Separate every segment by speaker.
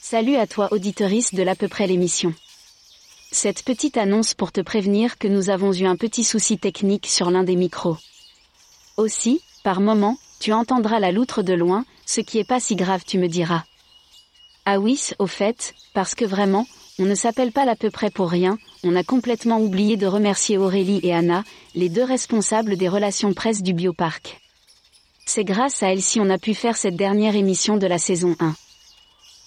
Speaker 1: Salut à toi auditoriste de l'à peu près l'émission. Cette petite annonce pour te prévenir que nous avons eu un petit souci technique sur l'un des micros. Aussi, par moment, tu entendras la loutre de loin, ce qui est pas si grave tu me diras. Ah oui, au fait, parce que vraiment, on ne s'appelle pas l'à peu près pour rien, on a complètement oublié de remercier Aurélie et Anna, les deux responsables des relations presse du bioparc. C'est grâce à elles si on a pu faire cette dernière émission de la saison 1.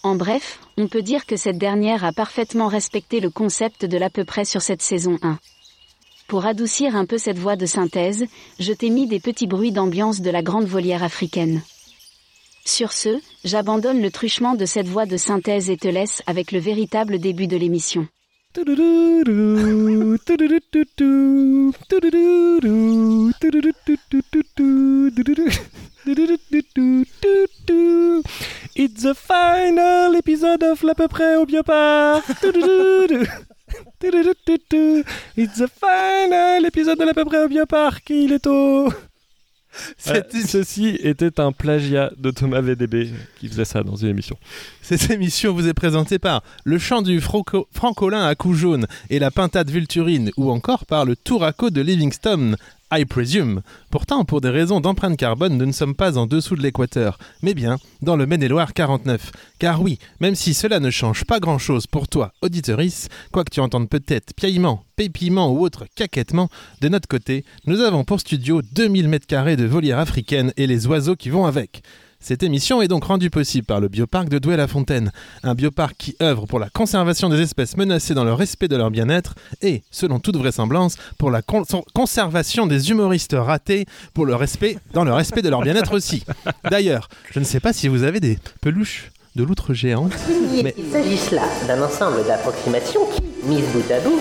Speaker 1: En bref, on peut dire que cette dernière a parfaitement respecté le concept de l'à peu près sur cette saison 1. Pour adoucir un peu cette voix de synthèse, je t'ai mis des petits bruits d'ambiance de la grande volière africaine. Sur ce, j'abandonne le truchement de cette voix de synthèse et te laisse avec le véritable début de l'émission.
Speaker 2: Toudoudou, toudoudoutou, toudoudou, toudoudoutou, toudoudou, toudoudoutou. It's the final episode of l'à peu près au biopar. It's the final episode de l'à peu près au bioparc. Il est au.
Speaker 3: Cette,
Speaker 2: Euh, ceci était un plagiat de Thomas VDB qui faisait ça dans une émission.
Speaker 3: cette émission vous est présentée par le chant du franco- francolin à coups jaune et la pintade vulturine, ou encore par le touraco de Livingston, I presume. Pourtant, pour des raisons d'empreinte carbone, nous ne sommes pas en dessous de l'équateur, mais bien dans le Maine-et-Loire 49. Car oui, même si cela ne change pas grand-chose pour toi, auditorice, quoique tu entendes peut-être piaillement, pépillement ou autre caquettement, de notre côté, nous avons pour studio 2000 mètres carrés de volière africaine et les oiseaux qui vont avec. Cette émission est donc rendue possible par le bioparc de Douai-la-Fontaine, un bioparc qui œuvre pour la conservation des espèces menacées dans le respect de leur bien-être et, selon toute vraisemblance, pour la con- conservation des humoristes ratés pour le respect, dans le respect de leur bien-être aussi. D'ailleurs, je ne sais pas si vous avez des peluches de loutre géante. Mais-
Speaker 4: Il s'agisse là d'un ensemble d'approximations qui, mises bout à bout,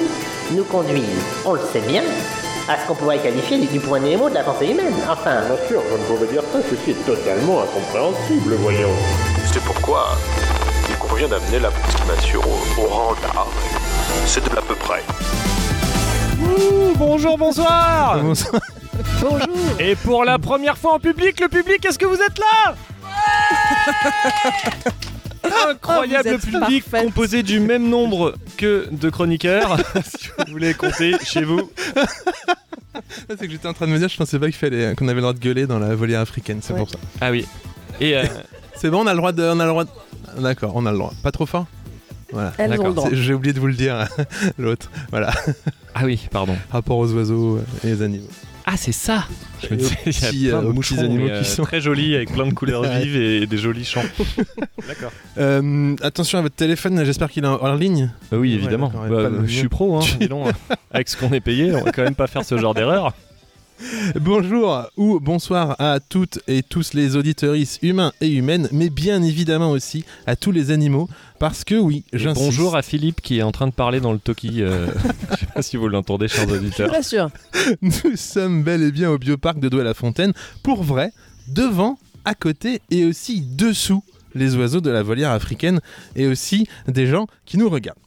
Speaker 4: nous conduisent, on le sait bien, à ce qu'on pourrait qualifier du point Nemo de la pensée humaine. Enfin,
Speaker 5: Bien sûr, je ne pouvais dire ça, ceci est totalement incompréhensible, voyons.
Speaker 6: C'est pourquoi il convient d'amener l'approximation au, au rang d'art. C'est de l'à peu près.
Speaker 2: Ouh, bonjour, bonsoir
Speaker 3: Bonsoir.
Speaker 2: Et pour la première fois en public, le public, est-ce que vous êtes là Incroyable
Speaker 7: Oh, vous êtes
Speaker 2: public
Speaker 7: parfaite.
Speaker 2: composé du même nombre que de chroniqueurs, si vous voulez compter chez vous.
Speaker 3: C'est que j'étais en train de me dire, je pensais pas qu'il fallait euh, qu'on avait le droit de gueuler dans la volière africaine, c'est
Speaker 7: Ouais.
Speaker 3: pour ça.
Speaker 2: Ah oui. Et euh,
Speaker 3: C'est bon, on a le droit de, on a le droit. de- D'accord, on a le droit. Pas trop fort. Voilà.
Speaker 7: Elles
Speaker 3: d'accord.
Speaker 7: ont le droit.
Speaker 3: C'est- J'ai oublié de vous le dire, l'autre. Voilà.
Speaker 2: ah oui, pardon.
Speaker 3: Rapport aux oiseaux euh, et les animaux.
Speaker 2: Ah c'est ça. Je me
Speaker 3: Et
Speaker 2: disais, il y
Speaker 3: aux
Speaker 2: a
Speaker 3: petits,
Speaker 2: plein
Speaker 3: euh,
Speaker 2: de
Speaker 3: aux
Speaker 2: moucherons,
Speaker 3: petits animaux
Speaker 2: mais, euh,
Speaker 3: qui sont-
Speaker 2: très jolis avec plein de couleurs
Speaker 3: Ouais.
Speaker 2: vives et des jolis chants. D'accord.
Speaker 3: Euh, attention à votre téléphone, j'espère qu'il est en, en ligne.
Speaker 2: oui,
Speaker 3: Ouais,
Speaker 2: évidemment.
Speaker 3: d'accord, et
Speaker 2: Bah,
Speaker 3: pas le
Speaker 2: je
Speaker 3: mieux.
Speaker 2: suis pro, hein. dis donc. avec ce qu'on est payé, on va quand même pas faire ce genre d'erreur.
Speaker 3: Bonjour ou bonsoir à toutes et tous les auditorices humains et humaines, mais bien évidemment aussi à tous les animaux, parce que oui,
Speaker 2: Et
Speaker 3: j'insiste.
Speaker 2: Bonjour à Philippe qui est en train de parler dans le toki. euh, je sais pas si vous l'entendez, chers auditeurs.
Speaker 7: Bien sûr.
Speaker 3: Nous sommes bel et bien au bioparc de Douai-la-Fontaine, pour vrai, devant, à côté et aussi dessous les oiseaux de la volière africaine et aussi des gens qui nous regardent.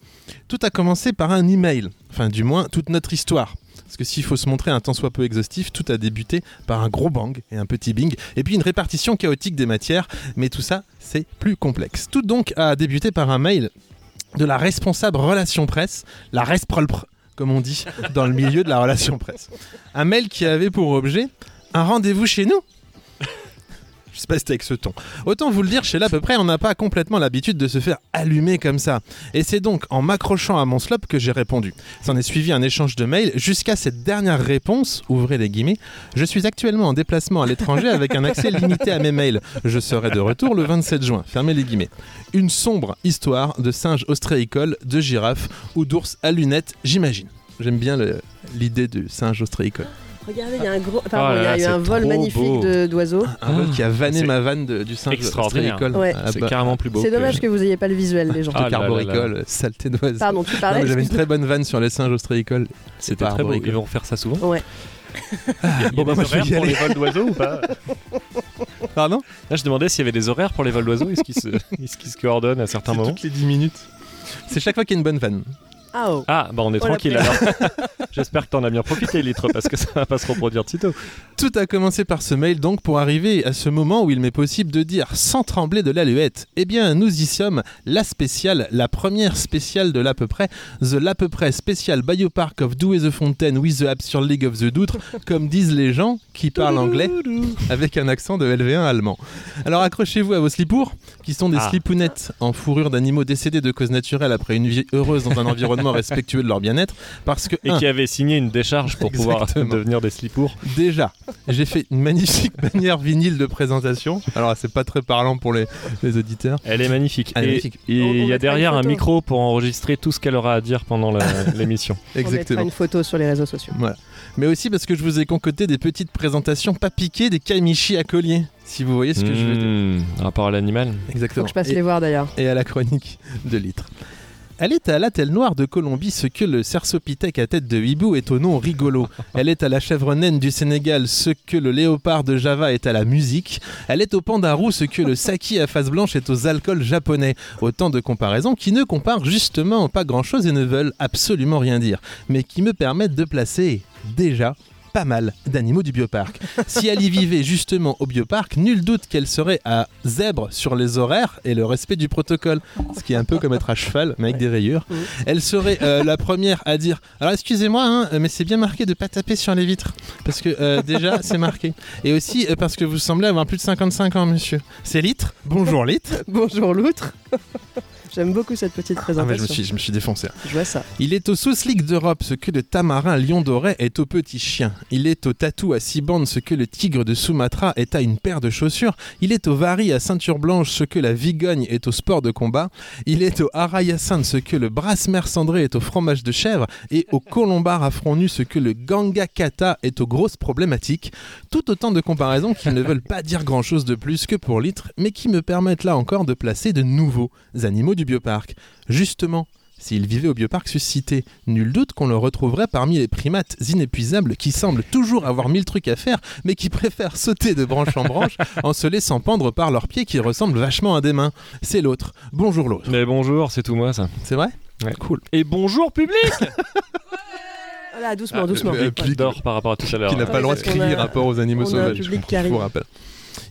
Speaker 3: Tout a commencé par un email, enfin du moins toute notre histoire. Parce que s'il faut se montrer un tant soit peu exhaustif, tout a débuté par un gros bang et un petit bing, et puis une répartition chaotique des matières, mais tout ça, c'est plus complexe. Tout donc a débuté par un mail de la responsable relation presse, la respropre, comme on dit, dans le milieu de la relation presse. Un mail qui avait pour objet un rendez-vous chez nous. Je sais pas si c'était avec ce ton. Autant vous le dire, chez là à peu près, on n'a pas complètement l'habitude de se faire allumer comme ça. Et c'est donc en m'accrochant à mon slop que j'ai répondu. S'en est suivi un échange de mails jusqu'à cette dernière réponse, ouvrez les guillemets, je suis actuellement en déplacement à l'étranger avec un accès limité à mes mails. Je serai de retour le 27 juin, fermez les guillemets. Une sombre histoire de singes ostréicoles, de girafes ou d'ours à lunettes, j'imagine. J'aime bien le- l'idée du singe ostréicole.
Speaker 7: Regardez, il y a un gros.
Speaker 2: Oh là
Speaker 7: Pardon, il y
Speaker 2: là,
Speaker 7: a eu
Speaker 2: c'est
Speaker 7: un vol
Speaker 2: trop beau.
Speaker 7: magnifique de- d'oiseaux.
Speaker 3: Un vol
Speaker 2: Ah,
Speaker 3: qui a vanné
Speaker 2: c'est
Speaker 3: ma vanne de- du singe
Speaker 2: extraordinaire.
Speaker 3: ostréicole.
Speaker 7: Ouais.
Speaker 3: Ah,
Speaker 2: C'est
Speaker 3: bah,
Speaker 2: carrément plus beau.
Speaker 7: C'est
Speaker 2: que-
Speaker 7: dommage que vous n'ayez pas le visuel, les gens.
Speaker 2: Ah là là
Speaker 3: carboricole, saleté d'oiseau.
Speaker 7: Pardon, tu
Speaker 3: Non, mais
Speaker 7: parlais.
Speaker 3: J'avais une
Speaker 7: excuse-moi.
Speaker 3: très bonne vanne sur les singes ostréicoles.
Speaker 2: C'était
Speaker 3: Pardon,
Speaker 2: très beau.
Speaker 3: rigole.
Speaker 2: Ils vont refaire ça souvent.
Speaker 7: Ouais.
Speaker 2: Il y a- il y a
Speaker 3: Bon, bah,
Speaker 2: des
Speaker 3: moi, je vais
Speaker 2: horaires
Speaker 3: y
Speaker 2: pour
Speaker 3: aller.
Speaker 2: les vols d'oiseaux ou pas
Speaker 3: Pardon
Speaker 2: Là, je demandais s'il y avait des horaires pour les vols d'oiseaux. Est-ce qu'ils se, est-ce qu'ils se coordonnent à certains
Speaker 3: C'est
Speaker 2: moments
Speaker 3: toutes les 10 minutes. C'est chaque fois qu'il y a une bonne vanne.
Speaker 7: Ah oh.
Speaker 2: Ah, bah on est
Speaker 7: Oh, la
Speaker 2: tranquille alors. J'espère que t'en as bien profité, Litre, parce que ça va pas se reproduire titôt.
Speaker 3: Tout a commencé par ce mail donc pour arriver à ce moment où il m'est possible de dire sans trembler de l'alluette Eh bien nous y sommes, la spéciale, la première spéciale de l'à peu près, The l'à peu près spécial Biopark of Douai the Fontaine with the Absurd League of the Doutre, comme disent les gens qui parlent anglais avec un accent de LV1 allemand. Alors accrochez-vous à vos slipours, qui sont des
Speaker 2: Ah.
Speaker 3: slipounettes en fourrure d'animaux décédés de cause naturelle après une vie heureuse dans un environnement respectueux de leur bien-être, parce que
Speaker 2: Et
Speaker 3: un,
Speaker 2: qui avait signé une décharge pour pouvoir
Speaker 3: Exactement.
Speaker 2: devenir des slipours.
Speaker 3: Déjà, j'ai fait une magnifique bannière vinyle de présentation. Alors, c'est pas très parlant pour les, les auditeurs.
Speaker 2: Elle est magnifique.
Speaker 3: Elle est
Speaker 2: Et-
Speaker 3: magnifique.
Speaker 2: Et
Speaker 7: On- on
Speaker 2: il y
Speaker 7: mettra
Speaker 2: a
Speaker 7: une
Speaker 2: derrière un
Speaker 7: photo.
Speaker 2: micro pour enregistrer tout ce qu'elle aura à dire pendant la- l'émission.
Speaker 7: On mettra
Speaker 3: Exactement.
Speaker 7: une photo sur les réseaux sociaux.
Speaker 3: Mais aussi parce que je vous ai concocté des petites présentations pas piquées des kaimichi à collier. Si vous voyez ce que je veux dire.
Speaker 2: Mmh, Rapport à l'animal.
Speaker 7: Faut
Speaker 3: Exactement.
Speaker 7: que je passe
Speaker 3: Et-
Speaker 7: les voir d'ailleurs.
Speaker 3: et à la chronique de Litre. Elle est à l'attel noire de Colombie ce que le cercopithèque à tête de hibou est au nom rigolo. Elle est à la chèvre naine du Sénégal ce que le léopard de Java est à la musique. Elle est au panda roux ce que le saki à face blanche est aux alcools japonais. Autant de comparaisons qui ne comparent justement pas grand-chose et ne veulent absolument rien dire, mais qui me permettent de placer déjà pas mal d'animaux du bioparc. Si elle y vivait justement au bioparc, nul doute qu'elle serait à zèbre sur les horaires et le respect du protocole, ce qui est un peu comme être à cheval, mais avec des rayures. Elle serait euh, la première à dire Alors excusez-moi, hein, mais c'est bien marqué de pas taper sur les vitres, parce que euh, déjà c'est marqué. Et aussi euh, parce que vous semblez avoir plus de 55 ans, monsieur. C'est Litre Bonjour Litre
Speaker 7: Bonjour l'outre. J'aime beaucoup cette petite
Speaker 3: Ah,
Speaker 7: présentation.
Speaker 3: mais je me suis, je me suis défoncé.
Speaker 7: Je vois ça.
Speaker 3: Il est au Sous League d'Europe ce que le tamarin lion doré est au petit chien. Il est au tatou à six bandes ce que le tigre de Sumatra est à une paire de chaussures. Il est au vari à ceinture blanche ce que la vigogne est au sport de combat. Il est au harayasan ce que le brasse-mer cendré est au fromage de chèvre. Et au colombard à front nu ce que le ganga kata est aux grosses problématiques. Tout autant de comparaisons qui ne veulent pas dire grand chose de plus que pour litre, mais qui me permettent là encore de placer de nouveaux animaux du bioparc. Justement, s'il vivait au bioparc suscité, nul doute qu'on le retrouverait parmi les primates inépuisables qui semblent toujours avoir mille trucs à faire, mais qui préfèrent sauter de branche en branche en se laissant pendre par leurs pieds qui ressemblent vachement à des mains. C'est l'autre. Bonjour l'autre.
Speaker 2: Mais bonjour, c'est tout moi ça.
Speaker 3: C'est vrai Cool.
Speaker 2: Et bonjour public
Speaker 7: Voilà, doucement,
Speaker 2: Ah,
Speaker 7: doucement.
Speaker 3: le- le-
Speaker 2: Public dors par rapport à tout à l'heure.
Speaker 3: qui n'a pas le droit de
Speaker 7: parce qu'on
Speaker 3: crier
Speaker 7: a-
Speaker 3: rapport aux animaux
Speaker 7: on a un
Speaker 3: sauvages.
Speaker 7: public
Speaker 3: je
Speaker 7: qui
Speaker 3: vous
Speaker 7: arrive.
Speaker 3: rappelle.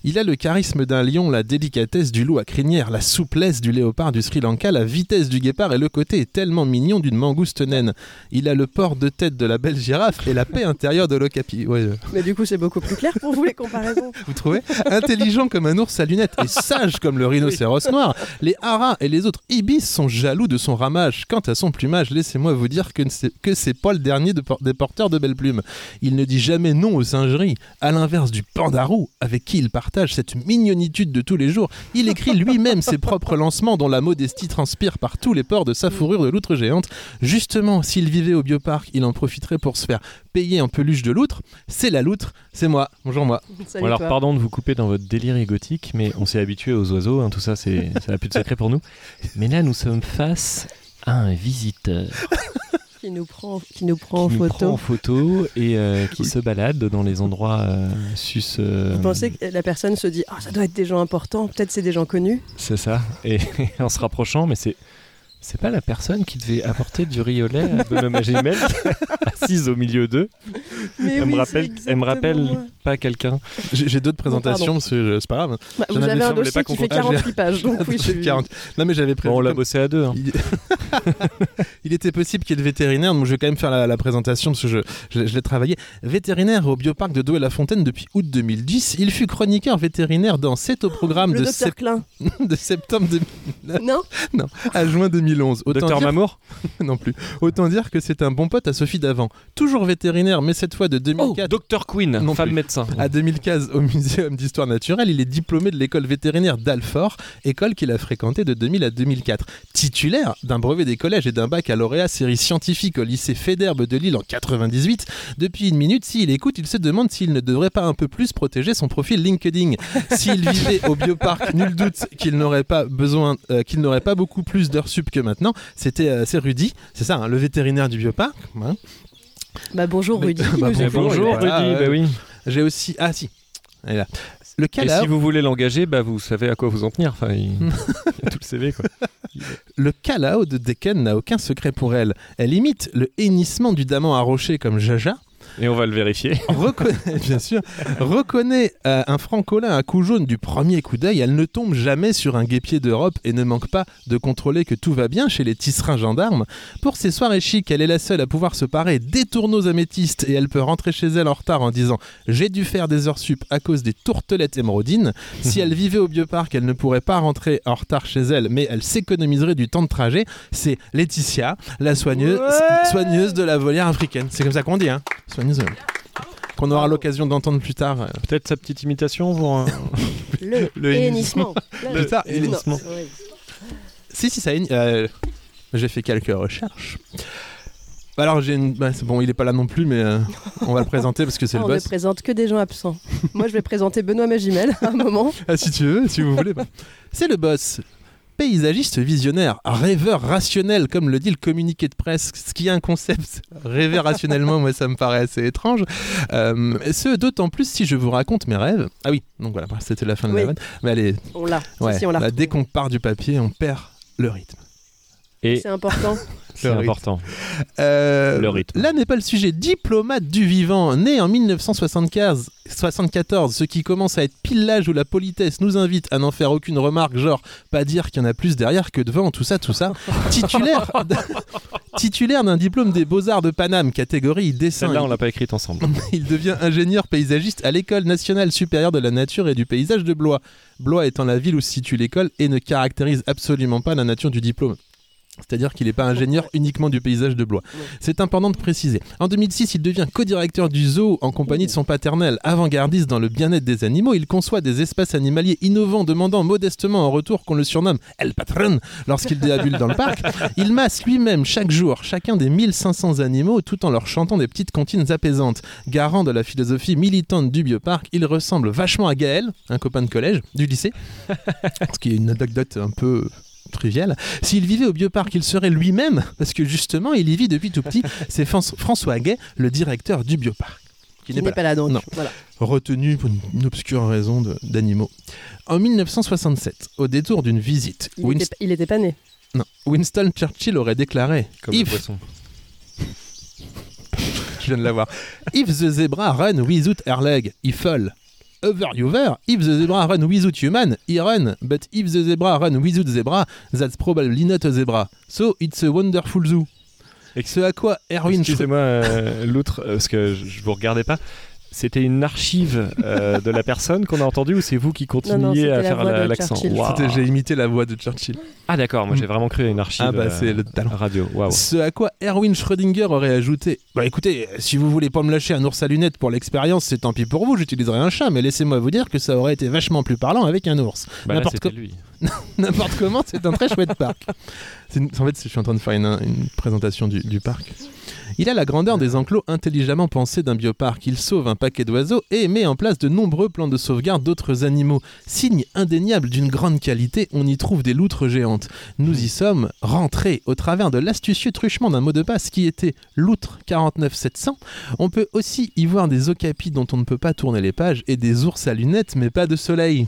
Speaker 3: Il a le charisme d'un lion, la délicatesse du loup à crinière, la souplesse du léopard du Sri Lanka, la vitesse du guépard et le côté tellement mignon d'une mangouste naine. Il a le port de tête de la belle girafe et la paix intérieure de l'ocapi. Ouais, euh,
Speaker 7: Mais du coup, c'est beaucoup plus clair pour vous les comparaisons.
Speaker 3: vous trouvez Intelligent comme un ours à lunettes et sage comme le rhinocéros noir, les haras et les autres ibis sont jaloux de son ramage. Quant à son plumage, laissez-moi vous dire que c'est- que c'est pas le dernier de por- des porteurs de belles plumes. Il ne dit jamais non aux singeries, à l'inverse du pandarou, avec qui il partage cette mignonitude de tous les jours. Il écrit lui-même ses propres lancements dont la modestie transpire par tous les pores de sa fourrure de loutre géante. Justement, s'il vivait au bioparc, il en profiterait pour se faire payer en peluche de loutre. C'est la loutre, c'est moi. Bonjour moi.
Speaker 7: Salut
Speaker 2: Bon, alors
Speaker 7: toi.
Speaker 2: pardon de vous couper dans votre délire égotique, mais on s'est habitué aux oiseaux, hein, tout ça, c'est, ça n'a plus de secret pour nous. Mais là, nous sommes face à un visiteur
Speaker 7: Qui nous prend, qui nous prend en
Speaker 2: qui nous
Speaker 7: photo.
Speaker 2: prend en photo et euh, qui se balade dans les endroits euh, sus. euh,
Speaker 7: Vous pensez que la personne se dit Ah, ça doit être des gens importants, peut-être c'est des gens connus.
Speaker 2: C'est ça. Et en se rapprochant, mais c'est. C'est pas la personne qui devait apporter du riz au lait à Bonhomme Gmail, assise au milieu d'eux.
Speaker 7: Mais
Speaker 2: Elle
Speaker 7: Eh oui,
Speaker 2: me
Speaker 7: c'est
Speaker 2: rappelle, elle me
Speaker 7: exactement moi.
Speaker 2: rappelle pas quelqu'un.
Speaker 3: J'ai j'ai d'autres
Speaker 7: Bon,
Speaker 3: présentations, parce que je- c'est pas grave.
Speaker 7: Bah,
Speaker 3: J'en
Speaker 7: vous
Speaker 3: avais-
Speaker 7: avez un
Speaker 3: semblait pas
Speaker 7: dossier qui fait
Speaker 3: confondre. Ah,
Speaker 7: 48 pages, donc oui, je...
Speaker 3: 40. Non, mais j'avais prévu.
Speaker 2: Bon, on l'a
Speaker 3: comme-
Speaker 2: bossé à deux. hein.
Speaker 3: il... il était possible qu'il y ait le vétérinaire, donc je vais quand même faire la, la présentation parce que je, je- je l'ai travaillé. Vétérinaire au bioparc de Douai-la-Fontaine depuis août 2010, il fut chroniqueur vétérinaire dans C'est au programme
Speaker 7: Le
Speaker 3: de,
Speaker 7: docteur Klein,
Speaker 3: sept- de septembre de-
Speaker 7: non
Speaker 3: à juin 2011. Autant
Speaker 2: Docteur
Speaker 3: dire-
Speaker 2: Mamour
Speaker 3: non plus. Autant dire que c'est un bon pote à Sophie Davant. Toujours vétérinaire, mais cette fois de
Speaker 2: Oh,
Speaker 3: 2004
Speaker 2: Docteur Queen,
Speaker 3: Non
Speaker 2: femme
Speaker 3: plus. Ah,
Speaker 2: médecin.
Speaker 3: à 2015 au Muséum d'histoire naturelle. Il est diplômé de l'école vétérinaire d'Alfort, école qu'il a fréquentée de 2000 à 2004. Titulaire d'un brevet des collèges et d'un baccalauréat série scientifique au lycée Féderbe de Lille en 98, depuis une minute, s'il écoute, il se demande s'il ne devrait pas un peu plus protéger son profil LinkedIn. S'il vivait au bioparc, nul doute qu'il n'aurait pas besoin, euh, qu'il n'aurait pas beaucoup plus d'heures sup que maintenant. C'était euh, c'est Rudy, c'est ça, hein, le vétérinaire du bioparc. hein.
Speaker 7: Bah bonjour
Speaker 3: Mais-
Speaker 7: Rudy.
Speaker 3: Bah,
Speaker 7: nous
Speaker 2: Mais
Speaker 7: avons-
Speaker 3: bonjour,
Speaker 2: bonjour,
Speaker 3: il est
Speaker 2: Rudy.
Speaker 3: là, ouais.
Speaker 2: bah oui.
Speaker 3: J'ai aussi ah si, elle est là. le
Speaker 2: Et
Speaker 3: cadavre.
Speaker 2: si vous voulez l'engager, bah vous savez à quoi vous en tenir. Enfin, il... il y a tout le CV quoi. possible.
Speaker 3: Le call-out de Decken n'a aucun secret pour elle. Elle imite le hennissement du daman à rocher comme Jaja,
Speaker 2: Et on va le vérifier.
Speaker 3: reconnaît, bien sûr, reconnaît euh, un francolin à coup jaune du premier coup d'œil, elle ne tombe jamais sur un guépier d'Europe et ne manque pas de contrôler que tout va bien chez les tisserins gendarmes. Pour ses soirées chic, elle est la seule à pouvoir se parer des tourneaux améthystes et elle peut rentrer chez elle en retard en disant « J'ai dû faire des heures sup à cause des tourtelettes émeraudinées. Si elle vivait au Bioparc, elle ne pourrait pas rentrer en retard chez elle, mais elle s'économiserait du temps de trajet. C'est Laetitia, la soigneuse, soigneuse de la volière africaine. C'est comme ça qu'on dit, hein Soigneuse de la volière. Qu'on aura l'occasion d'entendre plus tard. euh,
Speaker 2: Peut-être sa petite imitation hein. pour un-
Speaker 7: Le,
Speaker 2: Le
Speaker 7: hennissement.
Speaker 3: Plus tard,
Speaker 7: Non,
Speaker 2: hennissement.
Speaker 7: c'est horrible.
Speaker 3: Si, si, ça. euh, j'ai fait quelques recherches. Alors, j'ai une. bah, c'est bon, il est pas là non plus, mais euh, on va le présenter parce que c'est
Speaker 7: Ah,
Speaker 3: le
Speaker 7: on ne
Speaker 3: boss.
Speaker 7: présente que des gens absents. Moi, je vais présenter Benoît Magimel à un moment.
Speaker 3: Ah, si tu veux, si vous voulez. bah. C'est le boss. Paysagiste visionnaire, rêveur rationnel, comme le dit le communiqué de presse, ce qui est un concept, rêver rationnellement, moi ça me paraît assez étrange. Euh, ce d'autant plus si je vous raconte mes rêves. Ah oui, donc voilà, c'était la fin de la
Speaker 7: Oui.
Speaker 3: vanne. Mais allez,
Speaker 7: On l'a. Si,
Speaker 3: ouais,
Speaker 7: si, on l'a.
Speaker 3: bah, dès
Speaker 7: retrouve.
Speaker 3: qu'on part du papier, on perd le rythme.
Speaker 2: Et
Speaker 7: C'est important.
Speaker 2: c'est
Speaker 3: le rythme.
Speaker 2: important.
Speaker 3: Euh,
Speaker 2: Le rythme.
Speaker 3: Là n'est pas le sujet. Diplomate du vivant, né en 1975, 74, ce qui commence à être pile l'âge où la politesse nous invite à n'en faire aucune remarque, genre pas dire qu'il y en a plus derrière que devant, tout ça, tout ça. titulaire, d'un- titulaire d'un diplôme des beaux-arts de Paname, catégorie dessin.
Speaker 2: Celle-là, on l'a pas écrite ensemble.
Speaker 3: Il devient ingénieur paysagiste à l'école nationale supérieure de la nature et du paysage de Blois. Blois étant la ville où se situe l'école et ne caractérise absolument pas la nature du diplôme. C'est-à-dire qu'il n'est pas ingénieur uniquement du paysage de Blois. C'est important de préciser. En 2006, il devient co-directeur du zoo en compagnie de son paternel. Avant-gardiste dans le bien-être des animaux, il conçoit des espaces animaliers innovants, demandant modestement en retour qu'on le surnomme El Patron lorsqu'il déambule dans le parc. Il masse lui-même chaque jour chacun des 1500 animaux tout en leur chantant des petites comptines apaisantes. Garant de la philosophie militante du bioparc, il ressemble vachement à Gaël, un copain de collège, du lycée, ce qui est une anecdote un peu triviale. S'il vivait au bioparc, il serait lui-même, parce que justement, il y vit depuis tout petit. C'est Fran- François Gay, le directeur du bioparc. qui
Speaker 7: Il n'est pas là donc.
Speaker 3: Non.
Speaker 7: Voilà.
Speaker 3: retenu pour une, une obscure raison de- d'animaux. En 1967, au détour d'une visite,
Speaker 7: Il
Speaker 3: Winst-
Speaker 7: était- Il était pas né.
Speaker 3: non, Winston Churchill aurait déclaré
Speaker 2: Comme le
Speaker 3: If
Speaker 2: poisson.
Speaker 3: je viens de l'avoir. If the zebra run without her leg, he fall. Over over, if the zebra run without human, he run. But if the zebra run without zebra, that's probably not a zebra. So it's a wonderful zoo.
Speaker 2: Et-
Speaker 3: ce à quoi Erwin Schrödinger-
Speaker 2: Excusez-moi, euh, l'outre, euh, parce que je, je vous regardais pas. C'était une archive euh, de la personne qu'on a entendue ou c'est vous qui continuez
Speaker 7: Non, non, c'était
Speaker 2: à
Speaker 7: la
Speaker 2: faire
Speaker 7: voix
Speaker 2: la-
Speaker 7: de
Speaker 2: l'accent
Speaker 7: Churchill.
Speaker 2: Waouh.
Speaker 3: C'était- J'ai imité la voix de Churchill.
Speaker 2: Ah d'accord, moi j'ai vraiment cru à une archive
Speaker 3: Ah bah,
Speaker 2: euh,
Speaker 3: c'est le talent.
Speaker 2: radio. Waouh.
Speaker 3: Ce à quoi Erwin Schrödinger aurait ajouté Bah écoutez, si vous voulez pas me lâcher un ours à lunettes pour l'expérience, c'est tant pis pour vous, j'utiliserai un chat, mais laissez-moi vous dire que ça aurait été vachement plus parlant avec un ours.
Speaker 2: Bah, là,
Speaker 3: N'importe
Speaker 2: c'était
Speaker 3: quoi.
Speaker 2: lui.
Speaker 3: N'importe comment, c'est un très chouette parc. C'est une- En fait, je suis en train de faire une, une présentation du, du parc. Il a la grandeur des enclos intelligemment pensés d'un bioparc. Il sauve un paquet d'oiseaux et met en place de nombreux plans de sauvegarde d'autres animaux. Signe indéniable d'une grande qualité, on y trouve des loutres géantes. Nous y sommes rentrés au travers de l'astucieux truchement d'un mot de passe qui était loutre 49700. On peut aussi y voir des okapis dont on ne peut pas tourner les pages et des ours à lunettes mais pas de soleil.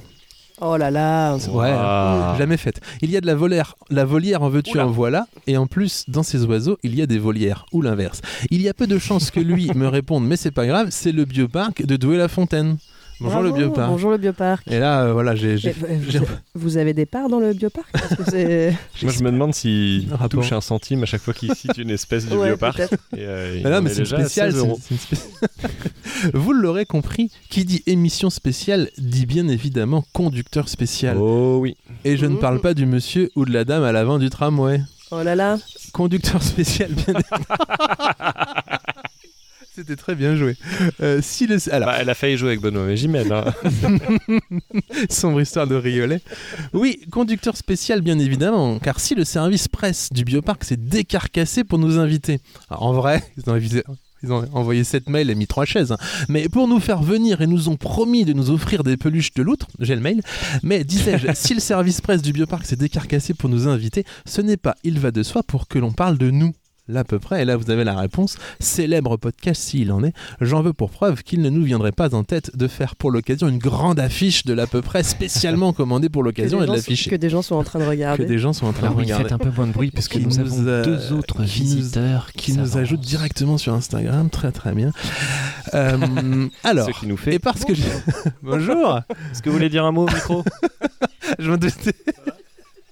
Speaker 7: Oh là là.
Speaker 3: Ouais.
Speaker 2: Waouh.
Speaker 3: Jamais faite. Il y a de la volière, la volière en veux-tu en voilà, et en plus, dans ces oiseaux, il y a des volières, ou l'inverse. Il y a peu de chances que lui me réponde, mais c'est pas grave, c'est le bioparc de Douai-la-Fontaine. Bonjour
Speaker 7: Bravo,
Speaker 3: le bioparc.
Speaker 7: Bonjour le bioparc.
Speaker 3: Et là, euh, voilà, j'ai. j'ai-
Speaker 7: Mais, euh,
Speaker 3: j'ai-
Speaker 7: vous, vous avez des parts dans le bioparc Parce que c'est-
Speaker 2: Moi je me demande s'il
Speaker 3: Un rapport.
Speaker 2: touche un centime à chaque fois qu'il cite une espèce du
Speaker 7: Ouais,
Speaker 2: bioparc.
Speaker 7: peut-être.
Speaker 2: Et, euh,
Speaker 3: Mais
Speaker 2: on
Speaker 3: non, mais
Speaker 2: est
Speaker 3: c'est une
Speaker 2: déjà à
Speaker 3: spéciale.
Speaker 2: 16 euros.
Speaker 3: c'est- c'est une spé- Vous l'aurez compris, qui dit émission spéciale dit bien évidemment conducteur spécial.
Speaker 2: Oh oui.
Speaker 3: Et je ne parle pas du monsieur ou de la dame à l'avant du tramway.
Speaker 7: Oh là là.
Speaker 3: Conducteur spécial, bien C'était très bien joué. Euh, si le... Alors,
Speaker 2: Bah, elle a failli jouer avec Benoît mais j'y mène, hein.
Speaker 3: sombre histoire de Riolet. Oui, conducteur spécial, bien évidemment, car si le service presse du Bioparc s'est décarcassé pour nous inviter, Alors, Ah, en vrai, ils ont, avisé- ils ont envoyé 7 mails et mis trois chaises, hein. mais pour nous faire venir, ils nous ont promis de nous offrir des peluches de loutre, j'ai le mail, mais disais-je, si le service presse du Bioparc s'est décarcassé pour nous inviter, ce n'est pas, il va de soi, pour que l'on parle de nous. l'à peu près. Et là, vous avez la réponse. Célèbre podcast s'il en est. J'en veux pour preuve qu'il ne nous viendrait pas en tête de faire pour l'occasion une grande affiche de l'à peu près spécialement commandée pour
Speaker 7: que, des
Speaker 3: l'occasion et de
Speaker 7: gens- que
Speaker 3: l'afficher.
Speaker 7: des Ah gens sont en train de
Speaker 3: Que
Speaker 7: regarder.
Speaker 3: des gens sont en train de
Speaker 2: Alors oui,
Speaker 3: regarder.
Speaker 2: faites un peu moins de bruit parce que
Speaker 3: Qui
Speaker 2: nous,
Speaker 3: nous
Speaker 2: avons
Speaker 3: a-
Speaker 2: deux autres
Speaker 3: qui nous-
Speaker 2: visiteurs
Speaker 3: qui nous
Speaker 2: s'avancent.
Speaker 3: ajoute directement sur Instagram. Très très bien. Euh, alors,
Speaker 2: Ce qui nous fait.
Speaker 3: et parce que je-
Speaker 2: Eh,
Speaker 3: bonjour,
Speaker 2: Est-ce que vous voulez dire un mot au micro Vous
Speaker 3: je me doutais-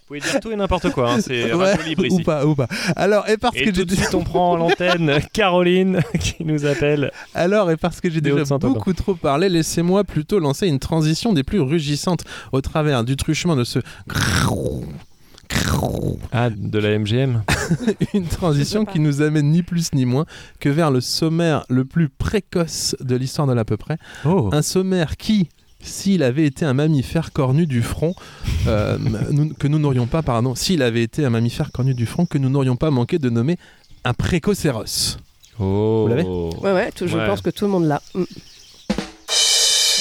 Speaker 2: pouvez dire tout et n'importe quoi. hein, C'est
Speaker 3: Ouais,
Speaker 2: radio libre
Speaker 3: ou
Speaker 2: ici.
Speaker 3: pas ou pas. Alors et parce
Speaker 2: Et
Speaker 3: que
Speaker 2: tout
Speaker 3: j'ai
Speaker 2: de suite, on prend l'antenne Caroline qui nous appelle.
Speaker 3: alors et parce que j'ai
Speaker 2: Des
Speaker 3: déjà
Speaker 2: Hauts-de-Saint-Ouen.
Speaker 3: beaucoup trop parlé, laissez-moi plutôt lancer une transition des plus rugissantes au travers du truchement de ce
Speaker 2: Ah, de la MGM
Speaker 3: une transition qui nous amène ni plus ni moins que vers le sommaire le plus précoce de l'histoire de l'à peu près.
Speaker 2: Oh
Speaker 3: Un sommaire qui, s'il avait été un mammifère cornu du front, euh, nous- que nous n'aurions pas, pardon, s'il avait été un mammifère cornu du front, que nous n'aurions pas manqué de nommer un précocéros.
Speaker 2: Oh
Speaker 3: l'avez
Speaker 7: Ouais, ouais, tout- je
Speaker 2: Ouais.
Speaker 7: pense que tout le monde l'a. Mm.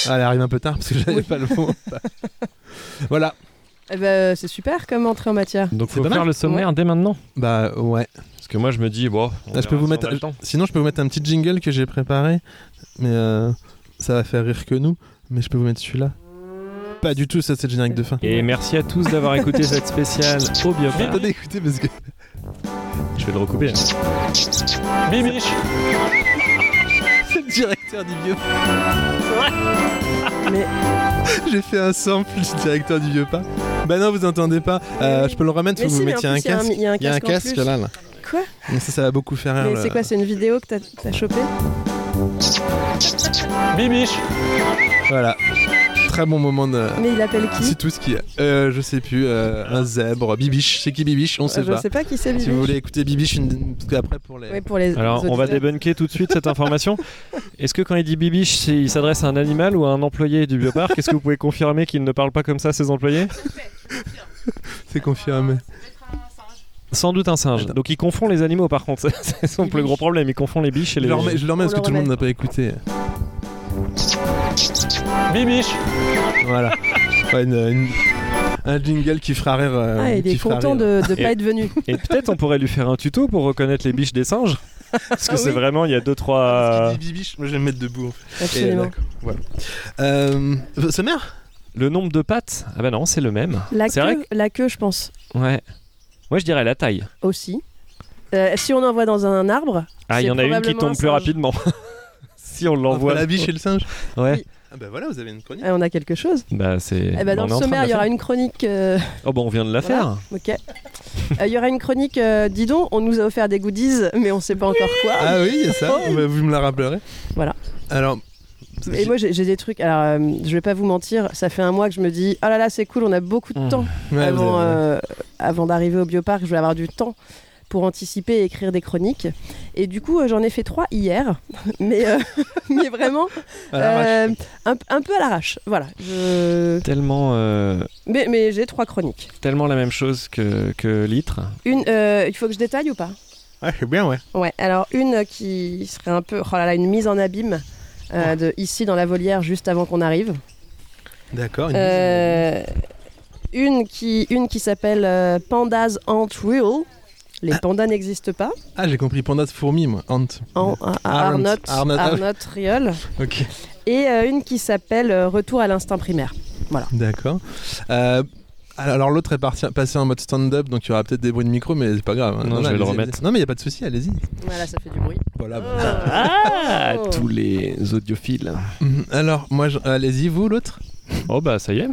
Speaker 3: Ah, elle arrive un peu tard parce que j'avais pas le mot. voilà.
Speaker 7: Eh ben, c'est super comme entrée en matière.
Speaker 2: Donc,
Speaker 3: C'est
Speaker 2: faut
Speaker 3: pas mal.
Speaker 2: faire le sommaire dès maintenant.
Speaker 3: Bah ouais.
Speaker 2: Parce que moi, je me dis, bon. on
Speaker 3: Ah, je peux
Speaker 2: verra
Speaker 3: vous
Speaker 2: si
Speaker 3: mettre.
Speaker 2: on a le temps.
Speaker 3: Sinon, je peux vous mettre un petit jingle que j'ai préparé, mais euh, ça va faire rire que nous. Mais je peux vous mettre celui-là. Pas du tout, ça c'est le générique de fin.
Speaker 2: Et merci à tous d'avoir écouté cette spéciale au Bioparc.
Speaker 3: Attendez, écoutez parce que.
Speaker 2: Je vais le recouper. hein. Mimiche
Speaker 3: C'est le directeur du vieux.
Speaker 7: Mais-
Speaker 3: J'ai fait un sample du directeur du vieux pas. Bah non, vous entendez pas. Euh, je peux le remettre,
Speaker 7: Mais
Speaker 3: faut que
Speaker 7: si,
Speaker 3: vous
Speaker 7: mais en
Speaker 3: mettiez un
Speaker 7: plus, il y a un-
Speaker 3: casque.
Speaker 7: il y a un casque en plus.
Speaker 3: là. là.
Speaker 7: Quoi
Speaker 3: Mais ça, ça va beaucoup faire rire.
Speaker 7: Mais
Speaker 3: le-
Speaker 7: c'est quoi C'est une vidéo que t'as t'as chopée
Speaker 2: Mimiche
Speaker 3: Voilà. Très bon moment de.
Speaker 7: Mais il appelle qui
Speaker 3: C'est tout ce qu'il y a. Euh, je sais plus, euh, un zèbre, Bibiche. C'est qui Bibiche On sait
Speaker 7: Euh, Je
Speaker 3: pas.
Speaker 7: sais pas qui c'est.
Speaker 3: Si
Speaker 7: Bibi.
Speaker 3: vous voulez écouter Bibiche, une... parce qu'après pour les.
Speaker 7: Ouais, pour les
Speaker 2: Alors,
Speaker 7: les
Speaker 2: on va
Speaker 7: auditeurs.
Speaker 2: débunker tout de suite cette information. Est-ce que quand il dit bibiche, c'est- il s'adresse à un animal ou à un employé du bioparc Est-ce que vous pouvez confirmer qu'il ne parle pas comme ça à ses employés
Speaker 3: C'est confirmé.
Speaker 2: Sans doute un singe.
Speaker 3: Attends.
Speaker 2: Donc il confond les animaux par contre. C'est son plus gros problème. Il confond les biches et
Speaker 3: Je
Speaker 2: les.
Speaker 3: le remets, je le remets
Speaker 7: On
Speaker 3: parce que
Speaker 7: le
Speaker 3: tout le monde
Speaker 7: remet.
Speaker 3: n'a pas écouté.
Speaker 2: Bibiche
Speaker 3: Voilà. Ouais, une- une- Un jingle qui fera rire. euh,
Speaker 7: Ah, il
Speaker 3: qui
Speaker 7: est
Speaker 3: fera
Speaker 7: content
Speaker 3: rire.
Speaker 7: de ne
Speaker 2: Et-
Speaker 7: pas être venu.
Speaker 2: Et peut-être on pourrait lui faire un tuto pour reconnaître les biches des singes. Parce que
Speaker 7: Ah
Speaker 2: c'est
Speaker 7: oui. Ah,
Speaker 2: vraiment, il y a deux,
Speaker 3: Parce
Speaker 2: trois.
Speaker 3: qu'il dit bibiche, moi je vais me mettre debout. en fait. Et, euh,
Speaker 7: Absolument.
Speaker 3: d'accord, voilà. Euh, ce maire
Speaker 2: Le nombre de pattes Ah bah non, c'est le même.
Speaker 7: La
Speaker 2: C'est vrai
Speaker 7: queue, la queue, je pense
Speaker 2: Ouais. Moi je dirais la taille.
Speaker 7: aussi. Euh, si on envoie dans un arbre,
Speaker 2: Ah, il y
Speaker 7: C'est
Speaker 2: en a une qui
Speaker 7: probablement
Speaker 2: tombe
Speaker 7: un
Speaker 2: plus
Speaker 7: singe.
Speaker 2: rapidement. si on l'envoie.
Speaker 3: entre la biche et le singe.
Speaker 2: Ouais.
Speaker 3: Ah bah voilà, vous avez une chronique.
Speaker 7: eh, on a quelque chose.
Speaker 2: Bah c'est.
Speaker 7: Eh ben,
Speaker 2: on
Speaker 7: dans
Speaker 2: est en
Speaker 7: le
Speaker 2: train de
Speaker 7: sommaire,
Speaker 2: la
Speaker 7: il y aura
Speaker 2: faire.
Speaker 7: une chronique. euh,
Speaker 2: Oh bah on vient de la
Speaker 7: Voilà.
Speaker 2: faire.
Speaker 7: Ok. Euh, Il y aura une chronique. euh, dis donc, on nous a offert des goodies, mais on sait pas encore quoi.
Speaker 3: Ah oui, il y a ça. Bah, vous me la rappellerez.
Speaker 7: Oh. Voilà.
Speaker 3: Alors.
Speaker 7: Et moi, j'ai j'ai des trucs. Alors, euh, je vais pas vous mentir, ça fait un mois que je me dis oh là là, c'est cool, on a beaucoup de
Speaker 2: Mmh.
Speaker 7: temps
Speaker 3: Ouais, vous
Speaker 7: avant,
Speaker 3: avez-
Speaker 7: euh, avant d'arriver au bioparc. Je vais avoir du temps pour anticiper et écrire des chroniques. Et du coup, euh, j'en ai fait trois hier, mais, euh, mais vraiment
Speaker 3: Ah, la vache.
Speaker 7: euh, un, un peu à l'arrache. Voilà. Je-
Speaker 2: Tellement, euh,
Speaker 7: Mais, mais j'ai trois chroniques.
Speaker 2: tellement la même chose que, que litre.
Speaker 7: Une, euh, il faut que je détaille ou pas
Speaker 3: Ouais, Ah, c'est bien, ouais.
Speaker 7: Ouais, alors une euh, qui serait un peu, oh là là, une mise en abîme euh, de ici dans la volière juste avant qu'on arrive.
Speaker 3: D'accord.
Speaker 7: Euh, une qui, une qui s'appelle euh, Pandas Ant Real. Les pandas n'existent pas.
Speaker 3: Ah, j'ai compris, pandas fourmis, moi. Ant.
Speaker 7: En, à- Hein, à
Speaker 3: Aren't-
Speaker 7: Arnott,
Speaker 3: Arnott-
Speaker 7: Arnott Real.
Speaker 3: Ok,
Speaker 7: Et euh, une qui s'appelle euh, Retour à l'instinct primaire.
Speaker 3: d'accord. Euh, alors, alors, l'autre est parti, passé en mode stand-up, donc il y aura peut-être des bruits de micro, mais c'est pas
Speaker 2: Non,
Speaker 3: grave.
Speaker 2: je vais
Speaker 3: allez-y,
Speaker 2: le
Speaker 3: allez-y.
Speaker 2: remettre.
Speaker 3: Non, mais il n'y a pas de souci, allez-y.
Speaker 7: Voilà, ça fait du bruit.
Speaker 3: Voilà.
Speaker 7: Euh.
Speaker 3: bon.
Speaker 2: Ah,
Speaker 7: Oh.
Speaker 2: tous les audiophiles.
Speaker 3: Mhm. Alors, moi, je- allez-y, vous, l'autre
Speaker 2: Oh bah ça y est.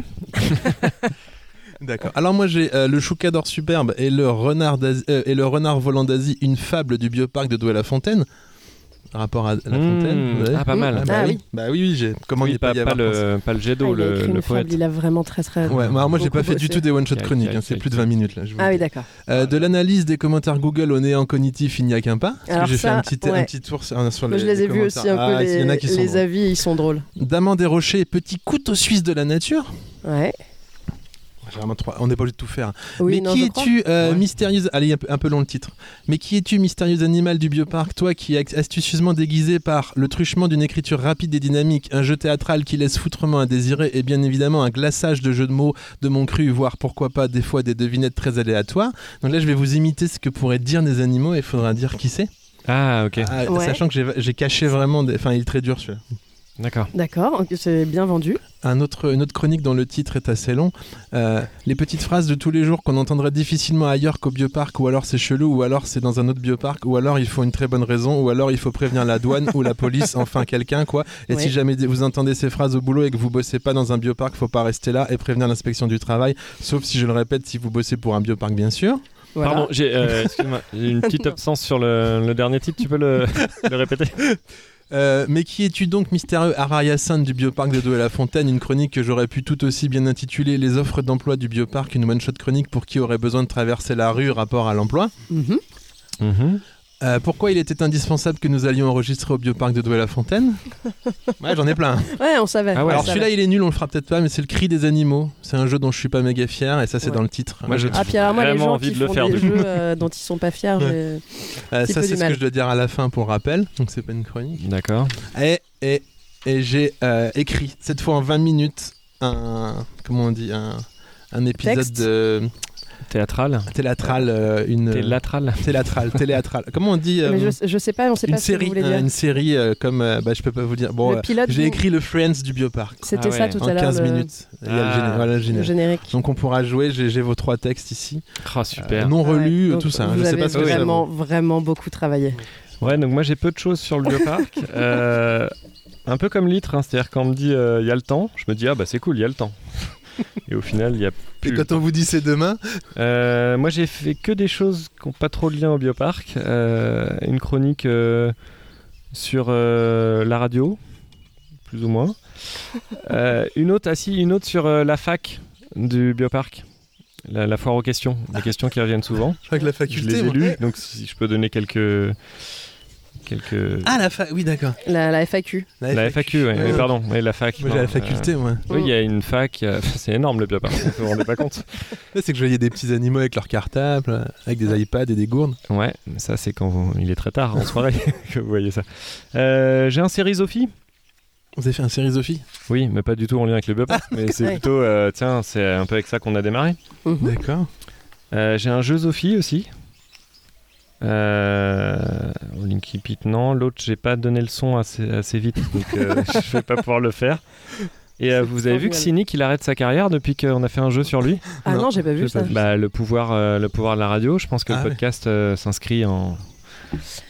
Speaker 3: D'accord. Alors, moi, j'ai euh, le choucador superbe et le renard, d'Asie- euh, et le renard volant d'Asie, une fable du bioparc de Douai-la-Fontaine. Rapport à La Fontaine
Speaker 2: Mmh.
Speaker 3: vous avez
Speaker 2: Ah pas mal.
Speaker 3: Ah, bah
Speaker 7: Ah
Speaker 3: oui.
Speaker 7: oui.
Speaker 3: Bah oui, oui, j'ai. Comment
Speaker 2: Oui,
Speaker 3: il
Speaker 2: pas,
Speaker 3: peut y
Speaker 2: pas
Speaker 3: avoir
Speaker 2: le, pas le jet d'eau,
Speaker 7: Ah, il a
Speaker 2: le,
Speaker 7: écrit
Speaker 2: le
Speaker 7: une fable,
Speaker 2: poète.
Speaker 7: il a vraiment très très.
Speaker 3: Ouais, mais alors moi j'ai
Speaker 7: beaucoup
Speaker 3: pas fait du
Speaker 7: bossé.
Speaker 3: tout des one-shot
Speaker 2: Qui a-
Speaker 3: chroniques,
Speaker 2: qui a-
Speaker 3: hein, c'est
Speaker 2: qui a-
Speaker 3: plus de 20 minutes là. je vous
Speaker 7: Ah
Speaker 3: le
Speaker 7: oui,
Speaker 3: dis.
Speaker 7: d'accord.
Speaker 3: Euh, de l'analyse des commentaires Google au néant cognitif, il n'y a qu'un pas. Parce que
Speaker 7: Alors
Speaker 3: j'ai fait
Speaker 7: ça,
Speaker 3: un petit, un
Speaker 7: ouais.
Speaker 3: petit tour sur, euh, sur
Speaker 7: Moi,
Speaker 3: les
Speaker 7: je les ai vus
Speaker 3: commentaires.
Speaker 7: aussi un peu
Speaker 3: Ah, il y
Speaker 7: les,
Speaker 3: en a qui sont
Speaker 7: les
Speaker 3: drôles.
Speaker 7: avis, ils sont drroles.
Speaker 3: Daman des Rochers, petit couteau suisse de la nature.
Speaker 7: Ouais.
Speaker 3: vraiment trois. On n'est pas obligé de tout faire.
Speaker 7: Oui,
Speaker 3: Mais
Speaker 7: non,
Speaker 3: qui
Speaker 7: je crois.
Speaker 3: es-tu, euh,
Speaker 2: Ouais.
Speaker 3: mystérieuse Allez, un peu, un peu long le titre. Mais qui es-tu, mystérieux animal du bioparc Toi qui es astucieusement déguisé par le truchement d'une écriture rapide et dynamique, un jeu théâtral qui laisse foutrement indésiré et bien évidemment un glaçage de jeux de mots de mon cru, voire pourquoi pas des fois des devinettes très aléatoires. Donc là, je vais vous imiter ce que pourraient dire des animaux et il faudra dire qui c'est.
Speaker 2: Ah, ok,
Speaker 3: Ah,
Speaker 7: Ouais.
Speaker 3: Sachant que j'ai- j'ai caché vraiment. des- Enfin, il est très dur celui-là.
Speaker 2: d'accord.
Speaker 7: D'accord, ok, c'est bien vendu.
Speaker 3: Un autre, une autre chronique dont le titre est assez long. Euh, les petites phrases de tous les jours qu'on entendrait difficilement ailleurs qu'au bioparc, ou alors c'est chelou, ou alors c'est dans un autre bioparc, ou alors il faut une très bonne raison, ou alors il faut prévenir la douane ou la police, enfin quelqu'un quoi. Et
Speaker 7: Ouais.
Speaker 3: si jamais d- vous entendez ces phrases au boulot et que vous bossez pas dans un bioparc, faut pas rester là et prévenir l'inspection du travail, sauf si je le répète, si vous bossez pour un bioparc bien sûr.
Speaker 7: Voilà.
Speaker 2: Pardon, j'ai euh, excuse-moi, j'ai une petite absence sur le, le dernier titre, tu peux le, le répéter
Speaker 3: Euh, mais qui es-tu donc, mystérieux Araya-san du bioparc de Douai la Fontaine Une chronique que j'aurais pu tout aussi bien intituler Les offres d'emploi du bioparc, une one-shot chronique pour qui aurait besoin de traverser la rue rapport à l'emploi.
Speaker 7: Mhm.
Speaker 3: Euh, pourquoi il était indispensable que nous allions enregistrer au bioparc de Douai la Fontaine Ouais, j'en ai plein.
Speaker 7: Ouais, on savait.
Speaker 2: Ah ouais.
Speaker 3: Alors
Speaker 7: on savait.
Speaker 3: celui-là, il est nul, on le fera peut-être pas, mais c'est le cri des animaux. C'est un jeu dont je suis pas méga fier, et ça, c'est
Speaker 7: Ouais.
Speaker 3: dans le titre.
Speaker 2: Moi, je-
Speaker 7: Ah, puis alors, moi, les
Speaker 2: Vraiment
Speaker 7: gens
Speaker 2: envie
Speaker 7: qui
Speaker 2: de le
Speaker 7: font
Speaker 2: faire,
Speaker 7: des
Speaker 2: du coup.
Speaker 7: jeux euh, dont ils sont pas fiers, mais-
Speaker 3: Euh,
Speaker 7: petit
Speaker 3: ça,
Speaker 7: peu
Speaker 3: c'est
Speaker 7: du
Speaker 3: ce
Speaker 7: mal.
Speaker 3: que je dois dire à la fin pour rappel, donc c'est pas une chronique.
Speaker 2: D'accord.
Speaker 3: Et, et, et j'ai euh, écrit, cette fois en 20 minutes, un. Comment on dit Un, un épisode
Speaker 7: Texte
Speaker 3: de-
Speaker 2: Théâtral
Speaker 3: théâtral. euh, une,
Speaker 2: Théâtral
Speaker 3: théâtral, téléatral. Comment on dit euh,
Speaker 7: mais je, je sais pas, on sait
Speaker 3: Une
Speaker 7: pas ce que vous
Speaker 3: série,
Speaker 7: voulez
Speaker 3: un-
Speaker 7: dire.
Speaker 3: une série euh, comme. euh, bah, je peux pas vous dire. Bon,
Speaker 7: Le
Speaker 3: euh,
Speaker 7: pilote,
Speaker 3: j'ai
Speaker 7: vous-
Speaker 3: écrit le Friends du Bioparc
Speaker 7: C'était
Speaker 2: Ah
Speaker 7: ça
Speaker 2: ouais.
Speaker 7: tout
Speaker 3: en
Speaker 7: à l'heure.
Speaker 3: 15
Speaker 7: le-
Speaker 3: minutes. Il y a le géné-
Speaker 2: Ah.
Speaker 3: voilà le
Speaker 7: le
Speaker 3: générique.
Speaker 7: générique.
Speaker 3: Donc on pourra jouer, j'ai j'ai vos trois textes ici.
Speaker 2: Oh,
Speaker 3: Euh,
Speaker 2: super.
Speaker 3: non relus,
Speaker 7: Ah Ouais, donc
Speaker 3: tout ça. hein.
Speaker 7: Vous
Speaker 3: Je sais
Speaker 7: avez
Speaker 3: pas ce que ça vaut.
Speaker 7: vraiment, vraiment beaucoup travaillé.
Speaker 2: Ouais, donc moi j'ai peu de choses sur le bioparc. Euh, un peu comme l'itre, hein, c'est-à-dire quand on me dit euh, il y a le temps, je me dis ah bah c'est cool, il y a le temps. Et au final, il y a
Speaker 3: Et
Speaker 2: plus.
Speaker 3: quand on vous dit c'est demain,
Speaker 2: Euh, moi j'ai fait que des choses qui n'ont pas trop de lien au bioparc. Euh, une chronique euh, sur euh, la radio, plus ou moins. Euh, une autre, ah si, une autre sur euh, la fac du bioparc. La, la foire aux questions, les questions qui reviennent souvent.
Speaker 3: je crois que Ah. la
Speaker 2: Je
Speaker 3: faculté.
Speaker 2: les ai
Speaker 3: moi.
Speaker 2: lues, donc si je peux donner quelques. quelques...
Speaker 3: Ah, la fac, oui, d'accord.
Speaker 7: La, la FAQ.
Speaker 2: La FAQ, ouais.
Speaker 3: Ouais.
Speaker 2: Oui, pardon, oui, la fac.
Speaker 3: Moi j'ai la
Speaker 2: pardon.
Speaker 3: faculté, moi.
Speaker 2: Euh, oui, il y a une fac, euh, c'est énorme le bioparc, vous vous rendez pas compte.
Speaker 3: Ouais, c'est que je voyais des petits animaux avec leurs cartables, euh, avec
Speaker 2: Ah.
Speaker 3: des iPads et des gourdes.
Speaker 2: Ouais, mais ça c'est quand vous- il est très tard en soirée que vous voyez ça. Euh, J'ai un série Sophie
Speaker 3: Vous avez fait un série Sophie
Speaker 2: Oui, mais pas du tout en lien avec le bioparc, mais c'est
Speaker 7: ouais.
Speaker 2: plutôt, euh, tiens, c'est un peu avec ça qu'on a démarré.
Speaker 7: Mhm.
Speaker 3: D'accord.
Speaker 2: Euh, J'ai un jeu Sophie aussi. Euh, Linky Pit, non. L'autre, j'ai pas donné le son assez, assez vite, donc euh, je vais pas pouvoir le faire. Et euh, vous avez vu que
Speaker 7: formidable.
Speaker 2: Cynic, il arrête sa carrière depuis qu'on a fait un jeu sur lui
Speaker 7: Ah
Speaker 3: Non,
Speaker 7: non, j'ai pas vu
Speaker 3: j'ai pas
Speaker 7: ça.
Speaker 3: vu.
Speaker 2: Bah, le, pouvoir, euh, le pouvoir de la radio, je pense que
Speaker 3: Ah
Speaker 2: le
Speaker 3: ouais.
Speaker 2: podcast euh, s'inscrit en...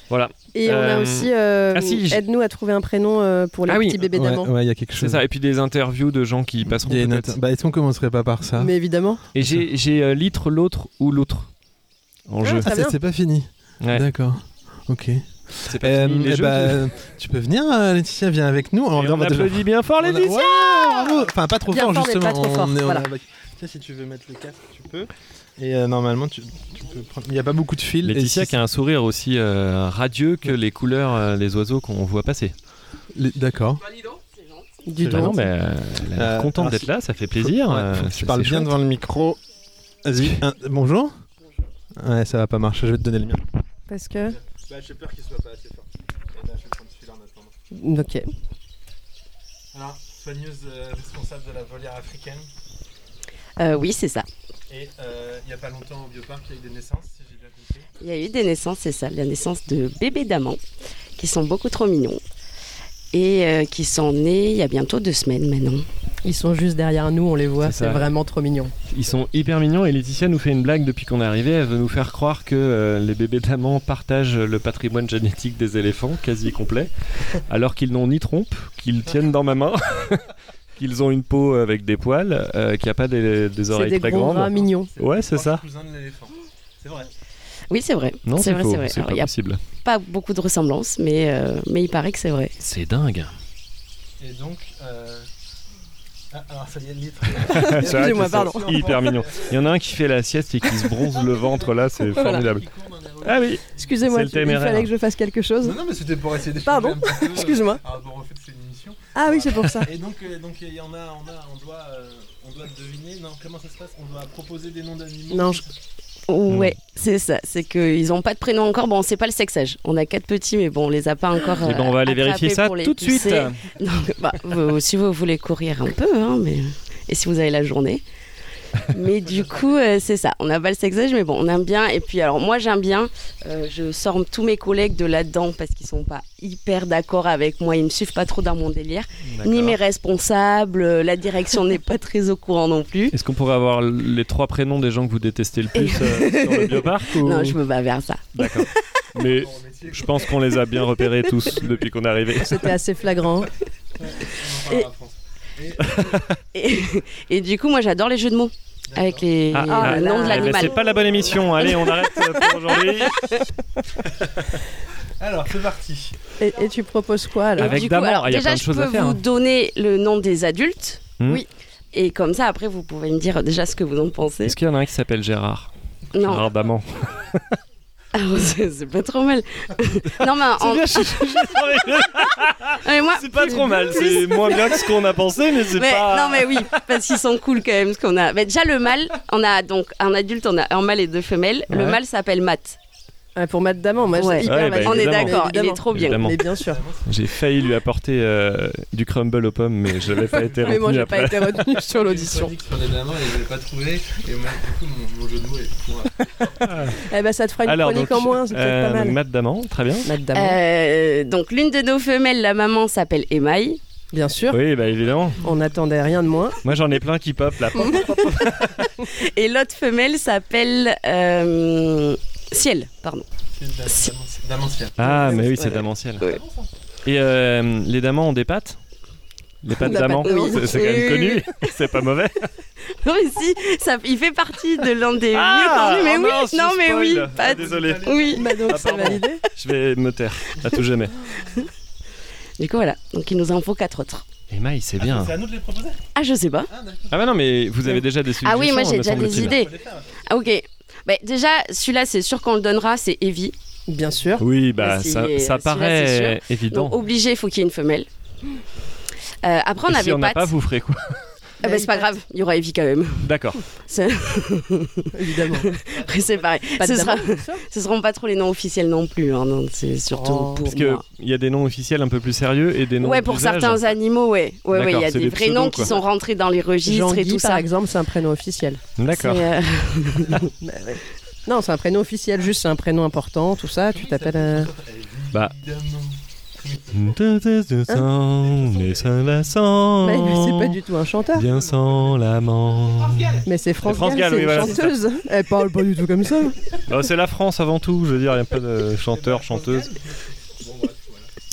Speaker 2: Voilà,
Speaker 7: Et on a
Speaker 2: Euh,
Speaker 7: aussi euh,
Speaker 2: ah si, j'ai-
Speaker 7: aide-nous à trouver un prénom euh, pour les
Speaker 2: Ah oui,
Speaker 7: petits bébés
Speaker 3: Ouais,
Speaker 7: d'amant.
Speaker 3: ouais, il y a quelque
Speaker 2: c'est
Speaker 3: chose.
Speaker 2: ça. Et puis des interviews de gens qui passeront
Speaker 3: Il y a une
Speaker 2: peut-être.
Speaker 3: inter- Bah, est-ce qu'on commencerait pas par ça
Speaker 7: Mais évidemment.
Speaker 2: Et j'ai j'ai, euh, l'itre, l'autre ou l'autre en
Speaker 7: Ah,
Speaker 2: jeu.
Speaker 3: Ah,
Speaker 7: ça- Très
Speaker 3: c'est
Speaker 7: bien.
Speaker 3: c'est pas fini.
Speaker 2: Ouais.
Speaker 3: D'accord. Ok.
Speaker 2: C'est pas
Speaker 3: Euh,
Speaker 2: fini, les
Speaker 3: eh
Speaker 2: jeux,
Speaker 3: bah, euh, tu peux venir, euh, Laetitia, viens avec nous.
Speaker 2: On,
Speaker 3: Alors, va devoir-
Speaker 2: applaudit bien fort,
Speaker 3: on a-
Speaker 2: Laetitia
Speaker 3: Ouais, bravo. Enfin, pas trop
Speaker 7: Bien
Speaker 3: fort,
Speaker 7: fort, mais
Speaker 3: justement.
Speaker 7: pas trop
Speaker 3: On
Speaker 7: fort,
Speaker 3: est- on est
Speaker 7: voilà.
Speaker 3: avec- Tiens, si tu veux mettre le casque, tu peux. Et euh, normalement, tu, tu peux prendre. Il n'y a pas beaucoup de fils.
Speaker 2: Laetitia
Speaker 3: Et si-
Speaker 2: qui a un sourire aussi euh, radieux que les couleurs euh, des oiseaux qu'on voit passer.
Speaker 3: Les- D'accord.
Speaker 7: Du
Speaker 3: C'est
Speaker 2: Bah non,
Speaker 7: don.
Speaker 2: mais euh, elle a l'air
Speaker 3: Euh,
Speaker 2: contente
Speaker 3: alors,
Speaker 2: d'être là, ça fait plaisir.
Speaker 3: Ouais,
Speaker 2: euh,
Speaker 3: faut que
Speaker 2: c'est-
Speaker 3: tu parles
Speaker 2: c'est
Speaker 3: bien
Speaker 2: chouette.
Speaker 3: devant le micro. Vas-y. un- Bonjour. Ouais, ça va pas marcher, je vais te donner le mien.
Speaker 7: Parce que.
Speaker 3: Bah, j'ai peur qu'il soit pas assez fort. je vais prendre celui-là en attendant.
Speaker 7: Ok.
Speaker 3: Alors, soigneuse euh, responsable de la volière africaine.
Speaker 8: Euh, oui, c'est ça.
Speaker 3: Et euh, il n'y a pas longtemps au bioparc, il y a eu des naissances, si j'ai bien compris.
Speaker 8: Il y a eu des naissances, c'est ça, la naissance de bébés d'amants, qui sont beaucoup trop mignons et euh, qui sont nés il y a bientôt deux semaines maintenant.
Speaker 7: Ils sont juste derrière nous, on les voit,
Speaker 2: C'est
Speaker 7: c'est
Speaker 2: ça.
Speaker 7: vraiment trop mignon.
Speaker 2: Ils sont hyper mignons et Laetitia nous fait une blague depuis qu'on est arrivé. Elle veut nous faire croire que euh, les bébés d'amants partagent le patrimoine génétique des éléphants, quasi complet, alors qu'ils n'ont ni trompe, qu'ils tiennent dans ma main, qu'ils ont une peau avec des poils, euh, qu'il n'y a pas des, des
Speaker 7: C'est
Speaker 2: oreilles
Speaker 7: des
Speaker 2: très
Speaker 7: gros
Speaker 2: grandes.
Speaker 7: bras mignons.
Speaker 2: Ouais, c'est ça.
Speaker 3: cousin de l'éléphant. C'est vrai.
Speaker 8: Oui, c'est vrai.
Speaker 2: Non,
Speaker 8: c'est
Speaker 2: c'est
Speaker 8: vrai,
Speaker 2: faux.
Speaker 8: c'est vrai.
Speaker 2: C'est
Speaker 8: Alors,
Speaker 2: pas
Speaker 8: il y a
Speaker 2: possible.
Speaker 8: Pas beaucoup de ressemblances, mais, euh, mais il paraît que c'est vrai.
Speaker 2: C'est dingue.
Speaker 3: Et donc. Euh... Ah, alors ça y est, le litre.
Speaker 7: Excusez-moi, pardon.
Speaker 2: Hyper mignon. Il y en a un qui fait la sieste et qui se bronze le ventre là, c'est
Speaker 7: Voilà.
Speaker 2: formidable. Ah oui.
Speaker 7: Excusez-moi,
Speaker 2: C'est le
Speaker 7: il
Speaker 2: téméraire.
Speaker 7: fallait que je fasse quelque chose.
Speaker 3: Non, non, mais c'était pour essayer de
Speaker 7: Pardon.
Speaker 3: changer un petit peu, euh,
Speaker 7: Excuse-moi.
Speaker 3: Par rapport au fait que c'est une émission.
Speaker 7: Ah oui, c'est pour ça.
Speaker 3: Et donc, euh, donc il y en a, on, a, on doit. euh, on On doit deviner, non Comment ça se passe On doit proposer des noms d'animaux
Speaker 8: Non, je- Ouais, c'est ça. C'est qu'ils n'ont pas de prénom encore. Bon, on sait pas le sexage. On a quatre petits, mais bon, on les a pas encore. euh,
Speaker 2: Eh ben, on va aller vérifier ça tout de suite.
Speaker 8: Donc, bah, vous- si vous voulez courir un peu, hein, mais... et si vous avez la journée. Mais du coup, euh, c'est ça. On n'a pas le sexage, mais bon, on aime bien. Et puis, alors, moi, j'aime bien. euh, je sors tous mes collègues de là-dedans parce qu'ils sont pas hyper d'accord avec moi. Ils me suivent pas trop dans mon délire. Ni mes responsables. euh, La direction n'est pas très au courant non plus.
Speaker 2: Est-ce qu'on pourrait avoir les trois prénoms des gens que vous détestez le plus euh, sur le bioparc ou-
Speaker 8: Non, je me bats vers ça.
Speaker 2: D'accord. Mais je pense qu'on les a bien repérés tous depuis qu'on est arrivé.
Speaker 7: C'était assez flagrant.
Speaker 8: Et, et du coup, moi, j'adore les jeux de mots avec les,
Speaker 2: Ah,
Speaker 8: le
Speaker 2: ah,
Speaker 7: là.
Speaker 8: nom de
Speaker 2: Eh ben,
Speaker 8: l'animal.
Speaker 2: c'est pas la bonne émission. Allez, on arrête euh, pour aujourd'hui.
Speaker 3: Alors, c'est parti.
Speaker 7: Et, et tu proposes quoi alors
Speaker 2: Avec
Speaker 8: Du coup,
Speaker 2: Damon,
Speaker 8: alors,
Speaker 2: il y a
Speaker 8: déjà,
Speaker 2: plein de choses
Speaker 8: je peux
Speaker 2: à faire,
Speaker 8: vous
Speaker 2: hein.
Speaker 8: donner le nom des adultes.
Speaker 2: Hmm.
Speaker 8: Oui. Et comme ça, après, vous pouvez me dire déjà ce que vous en pensez.
Speaker 2: Est-ce qu'il y en a un qui s'appelle Gérard
Speaker 8: Non,
Speaker 2: Gérard Daman.
Speaker 8: Ah, c'est c'est pas trop mal. non, mais, en- mais moi,
Speaker 2: C'est pas trop mal. C'est moins bien que ce qu'on a pensé, mais c'est
Speaker 8: mais-
Speaker 2: pas.
Speaker 8: non, mais oui, parce qu'ils sont cool quand même. Ce qu'on a. Mais déjà, le mâle, on a donc un adulte, on a un mâle et deux femelles.
Speaker 2: Ouais.
Speaker 8: Le mâle s'appelle Matt.
Speaker 7: Ah, Pour Matt Damon, moi
Speaker 8: Ouais.
Speaker 7: j'ai hyper
Speaker 2: Ouais, bah,
Speaker 7: validé.
Speaker 8: on est
Speaker 2: évidemment.
Speaker 8: d'accord, il est
Speaker 7: Évidemment.
Speaker 8: trop bien.
Speaker 2: Évidemment.
Speaker 7: Mais bien sûr.
Speaker 2: J'ai failli lui apporter euh, du crumble aux pommes, mais je l'avais pas été
Speaker 7: Mais moi
Speaker 2: retenu
Speaker 7: j'ai pas
Speaker 2: après.
Speaker 7: été retenue sur l'audition.
Speaker 3: Sur les dames, et je l'ai pas trouvé. Et moi, du coup, mon, mon jeu de mots est pour. euh,
Speaker 7: Eh ben ça te fera une
Speaker 2: Alors,
Speaker 7: chronique
Speaker 2: donc,
Speaker 7: en moins, c'est peut-être
Speaker 2: euh,
Speaker 7: pas mal.
Speaker 2: Matt Daman, très bien.
Speaker 7: Matt Damon,
Speaker 8: Euh, donc, l'une de nos femelles, la maman, s'appelle Emaille.
Speaker 7: bien sûr.
Speaker 2: Oui, bah évidemment.
Speaker 7: On n'attendait rien de moins.
Speaker 2: Moi, j'en ai plein qui pop là. Pop, pop, pop.
Speaker 8: Et l'autre femelle s'appelle euh, Ciel, pardon. Si-
Speaker 3: D'Amancia.
Speaker 2: Ah, mais oui, c'est
Speaker 8: Ouais.
Speaker 2: Damanciel.
Speaker 8: Ouais.
Speaker 2: Et euh, les damans ont des pattes Les pattes
Speaker 7: La
Speaker 2: d'amant,
Speaker 7: patte- oui.
Speaker 2: c'est c'est quand même
Speaker 8: Oui, oui,
Speaker 2: connu, c'est pas mauvais.
Speaker 8: Non mais si, ça, il fait partie de l'un des
Speaker 2: Ah,
Speaker 8: mieux connus. Mais
Speaker 2: oh
Speaker 8: oui,
Speaker 2: mince,
Speaker 8: non
Speaker 2: je
Speaker 8: mais
Speaker 2: spoil.
Speaker 8: oui,
Speaker 2: Ah,
Speaker 8: pas de-
Speaker 2: désolé.
Speaker 8: Oui.
Speaker 7: Bah donc
Speaker 2: Ah,
Speaker 7: c'est
Speaker 2: pardon.
Speaker 7: validé.
Speaker 2: Je vais me taire, à tout jamais.
Speaker 8: Du coup voilà, donc il nous en faut quatre autres.
Speaker 2: Emma, il sait bien.
Speaker 3: C'est à nous de les proposer
Speaker 8: Ah je sais pas.
Speaker 2: Ah bah non, mais vous avez déjà des suggestions.
Speaker 8: Ah oui, moi j'ai
Speaker 2: me
Speaker 8: déjà des
Speaker 2: semble-t-il.
Speaker 8: idées.
Speaker 3: les faire.
Speaker 8: Ah, ok. Bah, déjà, celui-là, c'est sûr qu'on le donnera, c'est Evie.
Speaker 7: Bien sûr.
Speaker 2: Oui, bah
Speaker 8: Mais c'est-
Speaker 2: ça,
Speaker 8: euh,
Speaker 2: ça
Speaker 8: celui-là,
Speaker 2: paraît évident.
Speaker 8: Donc, obligé, il faut qu'il y ait une femelle. Euh, après, on
Speaker 2: Et
Speaker 8: avait
Speaker 2: si on n'a
Speaker 8: Pat.
Speaker 2: pas, vous ferez quoi
Speaker 8: Ah, bah, c'est pas grave, il y aura Evie quand même.
Speaker 2: D'accord.
Speaker 8: C'est-
Speaker 7: Évidemment.
Speaker 8: Après, c'est pareil.
Speaker 7: Pas
Speaker 8: Ce,
Speaker 7: de
Speaker 8: sera...
Speaker 7: Damon, ça
Speaker 8: ce seront pas trop les noms officiels non plus. hein, donc C'est surtout
Speaker 7: Oh.
Speaker 8: pour
Speaker 2: Parce qu'il
Speaker 8: moi.
Speaker 2: y a des noms officiels un peu plus sérieux et des noms.
Speaker 8: Ouais, pour
Speaker 2: d'usage.
Speaker 8: certains animaux, ouais. Ouais, ouais, il
Speaker 2: D'accord,
Speaker 8: y a
Speaker 2: c'est
Speaker 8: des,
Speaker 2: des
Speaker 8: vrais noms
Speaker 2: pseudos,
Speaker 8: qui
Speaker 2: quoi.
Speaker 8: sont rentrés dans les registres et
Speaker 7: Jean-Guy,
Speaker 8: tout
Speaker 7: par
Speaker 8: ça.
Speaker 7: exemple, c'est un prénom officiel.
Speaker 2: D'accord.
Speaker 8: C'est, euh,
Speaker 7: Non, c'est un prénom officiel, juste c'est un prénom important, tout ça. Tu t'appelles. euh,
Speaker 2: Bah.
Speaker 3: Évidemment.
Speaker 2: Mais sans la sang.
Speaker 7: Mais Oh. lui, c'est pas du tout un chanteur.
Speaker 8: euh,
Speaker 2: Bien sans l'amant.
Speaker 7: Mais c'est France,
Speaker 2: France Gall,
Speaker 7: Gall, c'est
Speaker 2: oui,
Speaker 7: une
Speaker 2: voilà, c'est ça.
Speaker 7: chanteuse. Elle parle pas du tout comme ça.
Speaker 2: Oh, c'est la France avant tout, je veux dire, il y a pas de chanteurs, chanteuses.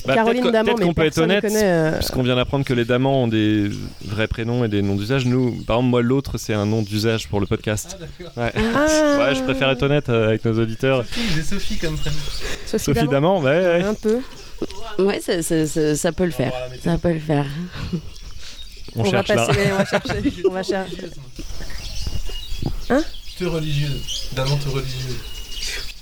Speaker 2: Bah,
Speaker 7: Caroline
Speaker 2: peut-être
Speaker 7: Damon,
Speaker 2: peut-être
Speaker 7: mais
Speaker 2: qu'on peut être
Speaker 7: personne
Speaker 2: honnête,
Speaker 7: connaît. euh,
Speaker 2: puisqu'on vient d'apprendre que les damans ont des vrais prénoms et des noms d'usage. Nous, par exemple, moi, l'autre, c'est un nom d'usage pour le podcast. ouais.
Speaker 7: Ah.
Speaker 2: Ouais, je préfère être honnête euh, avec nos auditeurs.
Speaker 3: Sophie, J'ai Sophie comme prénom.
Speaker 7: Sophie, Hein,
Speaker 2: Sophie
Speaker 7: Damon.
Speaker 2: Daman, ouais, ouais.
Speaker 7: Un peu.
Speaker 8: euh, Ouais, ça, ça- ça- ça peut le faire. Ça peut le faire.
Speaker 2: on, cherche
Speaker 7: va
Speaker 2: là.
Speaker 7: passer, on va chercher. on va chercher. Hein
Speaker 3: Te religieuse. D'amant te religieuse.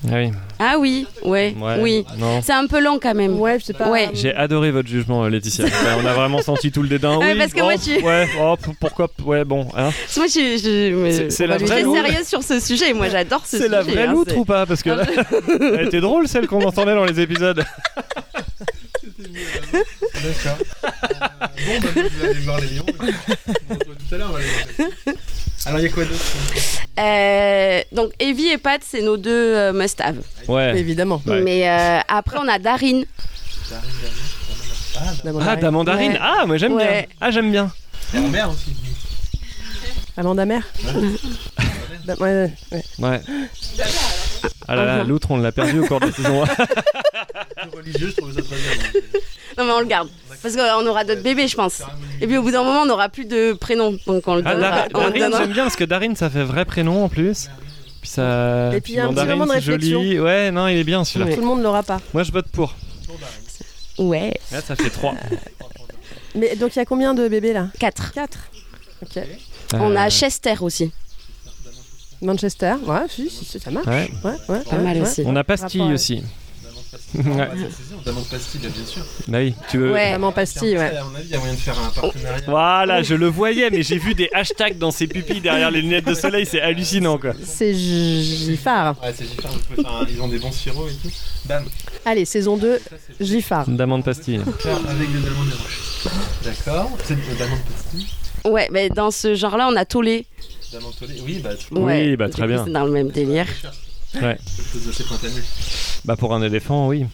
Speaker 2: Ah oui.
Speaker 8: Ah oui, ouais,
Speaker 2: Ouais.
Speaker 8: oui.
Speaker 2: Non.
Speaker 8: C'est un peu long quand même.
Speaker 7: Ouais, je sais pas.
Speaker 8: Ouais.
Speaker 2: J'ai adoré votre jugement, euh, Laetitia. Enfin, on a vraiment senti tout le dédain.
Speaker 8: Ouais,
Speaker 2: oui,
Speaker 8: parce que
Speaker 2: oh,
Speaker 8: moi, tu-
Speaker 2: ouais, oh, p- pourquoi, p- ouais, bon, hein.
Speaker 8: Parce que Moi, je, je me-
Speaker 2: C'est- c'est la
Speaker 8: je suis
Speaker 2: vraie
Speaker 8: très
Speaker 2: loutre.
Speaker 8: sérieuse sur ce sujet. Moi, j'adore ce
Speaker 2: C'est
Speaker 8: sujet.
Speaker 2: la vraie
Speaker 8: hein,
Speaker 2: loutre
Speaker 8: c'est-
Speaker 2: ou pas Parce que là, elle était drôle celle qu'on entendait dans les épisodes.
Speaker 3: D'accord. Euh, bon, bah, je vais aller voir les lions. On se retrouve tout à l'heure, on va les voir. Alors, il y a quoi d'autre
Speaker 8: Euh, donc, Evie et Pat, c'est nos deux euh, must-have.
Speaker 2: Ouais.
Speaker 7: Évidemment.
Speaker 2: Ouais.
Speaker 8: Mais euh, après, on a Darin.
Speaker 3: Darine, Darine, Darine.
Speaker 2: Ah, ta mandarine.
Speaker 8: Ouais.
Speaker 2: Ah, mais j'aime
Speaker 8: Ouais.
Speaker 2: bien. Ah, j'aime bien.
Speaker 3: Ah, la mère aussi.
Speaker 7: Amanda Mère Da- ouais, ouais.
Speaker 2: Ouais. Ah là là, l'outre, on l'a perdu au cours de la saison.
Speaker 3: Te religieuse, je trouve ça très bien.
Speaker 8: Non, mais on le garde. Parce qu'on aura d'autres bébés, je pense. Et puis, au bout d'un moment, on n'aura plus de prénom. Donc, on le
Speaker 2: Ah,
Speaker 8: donnera.
Speaker 2: Dar-
Speaker 8: on le
Speaker 2: Darine,
Speaker 8: donnera.
Speaker 2: j'aime bien parce que Darine, ça fait vrai prénom en plus. Puis ça.
Speaker 7: Et puis, il y a un petit
Speaker 2: mandarine,
Speaker 7: moment de
Speaker 2: c'est joli. Ouais, non, il est bien celui-là.
Speaker 8: Ouais.
Speaker 7: Tout le monde l'aura pas.
Speaker 2: Moi, je vote pour.
Speaker 8: Ouais.
Speaker 2: Là, ça fait 3.
Speaker 7: Mais donc il y a combien de bébés là
Speaker 8: 4.
Speaker 7: 4. Ok.
Speaker 2: Euh,
Speaker 8: On a Chester aussi.
Speaker 7: Manchester, ouais, si, si, si, ça marche.
Speaker 2: Ouais.
Speaker 7: Ouais, ouais,
Speaker 8: Pas
Speaker 7: ouais,
Speaker 8: mal
Speaker 7: ouais.
Speaker 8: aussi.
Speaker 2: On a Pastille
Speaker 7: Rapport à-
Speaker 2: aussi. Ouais.
Speaker 9: D'amande pastille, bien sûr.
Speaker 2: Bah oui, tu veux.
Speaker 8: Ouais.
Speaker 7: Vraiment pastille, ouais.
Speaker 9: À mon avis, il y a moyen de faire un partenariat.
Speaker 8: Oh.
Speaker 2: Voilà, je le voyais, mais j'ai vu des hashtags dans ses pupilles derrière les lunettes de soleil, c'est hallucinant quoi.
Speaker 7: C'est Giffard.
Speaker 9: Ouais, c'est différent, on peut faire un- ils ont des bons sirops et tout. Bam,
Speaker 7: Allez, saison 2,
Speaker 9: ça c'est
Speaker 7: Giffard.
Speaker 2: D'amande pastille.
Speaker 9: faire avec des amandes de roche. D'accord, c'est de l'amande pastille,
Speaker 8: Ouais, mais dans ce genre-là, on a Tolé.
Speaker 9: de l'amande tollée. Oui, bah, tu
Speaker 2: Oui,
Speaker 8: Ouais,
Speaker 2: bah,
Speaker 8: du
Speaker 2: très
Speaker 8: coup,
Speaker 2: bien.
Speaker 8: C'est dans le même délire.
Speaker 9: quelque chose d'assez pantané.
Speaker 2: Bah pour un éléphant, oui.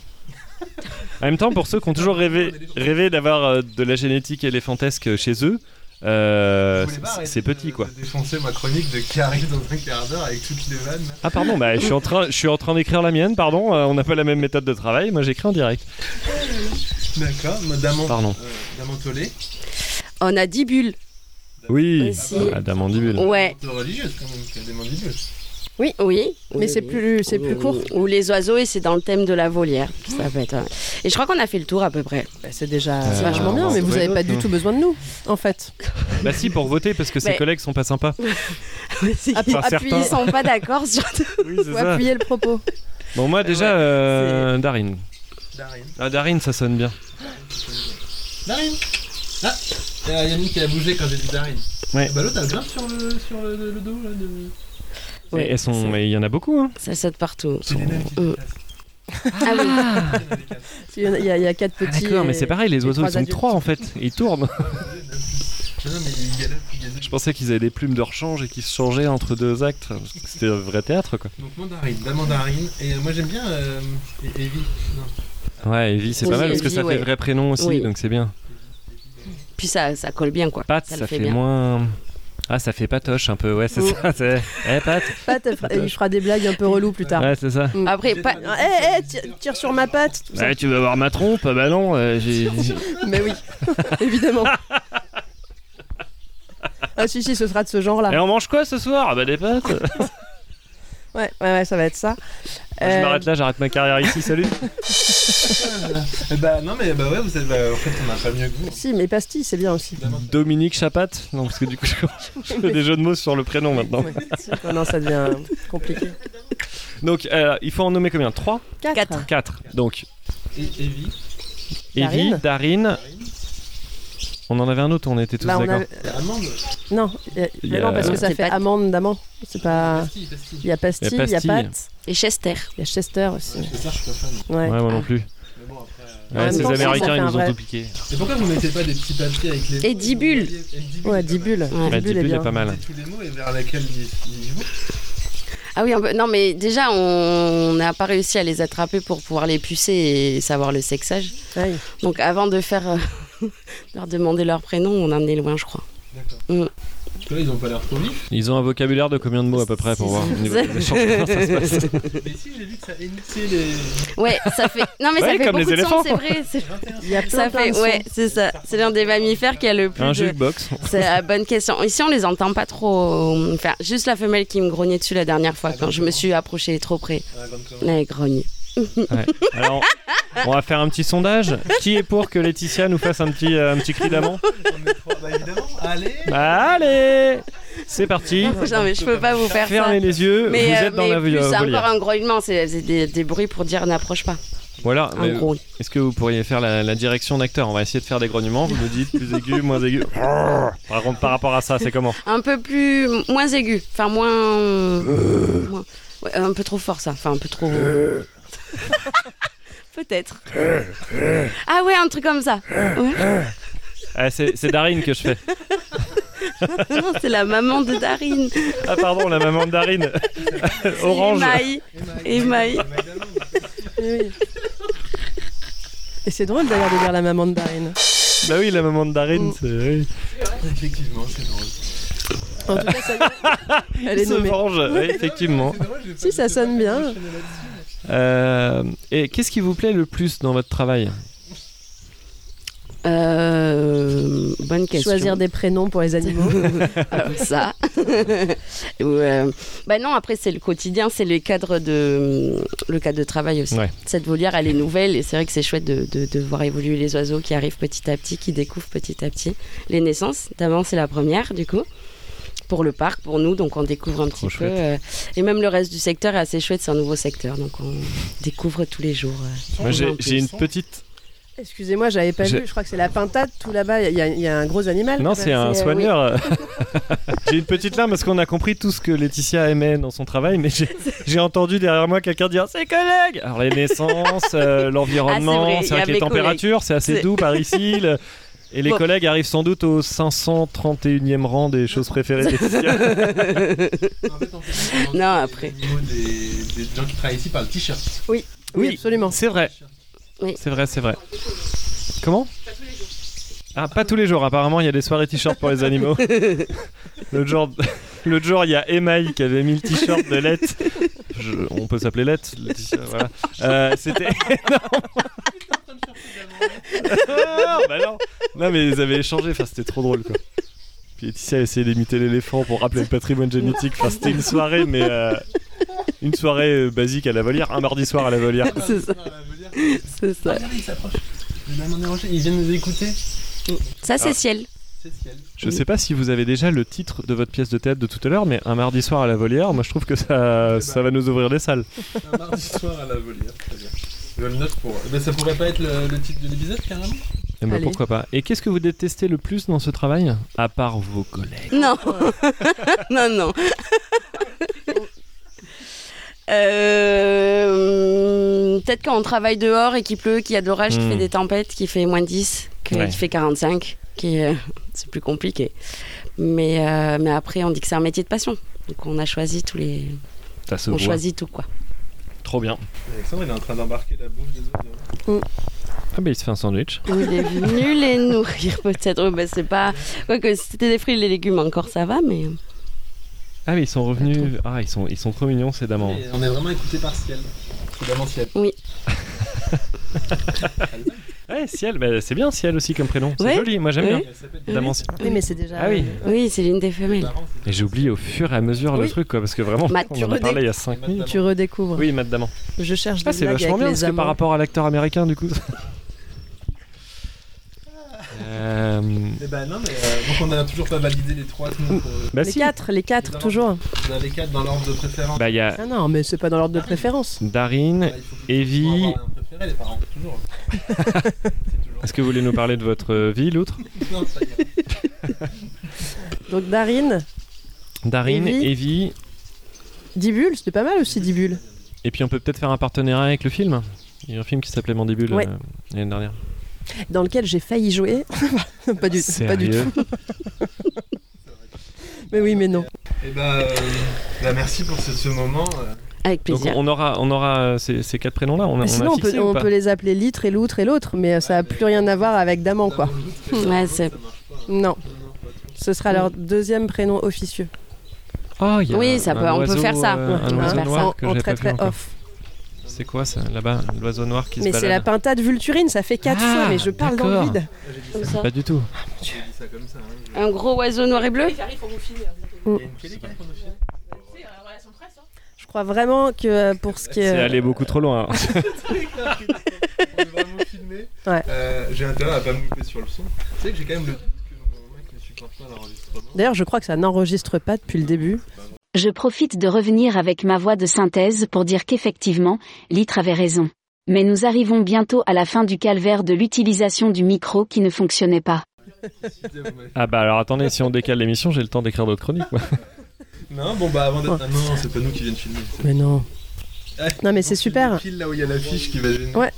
Speaker 2: En même temps, pour ceux qui ont toujours rêvé, rêvé d'avoir euh, de la génétique éléphantesque chez eux, euh,
Speaker 9: Vous voulez pas
Speaker 2: c'est-
Speaker 9: arrêter
Speaker 2: c'est petit
Speaker 9: de-
Speaker 2: quoi.
Speaker 9: de défoncer ma chronique de Carrie dans un quart d'heure avec toutes les vannes.
Speaker 2: Ah pardon, bah je suis en train, je suis en train d'écrire la mienne, pardon. euh, on n'a pas la même méthode de travail. Moi j'écris en direct.
Speaker 9: D'accord, d'amande.
Speaker 2: Pardon.
Speaker 9: Euh, d'amande tollée.
Speaker 8: On a Dibule.
Speaker 2: Oui.
Speaker 8: Aussi.
Speaker 2: Ah, la mandibule.
Speaker 8: Ouais.
Speaker 9: D'amande religieuse quand même, qu'il y a des mandibuleuses.
Speaker 8: Oui.
Speaker 7: Mais c'est plus, c'est plus court.
Speaker 8: Ou les oiseaux, et c'est dans le thème de la volière. Ça peut être, ouais. Et je crois qu'on a fait le tour à peu près.
Speaker 7: Bah, c'est déjà
Speaker 2: Euh,
Speaker 7: c'est vachement bien,
Speaker 2: on
Speaker 7: mais
Speaker 2: va
Speaker 7: vous
Speaker 2: trouver
Speaker 7: avez pas
Speaker 2: d'autres,
Speaker 7: du
Speaker 2: hein.
Speaker 7: tout besoin de nous, en fait.
Speaker 2: Bah si pour voter parce que ses
Speaker 8: Mais-
Speaker 2: collègues sont pas sympas. Enfin,
Speaker 8: Appu- appuyer,
Speaker 2: certains.
Speaker 8: ils sont pas d'accord. surtout.
Speaker 2: Oui c'est
Speaker 7: Faut appuyer le propos.
Speaker 2: Bon moi déjà euh, Darine.
Speaker 9: Darine.
Speaker 2: Ah Darine ça sonne bien.
Speaker 9: Darine Ah Il y a Yannick qui a bougé quand j'ai dit Darine.
Speaker 2: Ouais.
Speaker 9: Ah Bah l'autre elle grimpe sur le, sur le, le- le dos là. De...
Speaker 8: Ouais,
Speaker 2: Et elles sont,
Speaker 8: c'est-
Speaker 2: mais il y en a beaucoup. Hein.
Speaker 8: Ça saute partout.
Speaker 9: C'est les mêmes qui
Speaker 8: Euh. Ah oui.
Speaker 7: Il y, en a- il y a- il y a quatre petits.
Speaker 2: Ah, D'accord, mais
Speaker 7: et-
Speaker 2: c'est pareil, les
Speaker 7: et
Speaker 2: oiseaux ils
Speaker 7: trois
Speaker 2: sont
Speaker 7: adultes.
Speaker 2: trois en fait, ils tournent.
Speaker 9: Ah, Non, non, mais il galère, il galère.
Speaker 2: Je pensais qu'ils avaient des plumes de rechange et qu'ils se changeaient entre deux actes. parce que C'était un vrai théâtre quoi.
Speaker 9: Donc mandarine, la mandarine. Et euh, moi j'aime bien euh, et- Evie. Non.
Speaker 2: Ouais, Evie c'est
Speaker 8: Oui,
Speaker 2: pas mal parce que
Speaker 8: Evie,
Speaker 2: ça fait
Speaker 8: ouais.
Speaker 2: vrai prénom aussi,
Speaker 8: Oui.
Speaker 2: donc c'est bien.
Speaker 8: Puis ça, ça colle bien, quoi.
Speaker 2: Pat,
Speaker 8: Ça
Speaker 2: ça,
Speaker 8: le fait
Speaker 2: fait,
Speaker 8: bien.
Speaker 2: moins. Ah, ça fait patoche un peu, ouais, c'est
Speaker 7: Oui.
Speaker 2: ça. C'est... Eh, Pat
Speaker 7: Pat, elle fera- il fera des blagues un peu reloues plus
Speaker 8: Ah.
Speaker 7: tard.
Speaker 2: Ouais, c'est ça.
Speaker 8: Après, pas...
Speaker 7: Eh, eh, ti- tire sur ma patte tout ça.
Speaker 2: Ouais, tu veux voir ma trompe Ah Bah non, euh, j'ai. j'ai-
Speaker 7: Mais oui, évidemment. Ah si, si, ce sera de ce genre-là.
Speaker 2: Et Eh, on mange quoi ce soir Ah Bah des pâtes
Speaker 8: Euh,
Speaker 7: Ouais, ouais, ouais, ça va être ça.
Speaker 2: Ah, Je
Speaker 7: Euh,
Speaker 2: m'arrête là, j'arrête ma carrière ici, salut
Speaker 9: Eh bah non, mais bah ouais, vous êtes. Bah, en fait, on n'a pas mieux que vous.
Speaker 7: Euh, Si, mais pastilles, c'est bien aussi.
Speaker 2: Dominique Chapat Non, parce que du coup, je je fais des jeux de mots sur le prénom maintenant.
Speaker 7: Ouais. Non, non, ça devient compliqué.
Speaker 2: Donc, euh, il faut en nommer combien 3
Speaker 7: Quatre.
Speaker 8: Quatre.
Speaker 2: 4. Donc,
Speaker 9: Et Evie.
Speaker 2: Evie,
Speaker 7: Darine.
Speaker 2: Darine. On en avait un autre, on était tous
Speaker 7: Bah, on
Speaker 2: d'accord.
Speaker 7: avait-
Speaker 9: La amande.
Speaker 7: Non, y a-
Speaker 2: Il y
Speaker 7: mais
Speaker 2: a-
Speaker 7: non, parce que ça
Speaker 8: C'est
Speaker 7: fait
Speaker 8: pas-
Speaker 7: amande d'amande. C'est pas.
Speaker 9: Pastille, pastille.
Speaker 7: Il y a pastille, il y a
Speaker 2: pastille.
Speaker 7: pâte,
Speaker 8: Et Chester.
Speaker 7: il y a Chester aussi.
Speaker 9: Ouais, je fais ça, je suis pas fan.
Speaker 7: Ouais.
Speaker 2: Ouais,
Speaker 8: Ah.
Speaker 2: moi non plus.
Speaker 9: Mais bon, après. euh,
Speaker 7: En
Speaker 2: Ouais,
Speaker 7: même
Speaker 2: ces
Speaker 7: temps, ça, ça
Speaker 2: Américains,
Speaker 7: fait
Speaker 2: ils
Speaker 7: un
Speaker 2: nous ont
Speaker 7: vrai-
Speaker 2: tout piqué.
Speaker 9: Et pourquoi vous mettez pas des petits papiers avec les.
Speaker 8: Et dix bulles.
Speaker 7: Ouais, 10
Speaker 9: dix
Speaker 7: bulles.
Speaker 8: Ouais.
Speaker 2: Ouais,
Speaker 7: Dix bulles est
Speaker 2: Dipul est
Speaker 7: bien.
Speaker 2: pas mal.
Speaker 9: tous les mots et vers laquelle ils ils vont.
Speaker 8: Ah oui, un peu- non, mais déjà, on n'a pas réussi à les attraper pour pouvoir les pucer et savoir le sexage.
Speaker 7: Ouais.
Speaker 8: Donc, avant de faire. euh, leur demander leur prénom, on en est loin, je crois.
Speaker 9: D'accord.
Speaker 8: Mm.
Speaker 9: Parce que là, ils ont pas l'air trop vifs.
Speaker 2: Ils ont un vocabulaire de combien de mots à peu près pour voir au niveau des échanges, comment ça se passe
Speaker 9: Mais si, j'ai vu que ça émettait les.
Speaker 8: Ouais, ça fait. Non, mais
Speaker 2: Ouais,
Speaker 8: ça fait
Speaker 2: comme les
Speaker 8: beaucoup de
Speaker 2: éléphants.
Speaker 8: sons, c'est vrai. c'est-
Speaker 7: Il y a plein,
Speaker 8: Ça
Speaker 7: plein
Speaker 8: fait.
Speaker 7: de sons.
Speaker 8: Ouais, c'est ça. C'est l'un des mammifères qui a le plus.
Speaker 2: Un
Speaker 8: de-
Speaker 2: jukebox.
Speaker 8: C'est la bonne question. Ici, on les entend pas trop. euh, Enfin, juste la femelle qui me grognait dessus la dernière fois quand je me suis approchée trop près.
Speaker 9: Ah, comme ça.
Speaker 8: Elle grogne.
Speaker 2: Alors, on va faire un petit sondage. Qui est pour que Laetitia nous fasse un petit, euh, un petit cri d'amant Bah,
Speaker 9: On est trois, bah évidemment. Allez
Speaker 2: Allez C'est parti.
Speaker 8: Non, mais je peux pas vous faire Ah, ça.
Speaker 2: Fermez les yeux,
Speaker 8: Mais,
Speaker 2: vous
Speaker 8: euh,
Speaker 2: êtes dans
Speaker 8: mais
Speaker 2: la
Speaker 8: plus
Speaker 2: euh,
Speaker 8: encore
Speaker 2: volière.
Speaker 8: un grognement, c'est c'est des, des bruits pour dire n'approche pas.
Speaker 2: Voilà,
Speaker 8: Un
Speaker 2: mais
Speaker 8: gros.
Speaker 2: est-ce que vous pourriez faire la, la direction d'acteur On va essayer de faire des grognements, vous nous dites plus aigu, moins aigu. Par, contre, par rapport à ça, c'est comment
Speaker 8: Un peu plus moins aigu, enfin moins, moins- ouais, un peu trop fort ça, enfin un peu trop. Peut-être. ah ouais, un truc comme ça. Ouais.
Speaker 2: Ah, C'est c'est Darine que je fais.
Speaker 8: Non, c'est la maman de Darine.
Speaker 2: Ah pardon, la maman de Darine. Orange.
Speaker 8: Émaille. Émaille.
Speaker 7: Oui, oui. Et c'est drôle d'ailleurs de dire la maman de Darine.
Speaker 2: Bah oui, la maman de Darine,
Speaker 7: Mm.
Speaker 2: c'est... oui.
Speaker 9: Effectivement, c'est drôle.
Speaker 7: En tout cas, ça y est. Elle
Speaker 2: Il
Speaker 7: est
Speaker 2: se
Speaker 7: nommée.
Speaker 2: venge, oui, effectivement.
Speaker 9: C'est drôle, j'ai pas-
Speaker 7: Si, ça
Speaker 9: j'ai pas
Speaker 7: sonne bien.
Speaker 9: réfléchi là-dessus.
Speaker 2: Euh, et qu'est-ce qui vous plaît le plus dans votre travail
Speaker 8: Euh, bonne question.
Speaker 7: Choisir des prénoms pour les animaux.
Speaker 8: Alors, ça. Ou, euh, bah non, après c'est le quotidien, c'est le cadre de mm, le cadre de travail aussi.
Speaker 2: Ouais.
Speaker 8: Cette volière, elle est nouvelle et c'est vrai que c'est chouette de, de, de voir évoluer les oiseaux qui arrivent petit à petit, qui découvrent petit à petit les naissances. D'avant c'est la première du coup. pour le parc, pour nous. Donc on découvre un
Speaker 2: Trop
Speaker 8: petit
Speaker 2: chouette.
Speaker 8: peu. euh, et même le reste du secteur est assez chouette, c'est un nouveau secteur. Donc on découvre tous les jours. euh,
Speaker 2: Moi, j'ai
Speaker 8: un peu.
Speaker 2: j'ai une petite.
Speaker 7: Excusez-moi, j'avais pas
Speaker 2: J'ai-
Speaker 7: vu. Je crois que c'est la pintade tout là-bas. Il y, a- il y a un gros animal.
Speaker 8: Bah,
Speaker 2: Non,
Speaker 7: quand même.
Speaker 2: c'est un
Speaker 7: euh,
Speaker 2: soigneur. j'ai une petite larme parce qu'on a compris tout ce que Laetitia aimait dans son travail, mais j'ai- j'ai entendu derrière moi quelqu'un dire ses collègues. Alors les naissances, euh, l'environnement,
Speaker 8: Ah, c'est Ah, vrai,
Speaker 2: c'est
Speaker 8: il y
Speaker 2: vrai que
Speaker 8: a
Speaker 2: les
Speaker 8: mes collègues.
Speaker 2: températures, c'est assez
Speaker 8: C'est-
Speaker 2: doux par ici. le- Et les
Speaker 8: Bon.
Speaker 2: collègues arrivent sans doute au 531e rang des choses préférées. de Laetitia.
Speaker 9: En fait, on fait
Speaker 8: Non, après.
Speaker 9: Les animaux des, des gens qui travaillent ici par le t-shirt.
Speaker 7: Oui,
Speaker 2: Oui.
Speaker 7: absolument.
Speaker 2: c'est vrai.
Speaker 8: Oui.
Speaker 2: C'est vrai, c'est vrai. Comment ah, pas tous les jours, apparemment il y a des soirées t-shirts pour les animaux. L'autre jour, l'autre jour, il y a Emmaï qui avait mis le t-shirt de Lette. Je- on peut s'appeler Lette, Laetitia, voilà. Euh, c'était énorme. Bah non. Non, mais ils avaient échangé, enfin, c'était trop drôle quoi. Puis Laetitia a essayé d'imiter l'éléphant pour rappeler le patrimoine génétique. Enfin, c'était une soirée, mais euh, une soirée euh, basique à la volière, un mardi soir à la volière.
Speaker 8: C'est ça. C'est ça.
Speaker 9: Regardez, ils s'approchent. Les dames en déranger, Ils viennent nous écouter.
Speaker 8: Ça,
Speaker 2: Ah.
Speaker 8: c'est ciel.
Speaker 9: C'est ciel.
Speaker 2: Je sais pas si vous avez déjà le titre de votre pièce de théâtre de tout à l'heure, mais un mardi soir à la volière, moi je trouve que ça, ça va nous ouvrir des salles.
Speaker 9: Un mardi soir à la volière. Très bien. Je le note pour. Mais ça pourrait pas être le, le titre de l'épisode carrément
Speaker 2: Et ben,
Speaker 7: Allez.
Speaker 2: pourquoi pas. Et qu'est-ce que vous détestez le plus dans ce travail À part vos collègues.
Speaker 8: Non, non, non. Euh, Peut-être quand on travaille dehors et qu'il pleut, qu'il y a de l'orage, qu'il
Speaker 2: Hmm.
Speaker 8: fait des tempêtes, qu'il fait moins 10, qu'il
Speaker 2: Ouais.
Speaker 8: fait 45, qui est- c'est plus compliqué. Mais, euh, mais après, on dit que c'est un métier de passion. Donc on a choisi tous les.
Speaker 2: Ça se
Speaker 8: on
Speaker 2: voit.
Speaker 8: choisit tout quoi.
Speaker 2: Trop bien.
Speaker 9: Alexandre, il est en train d'embarquer la bouffe des autres.
Speaker 2: Ah ben il se fait un sandwich.
Speaker 8: Il est venu les nourrir peut-être. Ouais, bah, c'est pas. Quoique c'était des fruits et des légumes encore, ça va, mais.
Speaker 2: Ah mais ils sont revenus. Ah ils sont, ils sont trop mignons ces dames.
Speaker 9: Et On est vraiment écouté par ciel. C'est vraiment ciel.
Speaker 2: Ouais Ciel, bah, c'est bien Ciel aussi comme prénom. C'est
Speaker 8: Ouais.
Speaker 2: joli, moi j'aime
Speaker 8: Ouais.
Speaker 2: bien.
Speaker 9: Elle s'appelle
Speaker 2: Dame en-
Speaker 7: Oui, mais c'est déjà. euh,
Speaker 2: Ah oui.
Speaker 8: Oui, c'est l'une des femelles.
Speaker 9: Daran, c'est
Speaker 2: Et j'ai oublié au fur et à mesure le
Speaker 7: Oui.
Speaker 2: truc quoi, parce que vraiment
Speaker 8: Matt,
Speaker 2: on
Speaker 8: tu
Speaker 2: en a
Speaker 8: redé-
Speaker 2: parlé il y a 5 minutes.
Speaker 7: Tu redécouvres.
Speaker 2: Oui, Matt Damon.
Speaker 7: Je cherche
Speaker 2: Ah,
Speaker 7: des
Speaker 2: c'est
Speaker 7: blagues
Speaker 2: vachement
Speaker 7: avec
Speaker 2: bien
Speaker 7: les
Speaker 2: parce que
Speaker 7: amants.
Speaker 2: par rapport à l'acteur américain du coup. Euh,
Speaker 9: Eh ben non, mais euh, donc on n'a toujours pas validé les trois. tout le monde pour-
Speaker 2: bah
Speaker 7: Les
Speaker 2: si.
Speaker 7: quatre, les quatre, toujours.
Speaker 9: Vous avez quatre dans l'ordre de préférence.
Speaker 2: Bah il y a
Speaker 7: Ah non, mais c'est pas dans l'ordre de préférence.
Speaker 2: Darin.
Speaker 9: Bah, il faut que-
Speaker 2: Evie-
Speaker 9: pour avoir un préféré, les parents, toujours. C'est toujours.
Speaker 2: Est-ce que vous voulez nous parler de votre euh, vie, l'autre
Speaker 9: Non, ça y est.
Speaker 7: Donc Darine,
Speaker 2: Darin,
Speaker 7: Evie.
Speaker 2: Evie.
Speaker 7: Dibule, c'était pas mal aussi Dibule.
Speaker 2: Et puis on peut peut-être faire un partenariat avec le film. Il y a un film qui s'appelait Mandibule
Speaker 7: Ouais.
Speaker 2: euh, l'année dernière.
Speaker 7: dans lequel j'ai failli jouer. pas, du, pas du tout.
Speaker 2: Sérieux
Speaker 7: Mais oui, mais non.
Speaker 9: Eh ben, euh, bah, merci pour ce, ce moment. euh.
Speaker 8: Avec
Speaker 2: Donc
Speaker 8: plaisir.
Speaker 2: on aura, on aura euh, ces, ces quatre prénoms-là. On, a- on a
Speaker 7: Mais sinon, on,
Speaker 2: fixé
Speaker 7: peut,
Speaker 2: ou
Speaker 7: on
Speaker 2: pas
Speaker 7: peut les appeler litre et l'outre et l'autre, mais euh, ça a plus rien à voir avec Daman, quoi.
Speaker 9: Dame en doute, c'est-
Speaker 8: Ouais,
Speaker 9: Dame en
Speaker 8: c'est-
Speaker 9: doute, ça marche pas, hein.
Speaker 7: Non,
Speaker 9: Non, non, pas trop.
Speaker 7: ce sera leur deuxième prénom officieux.
Speaker 2: Ah, il y a
Speaker 8: Oui, ça
Speaker 2: un
Speaker 8: peut- on peut
Speaker 2: oiseau,
Speaker 8: faire ça.
Speaker 2: euh,
Speaker 8: Ouais,
Speaker 2: un
Speaker 8: on peut
Speaker 2: oiseau
Speaker 8: faire
Speaker 2: noir
Speaker 7: Hein en,
Speaker 2: que
Speaker 7: en
Speaker 2: j'avais
Speaker 7: très
Speaker 2: pas vu
Speaker 7: très
Speaker 2: encore.
Speaker 7: off.
Speaker 2: C'est quoi ça là-bas, l'oiseau noir qui
Speaker 7: Mais
Speaker 2: se
Speaker 7: c'est la
Speaker 2: balade
Speaker 7: pintade vulturine, ça fait quatre
Speaker 2: Ah,
Speaker 7: fois, mais je parle dans le
Speaker 2: d'accord.
Speaker 7: vide.
Speaker 8: Comme ça.
Speaker 2: Pas du tout.
Speaker 9: J'ai dit ça comme ça. hein.
Speaker 8: Un gros oiseau noir et bleu.
Speaker 9: Il y a une télé qui arrive pour nous filer.
Speaker 7: Je crois vraiment que euh, pour ce qui est.
Speaker 2: C'est allé beaucoup trop loin.
Speaker 9: On est vraiment filmé.
Speaker 7: Ouais.
Speaker 9: Euh, j'ai intérêt à pas me louper sur le son. Tu sais que j'ai quand même le doute que mon mec ne supporte pas l'enregistrement.
Speaker 7: D'ailleurs, je crois que ça n'enregistre pas depuis le début.
Speaker 1: Je profite de revenir avec ma voix de synthèse pour dire qu'effectivement, Litre avait raison. Mais nous arrivons bientôt à la fin du calvaire de l'utilisation du micro qui ne fonctionnait pas.
Speaker 2: Ah bah alors attendez, si on décale l'émission, j'ai le temps d'écrire d'autres chroniques. moi.
Speaker 9: Non, bon bah avant d'être. Ah non, c'est pas nous qui viennent filmer.
Speaker 7: Mais non.
Speaker 9: Ouais.
Speaker 7: Non, mais c'est
Speaker 9: Donc,
Speaker 7: super.
Speaker 9: le Pile là où il y a l'affiche qui va gêner.
Speaker 7: Ouais.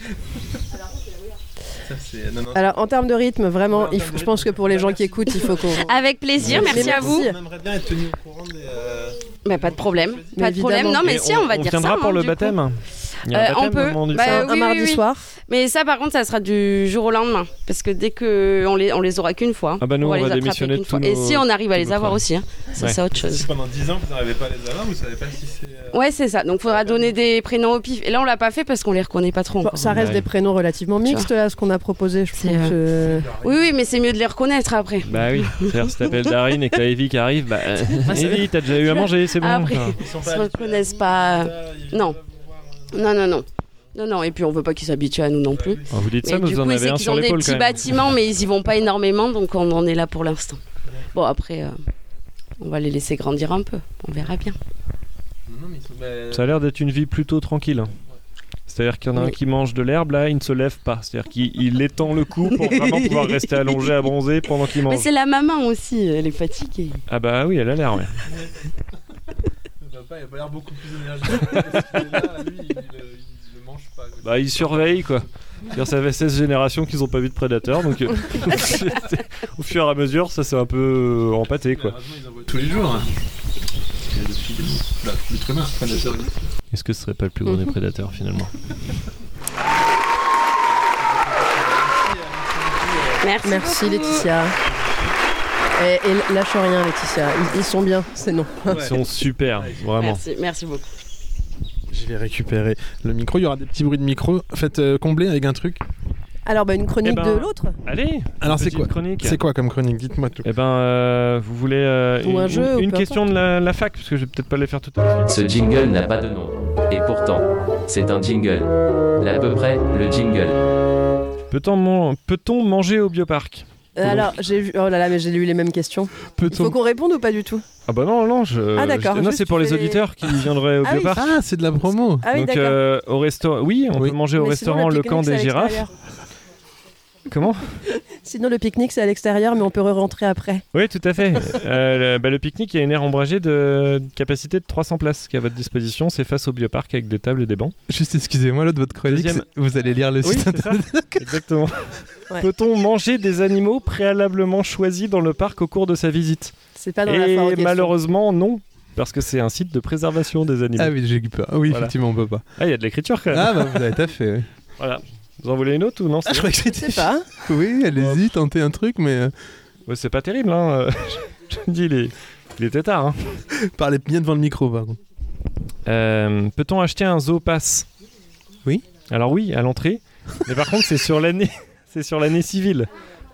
Speaker 9: Ça, c'est- euh, non, non,
Speaker 7: Alors, en termes de rythme,
Speaker 9: Ouais,
Speaker 7: vraiment,
Speaker 9: en
Speaker 7: il
Speaker 9: termes
Speaker 7: faut-
Speaker 9: de
Speaker 7: je pense que
Speaker 9: rythme.
Speaker 7: pour les gens qui écoutent, il faut qu'on.
Speaker 8: Avec plaisir,
Speaker 7: Mais
Speaker 8: merci à
Speaker 7: merci.
Speaker 8: vous.
Speaker 9: On aimerait bien être tenu au courant des. euh,
Speaker 8: Mais pas de problème,
Speaker 7: Mais
Speaker 8: pas de problème.
Speaker 7: évidemment.
Speaker 8: Non, mais
Speaker 2: Et
Speaker 8: si, on, va
Speaker 2: on
Speaker 8: dire ça.
Speaker 2: viendra
Speaker 8: hein,
Speaker 2: pour le
Speaker 8: du coup.
Speaker 2: baptême. Il y a
Speaker 8: Euh,
Speaker 2: un baptême
Speaker 8: on peut.
Speaker 2: au moment du
Speaker 8: Bah,
Speaker 7: C'est
Speaker 8: Euh,
Speaker 7: un,
Speaker 8: oui, oui,
Speaker 7: mardi
Speaker 8: oui.
Speaker 7: soir.
Speaker 8: Mais ça, par contre, ça sera du jour au lendemain, parce que dès que on les, on les aura qu'une fois.
Speaker 2: Ah bah nous, on
Speaker 8: les
Speaker 2: va
Speaker 8: attraper
Speaker 2: démissionner
Speaker 8: qu'une
Speaker 2: tous
Speaker 8: fois.
Speaker 2: nos-
Speaker 8: Et si on arrive à
Speaker 2: tous
Speaker 8: les
Speaker 2: nos
Speaker 8: avoir
Speaker 2: travaux.
Speaker 8: aussi, hein, ça,
Speaker 2: Ouais.
Speaker 8: c'est autre chose.
Speaker 9: Si pendant 10 ans vous n'arrivez pas à les avoir, vous savez pas si c'est. euh,
Speaker 8: Ouais, c'est ça. Donc, faudra donner des prénoms au pif. Et là, on l'a pas fait parce qu'on les reconnaît pas trop.
Speaker 7: Bon,
Speaker 8: encore.
Speaker 7: ça reste
Speaker 2: Ouais.
Speaker 7: des prénoms relativement
Speaker 8: Tu
Speaker 7: mixtes là, ce qu'on a proposé. Je
Speaker 8: C'est,
Speaker 7: pense. euh,
Speaker 8: Oui, oui, mais c'est mieux de les reconnaître après.
Speaker 2: Bah oui, c'est-à-dire si t'appelles Darin et que t'as Evie qui arrive, bah euh,
Speaker 8: Ah,
Speaker 2: Evie, t'as déjà eu à manger, c'est bon. Ah,
Speaker 8: Après,
Speaker 2: Enfin,
Speaker 9: Ils sont
Speaker 8: ils se
Speaker 9: habitués.
Speaker 8: reconnaissent pas.
Speaker 9: Ah, ils- ils vont voir,
Speaker 8: Non,
Speaker 9: euh,
Speaker 8: non, non, non, non, non. Et puis, on veut pas qu'ils s'habituent à nous non plus.
Speaker 2: vous dites ça,
Speaker 8: Mais
Speaker 2: mais
Speaker 8: du
Speaker 2: vous
Speaker 8: coup,
Speaker 2: en
Speaker 8: ils-
Speaker 2: avez
Speaker 8: c'est
Speaker 2: un
Speaker 8: qu'ils
Speaker 2: sur
Speaker 8: ont des
Speaker 2: l'épaule quand
Speaker 8: petits
Speaker 2: même.
Speaker 8: bâtiments, mais ils y vont pas énormément, donc on en est là pour l'instant. Bon, après, euh, On va les laisser grandir un peu. On verra bien.
Speaker 9: Non, mais ils sont- bah,
Speaker 2: Ça a l'air d'être une vie plutôt tranquille. hein. C'est-à-dire qu'il y en a un
Speaker 8: Oui.
Speaker 2: qui mange de l'herbe, là, il ne se lève pas. C'est-à-dire qu'il il étend le cou pour vraiment pouvoir rester allongé à bronzer pendant qu'il
Speaker 8: Mais
Speaker 2: mange.
Speaker 8: c'est la maman aussi, elle est fatiguée.
Speaker 2: Ah bah oui, elle a l'air, ouais.
Speaker 9: le papa, il a pas l'air beaucoup plus énergique. parce qu'il est là, lui, il, euh, il ne mange pas. quoi.
Speaker 2: Bah, ils surveillent, quoi. C'est-à-dire, ça fait 16 générations qu'ils n'ont pas vu de prédateurs, donc euh, c'est- au fur et à mesure, ça s'est un peu euh, empâté, quoi.
Speaker 9: Malheureusement, ils en voient tous les jours. hein. Parce que depuis des- bah, L'être humain, c'est pas la théorie.
Speaker 2: Est-ce que ce serait pas le plus gros des
Speaker 7: Mhm.
Speaker 2: prédateurs, finalement
Speaker 8: Merci.
Speaker 7: Merci
Speaker 8: beaucoup.
Speaker 7: Laetitia. Et, et lâche rien Laetitia, ils, ils sont bien, c'est non.
Speaker 2: Ils sont super, vraiment.
Speaker 8: Merci, merci beaucoup.
Speaker 3: Je vais récupérer le micro. Il y aura des petits bruits de micro. Faites euh, combler avec un truc.
Speaker 7: Alors bah une chronique
Speaker 2: Eh ben,
Speaker 7: de l'autre
Speaker 2: Allez
Speaker 3: Alors, c'est
Speaker 2: petite
Speaker 3: quoi
Speaker 2: chronique.
Speaker 3: C'est quoi comme chronique Dites-moi tout.
Speaker 2: Eh ben, euh, vous voulez euh,
Speaker 7: Ou
Speaker 2: une,
Speaker 7: un jeu,
Speaker 2: une-
Speaker 7: ou
Speaker 2: une
Speaker 7: peu
Speaker 2: question de la, la fac, parce que je vais peut-être pas les faire tout à l'heure.
Speaker 10: Ce jingle n'a pas de nom. Et pourtant, c'est un jingle. L'à peu près, le jingle.
Speaker 2: Peut-on man- peut-on manger au bioparc
Speaker 7: Alors j'ai vu, oh là là mais j'ai lu les mêmes questions. Il
Speaker 3: Peut-on
Speaker 7: faut qu'on réponde ou pas du tout
Speaker 2: Ah bah non, non, je...
Speaker 7: Ah, d'accord,
Speaker 2: je- Non,
Speaker 7: juste
Speaker 2: c'est pour
Speaker 7: tu
Speaker 2: les
Speaker 7: fais les-
Speaker 2: auditeurs qui viendraient au
Speaker 7: Ah oui.
Speaker 2: bioparc.
Speaker 3: Ah, c'est de la promo.
Speaker 7: Ah oui
Speaker 2: Donc
Speaker 7: d'accord.
Speaker 2: euh, au restaurant, oui, on
Speaker 3: Oui.
Speaker 2: peut manger au
Speaker 7: Mais sinon,
Speaker 2: restaurant le
Speaker 7: pique-nique,
Speaker 2: camp
Speaker 7: c'est
Speaker 2: des
Speaker 7: à
Speaker 2: girafes.
Speaker 7: l'extérieur.
Speaker 2: Comment
Speaker 7: Sinon le pique-nique c'est à l'extérieur mais on peut rentrer après.
Speaker 2: Oui, tout à fait. Euh, le, bah, le pique-nique, il y a une aire ombragée de de capacité de 300 places qui est à votre disposition. C'est face au bioparc avec des tables et des bancs.
Speaker 3: Juste excusez-moi, l'autre votre chronique,
Speaker 2: Deuxième.
Speaker 3: c'est- vous allez lire le
Speaker 2: Oui,
Speaker 3: site
Speaker 2: c'est ça.
Speaker 3: internet.
Speaker 2: Exactement.
Speaker 7: Ouais.
Speaker 2: Peut-on manger des animaux préalablement choisis dans le parc au cours de sa visite
Speaker 7: C'est pas dans la foire aux
Speaker 2: Et
Speaker 7: questions.
Speaker 2: malheureusement, non, parce que c'est un site de préservation des animaux.
Speaker 3: Ah oui, j'ai eu peur. Ah Oui,
Speaker 2: Voilà.
Speaker 3: effectivement, on peut pas.
Speaker 2: Ah, il y a de l'écriture quand même.
Speaker 3: Ah bah vous avez taffé. Oui.
Speaker 2: Vous en voulez une autre ou non
Speaker 3: Ah,
Speaker 2: C'est
Speaker 3: je croyais que
Speaker 7: Je
Speaker 3: c'était.
Speaker 7: sais pas.
Speaker 3: Oui, allez-y, tentez un truc, mais euh,
Speaker 2: Ouais, c'est pas terrible, hein. Je me dis, il, est- il était tard. hein.
Speaker 3: parlez bien devant le micro, par contre.
Speaker 2: Euh, Peut-on acheter un zoo pass
Speaker 3: Oui.
Speaker 2: Alors oui, à l'entrée. Mais par contre, c'est sur l'année, c'est sur l'année civile.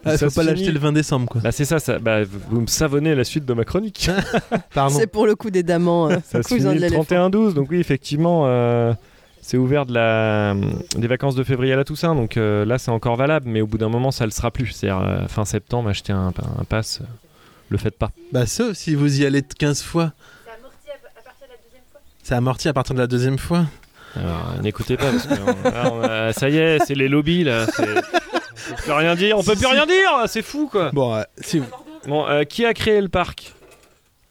Speaker 3: Ah,
Speaker 2: Ça
Speaker 3: faut
Speaker 2: se
Speaker 3: pas
Speaker 2: finit-
Speaker 3: l'acheter le 20 décembre, quoi.
Speaker 2: Bah c'est ça, ça bah, vous vous me savonnez la suite de ma chronique.
Speaker 3: Pardon.
Speaker 7: C'est pour le coup des damans. euh,
Speaker 2: ça se
Speaker 7: cousins
Speaker 2: finit
Speaker 7: de
Speaker 2: le
Speaker 7: l'éléphant.
Speaker 2: 31-12, donc oui, effectivement, euh, c'est ouvert de la, des vacances de février à la Toussaint, donc euh, là c'est encore valable, mais au bout d'un moment ça le sera plus. C'est-à-dire euh, fin septembre, acheter un, un pass, euh, le faites pas.
Speaker 3: Bah sauf si vous y allez 15 fois. Ça amorti à partir de la deuxième fois.
Speaker 2: Alors, euh, n'écoutez pas, parce que on- là, on a- ça y est, c'est les lobbies là. c'est- On peut plus rien dire, on peut plus rien dire, c'est fou quoi.
Speaker 3: Bon, euh, si vous-
Speaker 2: Bon, euh, qui a créé le parc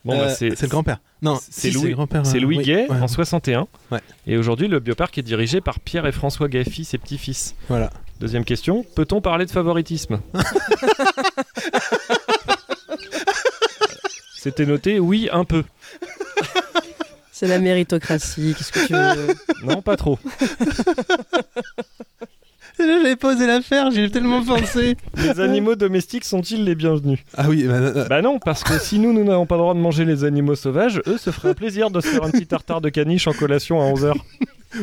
Speaker 2: Bon, bah,
Speaker 3: euh,
Speaker 2: c'est
Speaker 3: c'est le grand-père. Non,
Speaker 2: c'est
Speaker 3: si,
Speaker 2: Louis-
Speaker 3: le grand-père.
Speaker 2: c'est
Speaker 3: euh,
Speaker 2: Louis
Speaker 3: oui,
Speaker 2: Gay
Speaker 3: ouais.
Speaker 2: en 61.
Speaker 3: Ouais.
Speaker 2: Et aujourd'hui, le bioparc est dirigé par Pierre et François Gay, fils et petits-fils.
Speaker 3: Voilà.
Speaker 2: Deuxième question peut-on parler de favoritisme C'était noté oui, un peu.
Speaker 7: C'est la méritocratie. Qu'est-ce que tu veux
Speaker 2: Non, pas trop.
Speaker 3: Et là, j'avais posé l'affaire, j'ai tellement pensé.
Speaker 2: Les animaux domestiques sont-ils les bienvenus
Speaker 3: ah oui, bah, euh,
Speaker 2: Bah non, parce que si nous, nous n'avons pas le droit de manger les animaux sauvages, eux se feraient un plaisir de se faire un petit tartare de caniche en collation à 11h.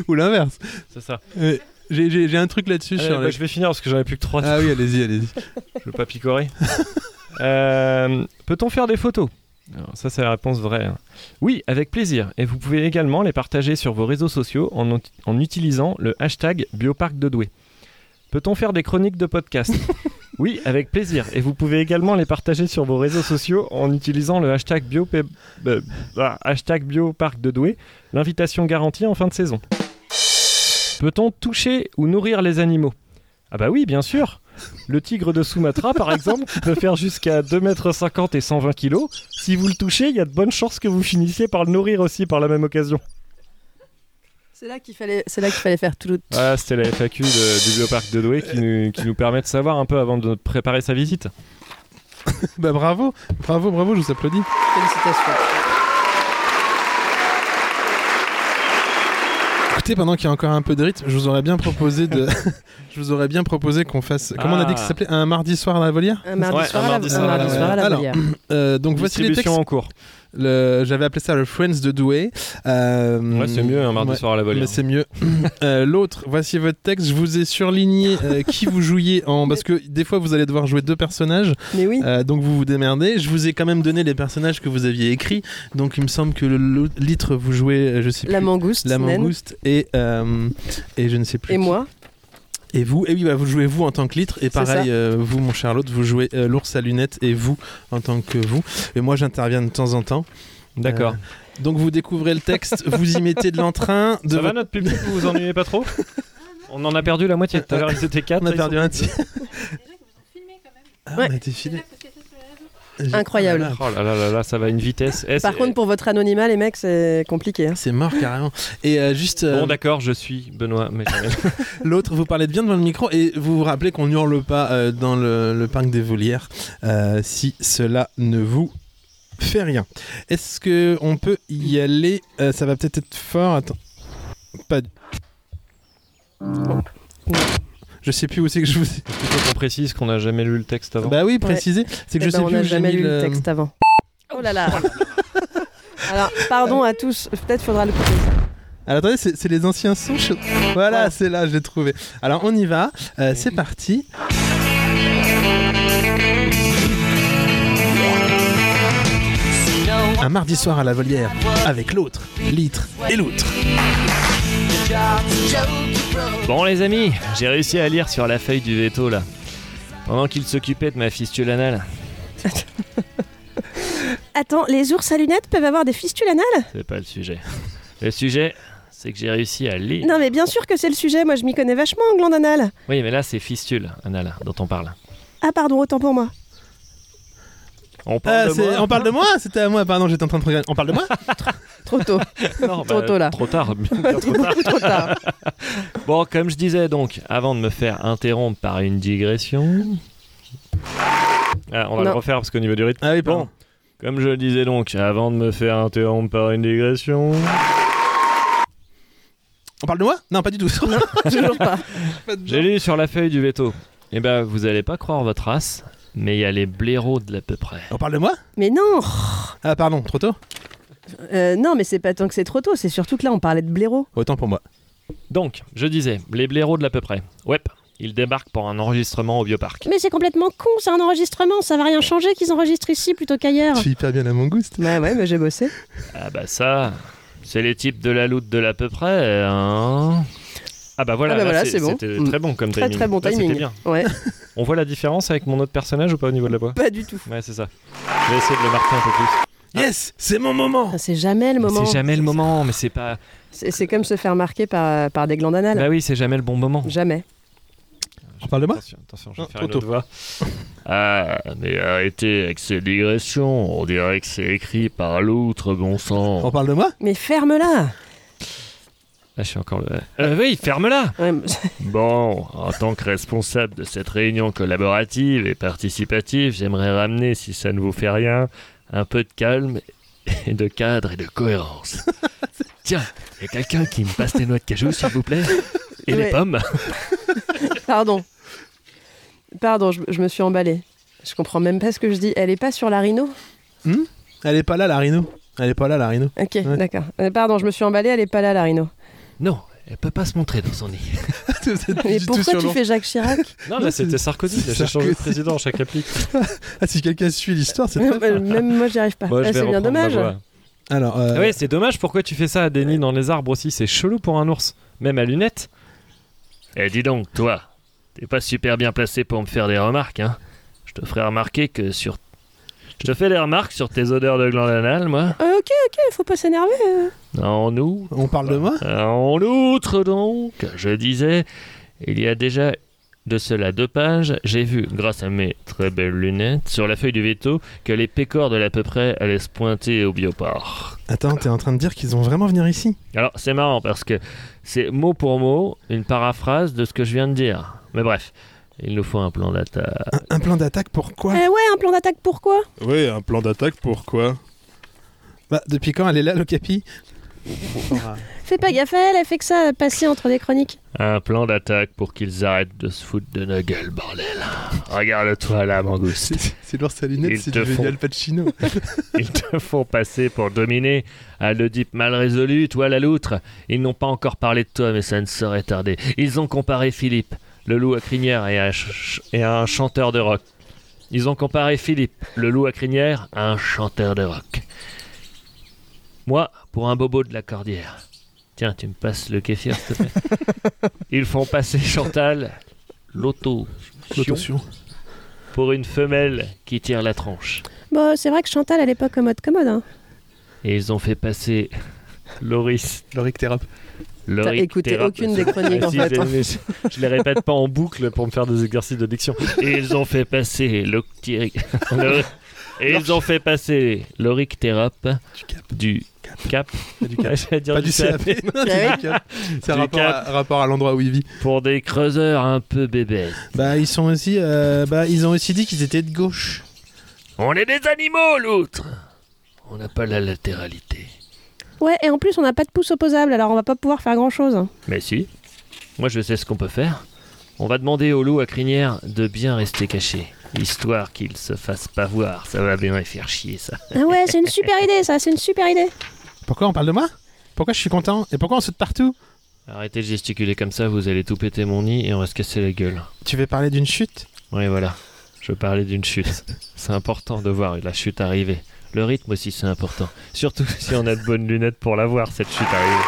Speaker 3: ou l'inverse.
Speaker 2: C'est ça.
Speaker 3: Euh, j'ai- j'ai j'ai un truc là-dessus
Speaker 2: Allez,
Speaker 3: sur
Speaker 2: bah,
Speaker 3: les-
Speaker 2: je vais finir parce que j'en ai plus que 3.
Speaker 3: Ah oui, allez-y, allez-y.
Speaker 2: Je veux pas picorer. Euh, Peut-on faire des photos Alors, ça, c'est la réponse vraie. hein. Oui, avec plaisir. Et vous pouvez également les partager sur vos réseaux sociaux en, ont- en utilisant le hashtag Bioparc de Douai. Peut-on faire des chroniques de podcast Oui, avec plaisir. Et vous pouvez également les partager sur vos réseaux sociaux en utilisant le hashtag, Biopé- euh, ah, hashtag Bioparc de Douai. L'invitation garantie en fin de saison. Peut-on toucher ou nourrir les animaux Ah bah oui, bien sûr le tigre de Sumatra, par exemple, qui peut faire jusqu'à 2m50 et 120 kg. Si vous le touchez, il y a de bonnes chances que vous finissiez par le nourrir aussi par la même occasion.
Speaker 7: C'est là qu'il fallait, c'est là qu'il fallait faire tout.
Speaker 2: Voilà, Ah, c'était la FAQ de- du Bioparc de Douai qui nous, qui nous permet de savoir un peu avant de préparer sa visite.
Speaker 3: Bah bravo, bravo, bravo, je vous applaudis.
Speaker 7: Félicitations.
Speaker 3: Écoutez, pendant qu'il y a encore un peu de rythme, je vous aurais bien proposé de, je vous aurais bien proposé qu'on fasse. Comment on a dit que ça
Speaker 2: Ah.
Speaker 3: s'appelait Un mardi soir à la volière.
Speaker 7: Un mardi
Speaker 2: Ouais,
Speaker 7: soir,
Speaker 2: un
Speaker 7: à la-
Speaker 2: mardi soir
Speaker 7: un
Speaker 2: à la
Speaker 7: mardi soir à la
Speaker 3: Alors,
Speaker 7: Bruyère.
Speaker 3: Euh, donc voici les textes.
Speaker 2: Distribution en cours.
Speaker 3: Le- J'avais appelé ça le Friends de Douai. Euh,
Speaker 2: Ouais, c'est mieux un mardi
Speaker 3: ouais,
Speaker 2: soir à la volée.
Speaker 3: Mais c'est mieux. Euh, L'autre, voici votre texte. Je vous ai surligné euh, qui vous jouiez en. Parce que des fois, vous allez devoir jouer deux personnages.
Speaker 7: Mais oui.
Speaker 3: Euh, donc vous vous démerdez. Je vous ai quand même donné les personnages que vous aviez écrits. Donc il me semble que le- le litre, vous jouez, euh, je sais
Speaker 7: La
Speaker 3: plus.
Speaker 7: mangouste,
Speaker 3: la
Speaker 7: naine,
Speaker 3: mangouste et, euh, et je ne sais plus.
Speaker 7: et
Speaker 3: qui.
Speaker 7: moi.
Speaker 3: Et vous, et oui, bah, vous jouez vous en tant que litre, et pareil,
Speaker 7: ça.
Speaker 3: euh, vous, mon cher l'autre, vous jouez euh, l'ours à lunettes, et vous en tant que vous. Et moi, j'interviens de temps en temps.
Speaker 2: D'accord.
Speaker 3: Euh, donc vous découvrez le texte, vous y mettez de l'entrain. De
Speaker 2: Ça va
Speaker 3: votre-
Speaker 2: notre public Vous vous ennuyez pas trop On en a perdu la moitié. Tout à l'heure, ils étaient quatre.
Speaker 3: On a
Speaker 2: là, ils
Speaker 3: perdu
Speaker 2: sont
Speaker 3: un
Speaker 2: plus
Speaker 3: tiers. Ah, on a été filé. J'ai- Ah
Speaker 7: Incroyable.
Speaker 2: deux. Oh là là là là, ça va à une vitesse. Eh,
Speaker 7: Par
Speaker 2: c'est-
Speaker 7: contre, pour votre anonymat, les mecs, c'est compliqué. hein.
Speaker 3: C'est mort carrément. Et euh, juste, euh,
Speaker 2: Bon, d'accord, je suis Benoît. Mais
Speaker 3: l'autre, vous parlez de bien devant le micro et vous vous rappelez qu'on hurle pas euh, dans le, le parc des volières euh, si cela ne vous fait rien. Est-ce que on peut y aller Euh, Ça va peut-être être fort. Attends. Pas. du-
Speaker 7: Oh.
Speaker 3: Je sais plus où c'est que je vous. ai-
Speaker 2: il faut qu'on précise qu'on n'a jamais lu le texte avant.
Speaker 3: Bah oui, précisez. C'est que je
Speaker 7: Eh ben,
Speaker 3: sais
Speaker 7: on
Speaker 3: plus
Speaker 7: n'a
Speaker 3: où j'ai
Speaker 7: jamais
Speaker 3: mis
Speaker 7: lu le texte avant. Oh là là Alors, pardon à tous, peut-être faudra le couper.
Speaker 3: Alors attendez, c'est c'est les anciens sons. je- Voilà,
Speaker 7: Ouais.
Speaker 3: c'est là, j'ai trouvé. Alors on y va, Euh, c'est parti. Un mardi soir à la volière, avec l'autre, litre et l'outre.
Speaker 2: Bon les amis, j'ai réussi à lire sur la feuille du veto là. Pendant qu'il s'occupait de ma fistule anale.
Speaker 7: Attends, les ours à lunettes peuvent avoir des fistules anales
Speaker 2: C'est pas le sujet. Le sujet, c'est que j'ai réussi à lire.
Speaker 7: Non, mais bien sûr que c'est le sujet, moi je m'y connais vachement en gland anal.
Speaker 2: Oui, mais là c'est fistule anale dont on parle.
Speaker 7: Ah, pardon, autant pour moi.
Speaker 2: On parle
Speaker 3: Ah,
Speaker 2: de
Speaker 3: c'est-
Speaker 2: moi
Speaker 3: on parle de moi C'était à moi, pardon, j'étais en train de regarder. On parle de moi
Speaker 7: Trop tôt,
Speaker 2: Non, bah,
Speaker 7: trop tôt, là.
Speaker 2: Trop tard. bien trop tard.
Speaker 7: trop tard.
Speaker 2: Bon, comme je disais donc, avant de me faire interrompre par une digression. Ah, on va
Speaker 7: Non.
Speaker 2: le refaire parce qu'au niveau du rythme.
Speaker 3: Ah oui, pardon.
Speaker 2: Bon, comme je le disais donc, avant de me faire interrompre par une digression.
Speaker 3: On parle de moi Non, pas du tout.
Speaker 7: Toujours pas.
Speaker 2: J'ai lu sur la feuille du veto. Eh ben, vous allez pas croire votre race, mais il y a les blaireaux de l'à peu près.
Speaker 3: on parle de moi
Speaker 7: Mais non
Speaker 3: Ah, pardon, trop tôt
Speaker 7: Euh, Non, mais c'est pas tant que c'est trop tôt, c'est surtout que là on parlait de blaireau.
Speaker 3: Autant pour moi.
Speaker 2: Donc, je disais, les blaireaux de l'à peu près. Ouais, ils débarquent pour un enregistrement au bioparc.
Speaker 7: Mais c'est complètement con, c'est un enregistrement, ça va rien changer qu'ils enregistrent ici plutôt qu'ailleurs.
Speaker 3: Tu fais hyper bien la mangouste.
Speaker 7: Ouais, ouais, mais j'ai bossé.
Speaker 2: Ah bah ça, c'est les types de la loute de l'à peu près, hein Ah bah voilà,
Speaker 7: Ah bah
Speaker 2: là,
Speaker 7: voilà,
Speaker 2: c'est-
Speaker 7: c'est bon.
Speaker 2: c'était
Speaker 7: Mm.
Speaker 2: très bon comme
Speaker 7: Très
Speaker 2: timing.
Speaker 7: très bon
Speaker 2: Là, c'était
Speaker 7: timing.
Speaker 2: bien.
Speaker 7: Ouais,
Speaker 2: On voit la différence avec mon autre personnage ou pas au niveau de la voix
Speaker 7: pas du tout.
Speaker 2: Ouais, c'est ça. Je vais essayer de le marquer un peu plus.
Speaker 3: Yes, c'est mon moment
Speaker 7: Ah, C'est jamais le moment.
Speaker 2: C'est jamais le moment, mais c'est pas...
Speaker 7: C'est c'est comme se faire marquer par, par des glandes anales.
Speaker 2: Bah oui, c'est jamais le bon moment.
Speaker 7: Jamais.
Speaker 3: On parle de moi
Speaker 2: Attention, attention, je vais
Speaker 3: Non,
Speaker 2: faire une
Speaker 3: trop
Speaker 2: autre voix. Ah, mais arrêtez avec ces digressions. On dirait que c'est écrit par l'autre, bon sang.
Speaker 3: On parle de moi
Speaker 7: Mais ferme-la
Speaker 2: Là, Ah, je suis encore le. Euh, oui, ferme-la
Speaker 7: Ouais, mais-
Speaker 2: Bon, en tant que responsable de cette réunion collaborative et participative, j'aimerais ramener, si ça ne vous fait rien, un peu de calme et de cadre et de cohérence. Tiens, y a quelqu'un qui me passe les noix de cajou, s'il vous plaît Et
Speaker 7: Ouais.
Speaker 2: les pommes
Speaker 7: Pardon. Pardon, je, je me suis emballée. Je comprends même pas ce que je dis. Elle est pas sur la rhino
Speaker 3: Elle est pas là, la rhino. Elle est pas là, la rhino.
Speaker 7: Ok, d'accord. Euh, Pardon, je me suis emballée, elle est pas là, la rhino.
Speaker 2: Non, elle peut pas se montrer dans son nid.
Speaker 3: Vous êtes
Speaker 7: Mais
Speaker 3: du tout
Speaker 7: pourquoi
Speaker 3: sur
Speaker 7: tu
Speaker 3: l'eau.
Speaker 7: fais Jacques Chirac
Speaker 2: Non,
Speaker 3: Non,
Speaker 2: là, c'était
Speaker 3: c'est-
Speaker 2: Sarkozy.
Speaker 3: c'est
Speaker 2: Là, J'ai changé de
Speaker 3: Sarkozy.
Speaker 2: président à chaque réplique.
Speaker 3: Ah, si quelqu'un suit l'histoire, c'est très
Speaker 7: Même même moi, j'y arrive pas.
Speaker 2: Moi, je
Speaker 7: Eh,
Speaker 2: vais
Speaker 7: c'est bien
Speaker 2: reprendre ma
Speaker 7: dommage.
Speaker 2: voix.
Speaker 3: Alors, euh,
Speaker 2: Ah ouais, c'est dommage, pourquoi tu fais ça à des nids dans les arbres aussi C'est chelou pour un ours, même à lunettes. Eh dis donc, toi, t'es pas super bien placé pour me faire des remarques, hein Je te ferai remarquer que sur... Je te fais des remarques sur tes odeurs de gland anal, moi.
Speaker 7: Euh, ok, ok, faut pas s'énerver. euh.
Speaker 2: En nous,
Speaker 3: on parle de moi
Speaker 2: en outre donc, je disais, il y a déjà de cela deux pages, j'ai vu, grâce à mes très belles lunettes, sur la feuille du veto, que les pécores de l'à peu près allaient se pointer au bioport.
Speaker 3: Attends, t'es en train de dire qu'ils vont vraiment venir ici
Speaker 2: Alors c'est marrant parce que c'est mot pour mot une paraphrase de ce que je viens de dire. Mais bref, il nous faut un plan d'attaque.
Speaker 3: un, un plan d'attaque pourquoi
Speaker 7: Eh ouais, un plan d'attaque pourquoi
Speaker 3: Oui, un plan d'attaque pourquoi Bah, depuis quand elle est là, l'Ocapi
Speaker 7: Fais pas gaffe à elle, elle fait que ça passer entre des chroniques.
Speaker 2: Un plan d'attaque pour qu'ils arrêtent de se foutre de nos gueules, bordel. Regarde-toi là, mangouste.
Speaker 3: C'est l'ours à
Speaker 2: Ils te font.
Speaker 3: Pacino.
Speaker 2: Ils te font passer pour dominer à l'Oedipe mal résolu, toi la loutre. Ils n'ont pas encore parlé de toi, mais ça ne saurait tarder. Ils ont comparé Philippe, le loup à crinière, et à, ch- et à un chanteur de rock. Ils ont comparé Philippe, le loup à crinière, à un chanteur de rock. Moi, pour un bobo de la cordière. Tiens, tu me passes le kéfir, s'il te plaît. Ils font passer Chantal,
Speaker 11: l'auto
Speaker 3: L'autotion.
Speaker 11: pour une femelle qui tire la tranche.
Speaker 7: Bon, c'est vrai que Chantal, à l'époque, mode commode. Hein.
Speaker 11: Et ils ont fait passer Loris.
Speaker 3: Loric Thérape.
Speaker 7: T'as écouté aucune des chroniques,
Speaker 3: Ah,
Speaker 7: en fait.
Speaker 11: Je, je les répète pas en boucle pour me faire des exercices de diction. Et ils ont fait passer l'octi- le- Et ils ont fait passer Loric Thérape du Cap.
Speaker 3: Du Cap.
Speaker 11: Ouais, j'allais dire
Speaker 3: Pas du CAP.
Speaker 7: Ah
Speaker 3: non, du
Speaker 11: Ouais.
Speaker 3: Cap. C'est
Speaker 11: Du
Speaker 3: rapport, à-
Speaker 11: Cap.
Speaker 3: rapport à l'endroit où il vit.
Speaker 11: Pour des creuseurs un peu bébés.
Speaker 3: Bah, ils sont aussi. euh, bah, ils ont aussi dit qu'ils étaient de gauche.
Speaker 11: On est des animaux, l'outre On n'a pas la latéralité.
Speaker 7: Ouais, et en plus, on n'a pas de pouce opposable, alors on va pas pouvoir faire grand chose.
Speaker 11: Mais si. Moi, je sais ce qu'on peut faire. On va demander au loup à crinière de bien rester caché. Histoire qu'il se fasse pas voir. Ça va bien les faire chier, ça.
Speaker 7: Ah ouais, c'est une super idée, ça, c'est une super idée.
Speaker 3: Pourquoi on parle de moi Pourquoi je suis content Et pourquoi on saute partout
Speaker 11: Arrêtez de gesticuler comme ça, vous allez tout péter mon nid et on va se casser la gueule.
Speaker 3: Tu veux parler d'une chute
Speaker 11: Oui, voilà. Je parlais d'une chute. C'est important de voir la chute arriver. Le rythme aussi, c'est important. Surtout si on a de bonnes lunettes pour la voir, cette chute arriver.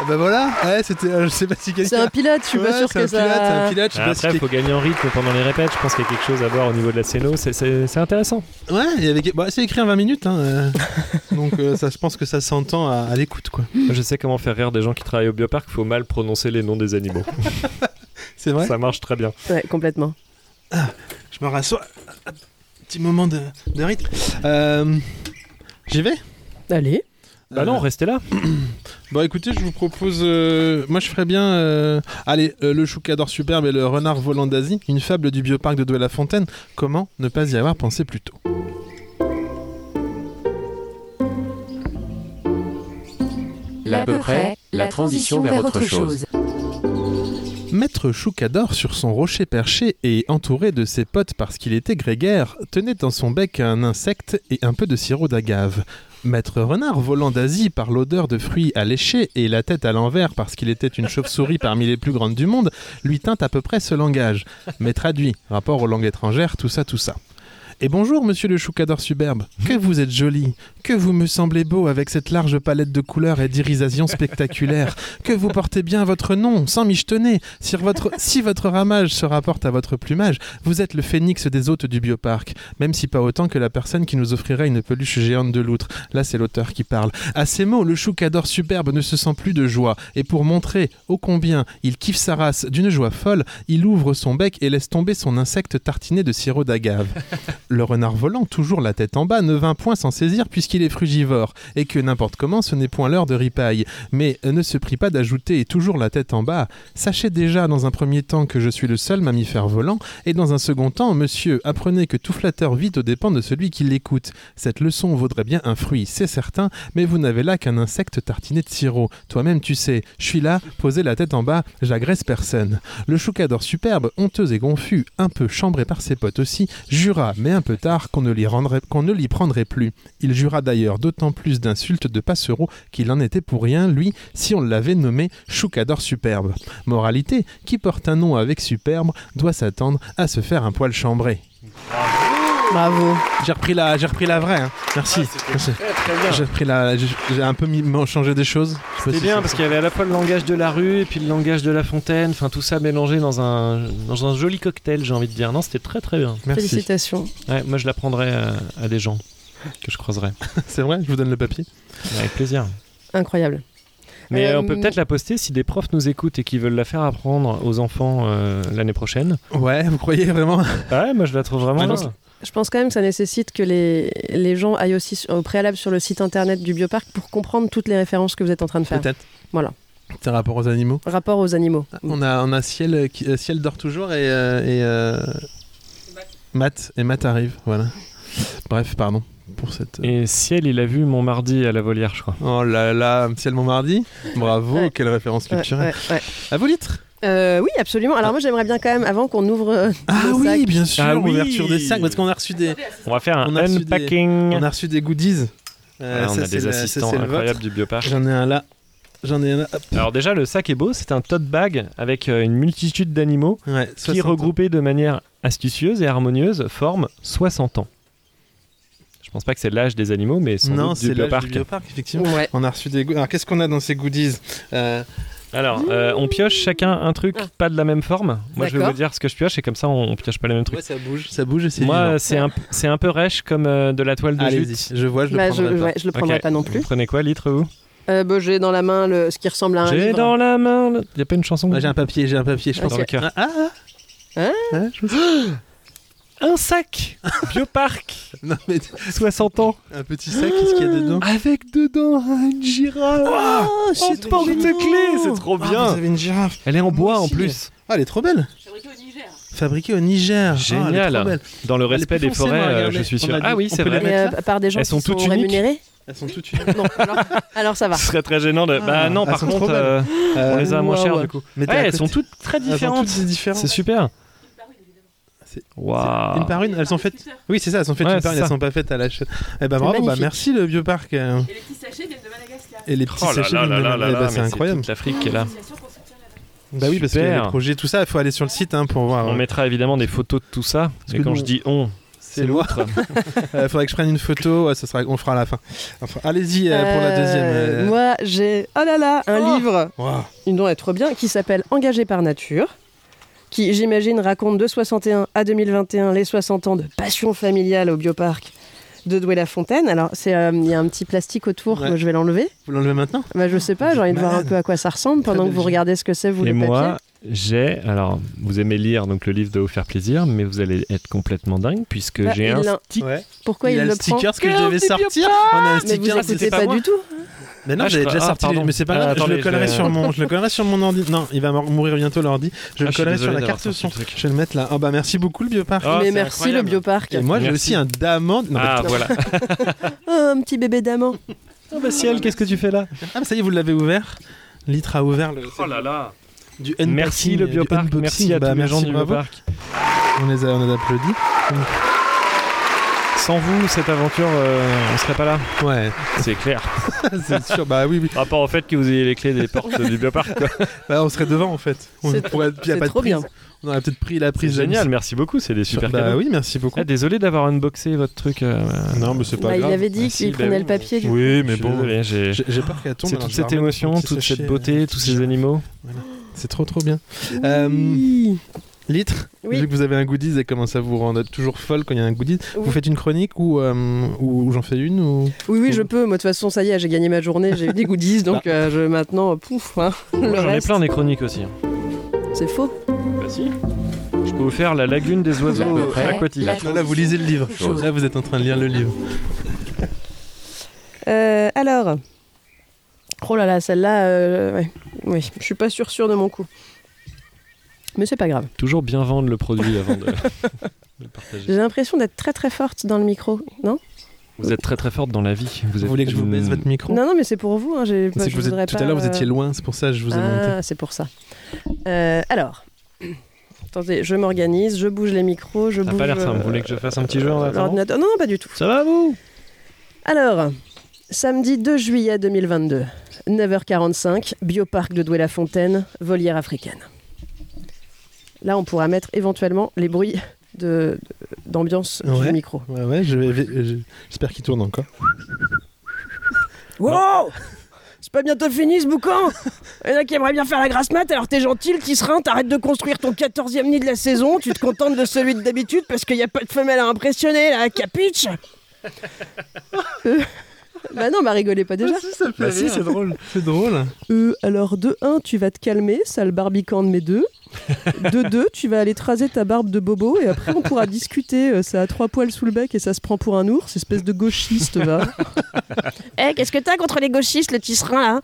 Speaker 3: Ah Bah voilà. Ouais, c'était. euh, je sais pas si quelqu'un.
Speaker 7: C'est un pilote, je suis pas
Speaker 3: Ouais,
Speaker 7: sûre
Speaker 3: c'est un
Speaker 7: que
Speaker 3: pilote,
Speaker 7: ça-
Speaker 3: c'est un pilote, je
Speaker 2: Ah,
Speaker 3: sais pas si
Speaker 11: Après, il faut gagner en rythme pendant les répètes. Je pense qu'il y a quelque chose à voir au niveau de la scéno. C'est- C'est c'est intéressant.
Speaker 3: Ouais, il y avait... bah, c'est écrit en 20 minutes, hein, euh. donc euh, ça, je pense que ça s'entend à, à l'écoute, quoi.
Speaker 2: Je sais comment faire rire des gens qui travaillent au bioparc, faut mal prononcer les noms des animaux.
Speaker 3: C'est vrai
Speaker 2: Ça marche très bien.
Speaker 7: Ouais, complètement.
Speaker 3: Je me rassois, Hop, petit moment de, de rythme. Euh, J'y vais
Speaker 7: Allez.
Speaker 2: Bah non, restez là.
Speaker 3: Bon, bah, écoutez, je vous propose. euh, moi, je ferais bien. euh, Allez, euh, le choucador superbe et le renard volant d'Asie, une fable du bioparc de Douai-la-Fontaine. Comment ne pas y avoir pensé plus tôt
Speaker 10: L'à peu près, la transition vers autre chose.
Speaker 3: Maître Choucador, sur son rocher perché et entouré de ses potes parce qu'il était grégaire, tenait dans son bec un insecte et un peu de sirop d'agave. Maître Renard, volant d'Asie par l'odeur de fruits alléchés et la tête à l'envers parce qu'il était une chauve-souris parmi les plus grandes du monde, lui tint à peu près ce langage. Mais traduit, rapport aux langues étrangères, tout ça, tout ça. Et bonjour, monsieur le choucador superbe. Que vous êtes joli, que vous me semblez beau avec cette large palette de couleurs et d'irisations spectaculaires, que vous portez bien votre nom, sans michetonner. Si votre, si votre ramage se rapporte à votre plumage, vous êtes le phénix des hôtes du bioparc, même si pas autant que la personne qui nous offrirait une peluche géante de loutre. Là, c'est l'auteur qui parle. À ces mots, le choucador superbe ne se sent plus de joie, et pour montrer ô combien il kiffe sa race d'une joie folle, il ouvre son bec et laisse tomber son insecte tartiné de sirop d'agave. Le renard volant, toujours la tête en bas, ne vint point s'en saisir puisqu'il est frugivore, et que n'importe comment ce n'est point l'heure de ripaille, mais euh, ne se prit pas d'ajouter, et toujours la tête en bas, Sachez déjà dans un premier temps que je suis le seul mammifère volant, et dans un second temps, monsieur, apprenez que tout flatteur vit aux dépens de celui qui l'écoute. Cette leçon vaudrait bien un fruit, c'est certain, mais vous n'avez là qu'un insecte tartiné de sirop. Toi-même, tu sais, je suis là, posé la tête en bas, j'agresse personne. Le choucador superbe, honteux et confus, un peu chambré par ses potes aussi, jura, mais un peu tard, qu'on ne l'y rendrait- qu'on ne l'y prendrait plus. Il jura d'ailleurs d'autant plus d'insultes de Passereau qu'il en était pour rien, lui, si on l'avait nommé choucador superbe. Moralité, qui porte un nom avec superbe doit s'attendre à se faire un poil chambré.
Speaker 7: Bravo.
Speaker 3: J'ai repris la, j'ai repris la vraie. hein. Merci.
Speaker 2: Ah,
Speaker 3: J'ai- j'ai repris la, j'ai j'ai un peu mis, changé des choses. Je sais pas
Speaker 2: C'était
Speaker 3: si
Speaker 2: bien
Speaker 3: ça-
Speaker 2: parce qu'il y avait à la fois le langage de la rue et puis le langage de la fontaine, enfin tout ça mélangé dans un, dans un joli cocktail, j'ai envie de dire. Non, c'était très très bien.
Speaker 3: Merci.
Speaker 7: Félicitations.
Speaker 2: Ouais, moi je l'apprendrai à, à des gens que je croiserai.
Speaker 3: C'est vrai, je vous donne le papier.
Speaker 2: Avec plaisir.
Speaker 7: Incroyable.
Speaker 2: Mais
Speaker 7: Euh,
Speaker 2: on peut peut-être la poster si des profs nous écoutent et qui veulent la faire apprendre aux enfants euh, l'année prochaine.
Speaker 3: Ouais, vous croyez vraiment
Speaker 2: Bah Ouais, moi je la trouve vraiment.
Speaker 3: Ah non,
Speaker 2: bien.
Speaker 7: Je pense quand même que ça nécessite que les, les gens aillent aussi sur- au préalable sur le site internet du bioparc pour comprendre toutes les références que vous êtes en train de faire.
Speaker 3: Peut-être.
Speaker 7: Voilà.
Speaker 3: C'est un rapport aux animaux.
Speaker 7: Rapport aux animaux.
Speaker 3: On a, on a ciel, euh, qui- euh, ciel dort toujours et, euh, et euh, Matt et Matt arrive. Voilà. Bref, pardon pour cette. euh,
Speaker 2: Et Ciel, il a vu mon mardi à la volière, je crois.
Speaker 3: Oh là là, ciel Montmardi. Bravo,
Speaker 7: Ouais.
Speaker 3: quelle référence
Speaker 7: Ouais,
Speaker 3: culturelle.
Speaker 7: ouais, ouais.
Speaker 3: À vous litres.
Speaker 7: Euh, oui, absolument. Alors moi, j'aimerais bien quand même, avant qu'on ouvre euh,
Speaker 3: Ah
Speaker 7: le
Speaker 3: oui,
Speaker 7: sac-
Speaker 3: bien sûr,
Speaker 2: Ah oui.
Speaker 3: ouverture des sacs parce qu'on a reçu des.
Speaker 2: On va faire un
Speaker 3: On a reçu des-
Speaker 2: unpacking.
Speaker 3: On a reçu des goodies. Euh,
Speaker 2: Ouais, on
Speaker 3: ça,
Speaker 2: a
Speaker 3: c'est
Speaker 2: des
Speaker 3: le- ça,
Speaker 2: assistants
Speaker 3: c'est le vôtre.
Speaker 2: incroyables du bioparc.
Speaker 3: J'en ai un là. J'en ai un là. Hop.
Speaker 2: Alors déjà, le sac est beau, c'est un tote bag avec euh, une multitude d'animaux
Speaker 3: Ouais,
Speaker 2: qui,
Speaker 3: 60.
Speaker 2: regroupés de manière astucieuse et harmonieuse, forment 60 ans. Je pense pas que c'est l'âge des animaux, mais sans
Speaker 3: Non,
Speaker 2: doute du
Speaker 3: c'est l'âge
Speaker 2: bioparc.
Speaker 3: du bioparc, effectivement.
Speaker 7: Ouais.
Speaker 3: On a reçu des. go- Alors, qu'est-ce qu'on a dans ces goodies Euh,
Speaker 2: Alors, euh, on pioche chacun un truc pas de la même forme. Moi, je vais vous
Speaker 3: D'accord.
Speaker 2: dire ce que je pioche et comme ça, on, on pioche pas les mêmes trucs.
Speaker 3: ça bouge. Ça bouge et c'est
Speaker 2: Moi,
Speaker 3: vivant.
Speaker 2: c'est un, c'est un peu rêche comme euh, de la toile de
Speaker 3: Allez-y,
Speaker 2: jute.
Speaker 3: je vois, je le Bah, je- prendrai pas. ouais,
Speaker 7: je le prendrai
Speaker 2: Ok.
Speaker 7: pas non plus.
Speaker 2: Vous prenez quoi, litre, vous
Speaker 7: Euh, bah, j'ai dans la main le... ce qui ressemble à un
Speaker 2: J'ai
Speaker 7: livre.
Speaker 2: dans la main. Il n'y a pas une chanson
Speaker 3: J'ai un papier, j'ai un papier, je
Speaker 7: Ok.
Speaker 3: pense.
Speaker 2: Dans le cœur.
Speaker 3: Ah, ah,
Speaker 7: Hein
Speaker 3: ah, je me-
Speaker 2: Un sac Bioparc
Speaker 3: Non, mais
Speaker 2: 60 ans
Speaker 3: Un petit sac, qu'est-ce qu'il y a dedans
Speaker 2: Avec dedans une girafe
Speaker 3: Oh,
Speaker 2: c'est trop génial.
Speaker 3: c'est trop bien Ah, Vous avez une girafe
Speaker 2: Elle est en bois en
Speaker 3: aussi.
Speaker 2: plus.
Speaker 3: Ah, elle est trop belle Fabriquée au Niger Fabriquée au Niger Ah, elle est
Speaker 2: Génial.
Speaker 3: trop belle.
Speaker 2: Dans le
Speaker 3: Elle est
Speaker 2: respect
Speaker 3: plus
Speaker 2: des
Speaker 3: foncée,
Speaker 2: forêts,
Speaker 3: moi,
Speaker 2: euh,
Speaker 3: regardez.
Speaker 2: je suis sûr.
Speaker 3: On a
Speaker 2: Ah
Speaker 3: dit-
Speaker 2: oui,
Speaker 3: on
Speaker 2: c'est
Speaker 3: peut les
Speaker 2: vrai.
Speaker 7: Mais euh, par des gens
Speaker 2: Elles sont
Speaker 7: qui sont
Speaker 2: toutes uniques.
Speaker 7: rémunérés
Speaker 3: Elles sont toutes uniques.
Speaker 7: Non, alors, alors ça va.
Speaker 2: Ce serait très gênant de. bah non,
Speaker 3: Ah. elles
Speaker 2: par
Speaker 3: sont trop
Speaker 2: contre,
Speaker 3: belles.
Speaker 2: euh, on
Speaker 3: Euh,
Speaker 2: les a moins
Speaker 3: waouh.
Speaker 2: chères du coup.
Speaker 3: Mais t'es
Speaker 2: Ouais,
Speaker 3: à
Speaker 2: elles sont
Speaker 3: côté.
Speaker 2: toutes très
Speaker 3: Elles sont toutes
Speaker 2: différentes.
Speaker 3: différentes.
Speaker 2: C'est super. Oh
Speaker 3: C'est-
Speaker 2: Waouh.
Speaker 3: Une par une, elles sont faites. Oui, c'est ça, elles sont faites
Speaker 2: Ouais,
Speaker 3: une par
Speaker 2: c'est
Speaker 3: une, elles
Speaker 2: ça.
Speaker 3: sont pas faites à la chaîne. Eh ben
Speaker 7: C'est
Speaker 3: bravo, bah
Speaker 7: magnifique.
Speaker 3: merci le Bioparc.
Speaker 12: Et
Speaker 3: euh.
Speaker 12: les petits sachets viennent de Madagascar.
Speaker 3: Et les petits
Speaker 2: Oh là
Speaker 3: sachets
Speaker 2: là
Speaker 3: de
Speaker 2: là
Speaker 3: Madagascar,
Speaker 2: là là,
Speaker 3: bah,
Speaker 2: mais
Speaker 3: c'est
Speaker 2: c'est
Speaker 3: incroyable.
Speaker 2: toute l'Afrique qui est là.
Speaker 3: Bah oui, parce que
Speaker 2: Super.
Speaker 3: les projets, tout ça, il faut aller sur le site hein, pour voir.
Speaker 2: On mettra évidemment des photos de tout ça.
Speaker 3: Parce
Speaker 2: Et
Speaker 3: que
Speaker 2: quand
Speaker 3: nous-
Speaker 2: je dis on, c'est l'autre.
Speaker 3: Il faudrait que je prenne une photo, ouais, ça sera, on fera à la fin. Enfin, Allez-y euh, pour la deuxième.
Speaker 7: Euh,
Speaker 3: euh.
Speaker 7: Moi, j'ai oh là là, un livre,
Speaker 3: Waouh.
Speaker 7: une dont est trop bien, qui s'appelle Engagé par nature, qui, j'imagine, raconte de 61 à 2021 les 60 ans de passion familiale au bioparc de Douai-la-Fontaine. Alors, c'est, euh, il y a un petit plastique autour,
Speaker 3: Ouais.
Speaker 7: moi, je vais l'enlever.
Speaker 3: Vous l'enlevez maintenant
Speaker 7: Bah, je sais pas, j'ai envie de voir un
Speaker 3: malade.
Speaker 7: peu à quoi ça ressemble
Speaker 3: Très
Speaker 7: pendant que
Speaker 3: belle
Speaker 7: vous
Speaker 3: vie.
Speaker 7: regardez ce que c'est, vous,
Speaker 2: Et
Speaker 7: le
Speaker 2: moi, j'ai. Alors, vous aimez lire, donc le livre doit vous faire plaisir, mais vous allez être complètement dingue puisque
Speaker 7: papier. Bah,
Speaker 2: j'ai
Speaker 7: il
Speaker 2: un.
Speaker 7: l'a-
Speaker 3: Ouais.
Speaker 7: Pourquoi il,
Speaker 3: il a le
Speaker 7: le prend
Speaker 3: sticker ce que je
Speaker 7: Quel
Speaker 3: devais
Speaker 7: petit
Speaker 3: sortir.
Speaker 7: bioparc
Speaker 3: On a le
Speaker 7: Mais
Speaker 3: sticker.
Speaker 7: vous
Speaker 3: c'était
Speaker 7: écoutez pas,
Speaker 3: moi.
Speaker 7: du tout
Speaker 3: Mais non,
Speaker 2: Ah, je
Speaker 3: j'avais
Speaker 2: crois-
Speaker 3: déjà
Speaker 2: ah,
Speaker 3: sorti. les-
Speaker 2: pardon.
Speaker 3: Mais c'est pas grave.
Speaker 2: Euh,
Speaker 3: je
Speaker 2: attendez,
Speaker 3: le collerai
Speaker 2: je vais-
Speaker 3: sur mon. Je le collerai sur mon ordi. Non, il va mou- mourir bientôt l'ordi. Je
Speaker 2: Ah,
Speaker 3: le
Speaker 2: je suis
Speaker 3: collerai sur
Speaker 2: désolé
Speaker 3: la
Speaker 2: d'avoir
Speaker 3: carte son.
Speaker 2: sorti le truc.
Speaker 3: Je vais le mettre là. Ah bah merci beaucoup le bioparc.
Speaker 2: Oh,
Speaker 7: Mais
Speaker 2: c'est
Speaker 7: merci
Speaker 2: incroyable.
Speaker 7: le bioparc.
Speaker 3: Et moi j'ai
Speaker 2: Merci.
Speaker 3: aussi un d'amande. Non,
Speaker 2: Ah
Speaker 3: mais- Oh,
Speaker 2: voilà.
Speaker 7: Oh, un petit bébé d'amant.
Speaker 2: Ah bah ciel, qu'est-ce que tu fais là
Speaker 3: Ah bah ça y est, vous l'avez ouvert. Litre a ouvert le.
Speaker 2: Oh là là.
Speaker 3: Du unboxing,
Speaker 2: Merci le
Speaker 3: du
Speaker 2: bioparc,
Speaker 3: unboxing.
Speaker 2: merci à
Speaker 3: Bah,
Speaker 2: tous les gens
Speaker 3: merci,
Speaker 2: du
Speaker 3: bravo.
Speaker 2: bioparc.
Speaker 3: On les a, on les applaudit.
Speaker 2: Sans vous, cette aventure, euh, on serait pas là.
Speaker 3: Ouais,
Speaker 2: C'est clair.
Speaker 3: c'est sûr. Bah oui, oui.
Speaker 2: Rapport au fait que vous ayez les clés des portes du bioparc. quoi.
Speaker 3: Bah, on serait devant en fait. On
Speaker 7: C'est-
Speaker 3: pourrait. il y a
Speaker 7: c'est
Speaker 3: pas de
Speaker 7: trop
Speaker 3: prise.
Speaker 7: bien.
Speaker 3: On aurait peut-être pris la
Speaker 2: C'est
Speaker 3: prise. de
Speaker 2: génial,
Speaker 3: Nice.
Speaker 2: merci beaucoup, c'est des super
Speaker 3: Bah
Speaker 2: cadeaux.
Speaker 3: oui, merci beaucoup.
Speaker 2: Ah, désolé d'avoir unboxé votre truc. euh,
Speaker 3: Non, mais c'est pas
Speaker 7: Bah, il
Speaker 3: grave.
Speaker 7: avait dit
Speaker 2: Ah, si,
Speaker 7: qu'il
Speaker 2: bah
Speaker 7: prenait
Speaker 2: oui,
Speaker 7: le papier, du coup.
Speaker 3: Oui,
Speaker 2: Je
Speaker 3: mais
Speaker 2: suis
Speaker 3: bon.
Speaker 2: désolé, j'ai-
Speaker 3: J'ai j'ai peur qu'elle tombe.
Speaker 2: C'est
Speaker 3: alors
Speaker 2: toute
Speaker 3: je vais
Speaker 2: cette
Speaker 3: remettre mon
Speaker 2: émotion,
Speaker 3: petit
Speaker 2: toute cette
Speaker 3: sachet,
Speaker 2: beauté,
Speaker 3: euh,
Speaker 2: tous ces animaux.
Speaker 3: C'est trop trop bien. Euh, Litre,
Speaker 7: Oui.
Speaker 3: vu que vous avez un goodies et comment ça vous rend toujours folle quand il y a un goodies,
Speaker 7: Oui.
Speaker 3: vous faites une chronique ou, euh, ou, ou j'en fais une ou...
Speaker 7: Oui, oui, je peux. Moi, de toute façon, ça y est, j'ai gagné ma journée, j'ai eu des goodies, donc euh, je, maintenant, euh, pouf, hein, le
Speaker 2: J'en ai
Speaker 7: reste,
Speaker 2: plein des chroniques aussi.
Speaker 7: c'est faux.
Speaker 2: Bah si. Je peux vous faire la lagune des oiseaux aquatiques.
Speaker 3: Non, là, vous lisez le livre. Là, vous êtes en train de lire le livre.
Speaker 7: Euh, alors, oh là là, celle-là, euh, ouais. oui, je suis pas sûre sûre de mon coup. Mais c'est pas grave.
Speaker 2: Toujours bien vendre le produit avant de de le partager.
Speaker 7: J'ai l'impression d'être très très forte dans le micro, non
Speaker 2: Vous êtes très très forte dans la vie. Vous,
Speaker 3: Vous
Speaker 2: êtes
Speaker 3: voulez que je vous
Speaker 2: une-
Speaker 3: baisse votre micro
Speaker 7: Non, non, mais c'est pour vous. Hein, j'ai-
Speaker 3: C'est
Speaker 7: je
Speaker 3: que vous
Speaker 7: voudrais
Speaker 3: êtes, tout
Speaker 7: pas,
Speaker 3: à l'heure, vous
Speaker 7: euh,
Speaker 3: étiez loin, c'est pour ça que je vous ai monté.
Speaker 7: Ah, c'est pour ça. Euh, alors, attendez, je m'organise, je bouge les micros, je
Speaker 2: Ça a
Speaker 7: bouge
Speaker 2: pas l'air simple.
Speaker 7: euh,
Speaker 2: Vous voulez que je fasse un petit jeu en attendant
Speaker 7: l'ordinateur. Non, non, pas du tout.
Speaker 2: Ça va vous
Speaker 7: Alors, samedi 2 juillet 2022, 9h45, Bioparc de Douai-la-Fontaine, volière africaine. Là, on pourra mettre éventuellement les bruits de- de- d'ambiance
Speaker 3: Ouais.
Speaker 7: du micro.
Speaker 3: Ouais, ouais, je vais- je- j'espère qu'il tourne encore.
Speaker 7: Wow C'est pas bientôt fini ce boucan Il y en a qui aimeraient bien faire la grasse mat, alors t'es gentil, le tisserin, t'arrêtes de construire ton 14 e nid de la saison, tu te contentes de celui de d'habitude parce qu'il n'y a pas de femelle à impressionner là, capiche Euh, Bah non, bah rigolez pas déjà.
Speaker 3: Bah si, c'est drôle. C'est drôle.
Speaker 7: Euh, alors de 1, tu vas te calmer, sale barbican de mes deux. De 2, tu vas aller traser ta barbe de bobo et après on pourra discuter. euh, ça a trois poils sous le bec et ça se prend pour un ours, espèce de gauchiste, va. Eh, qu'est-ce que t'as contre les gauchistes, le tisserin, là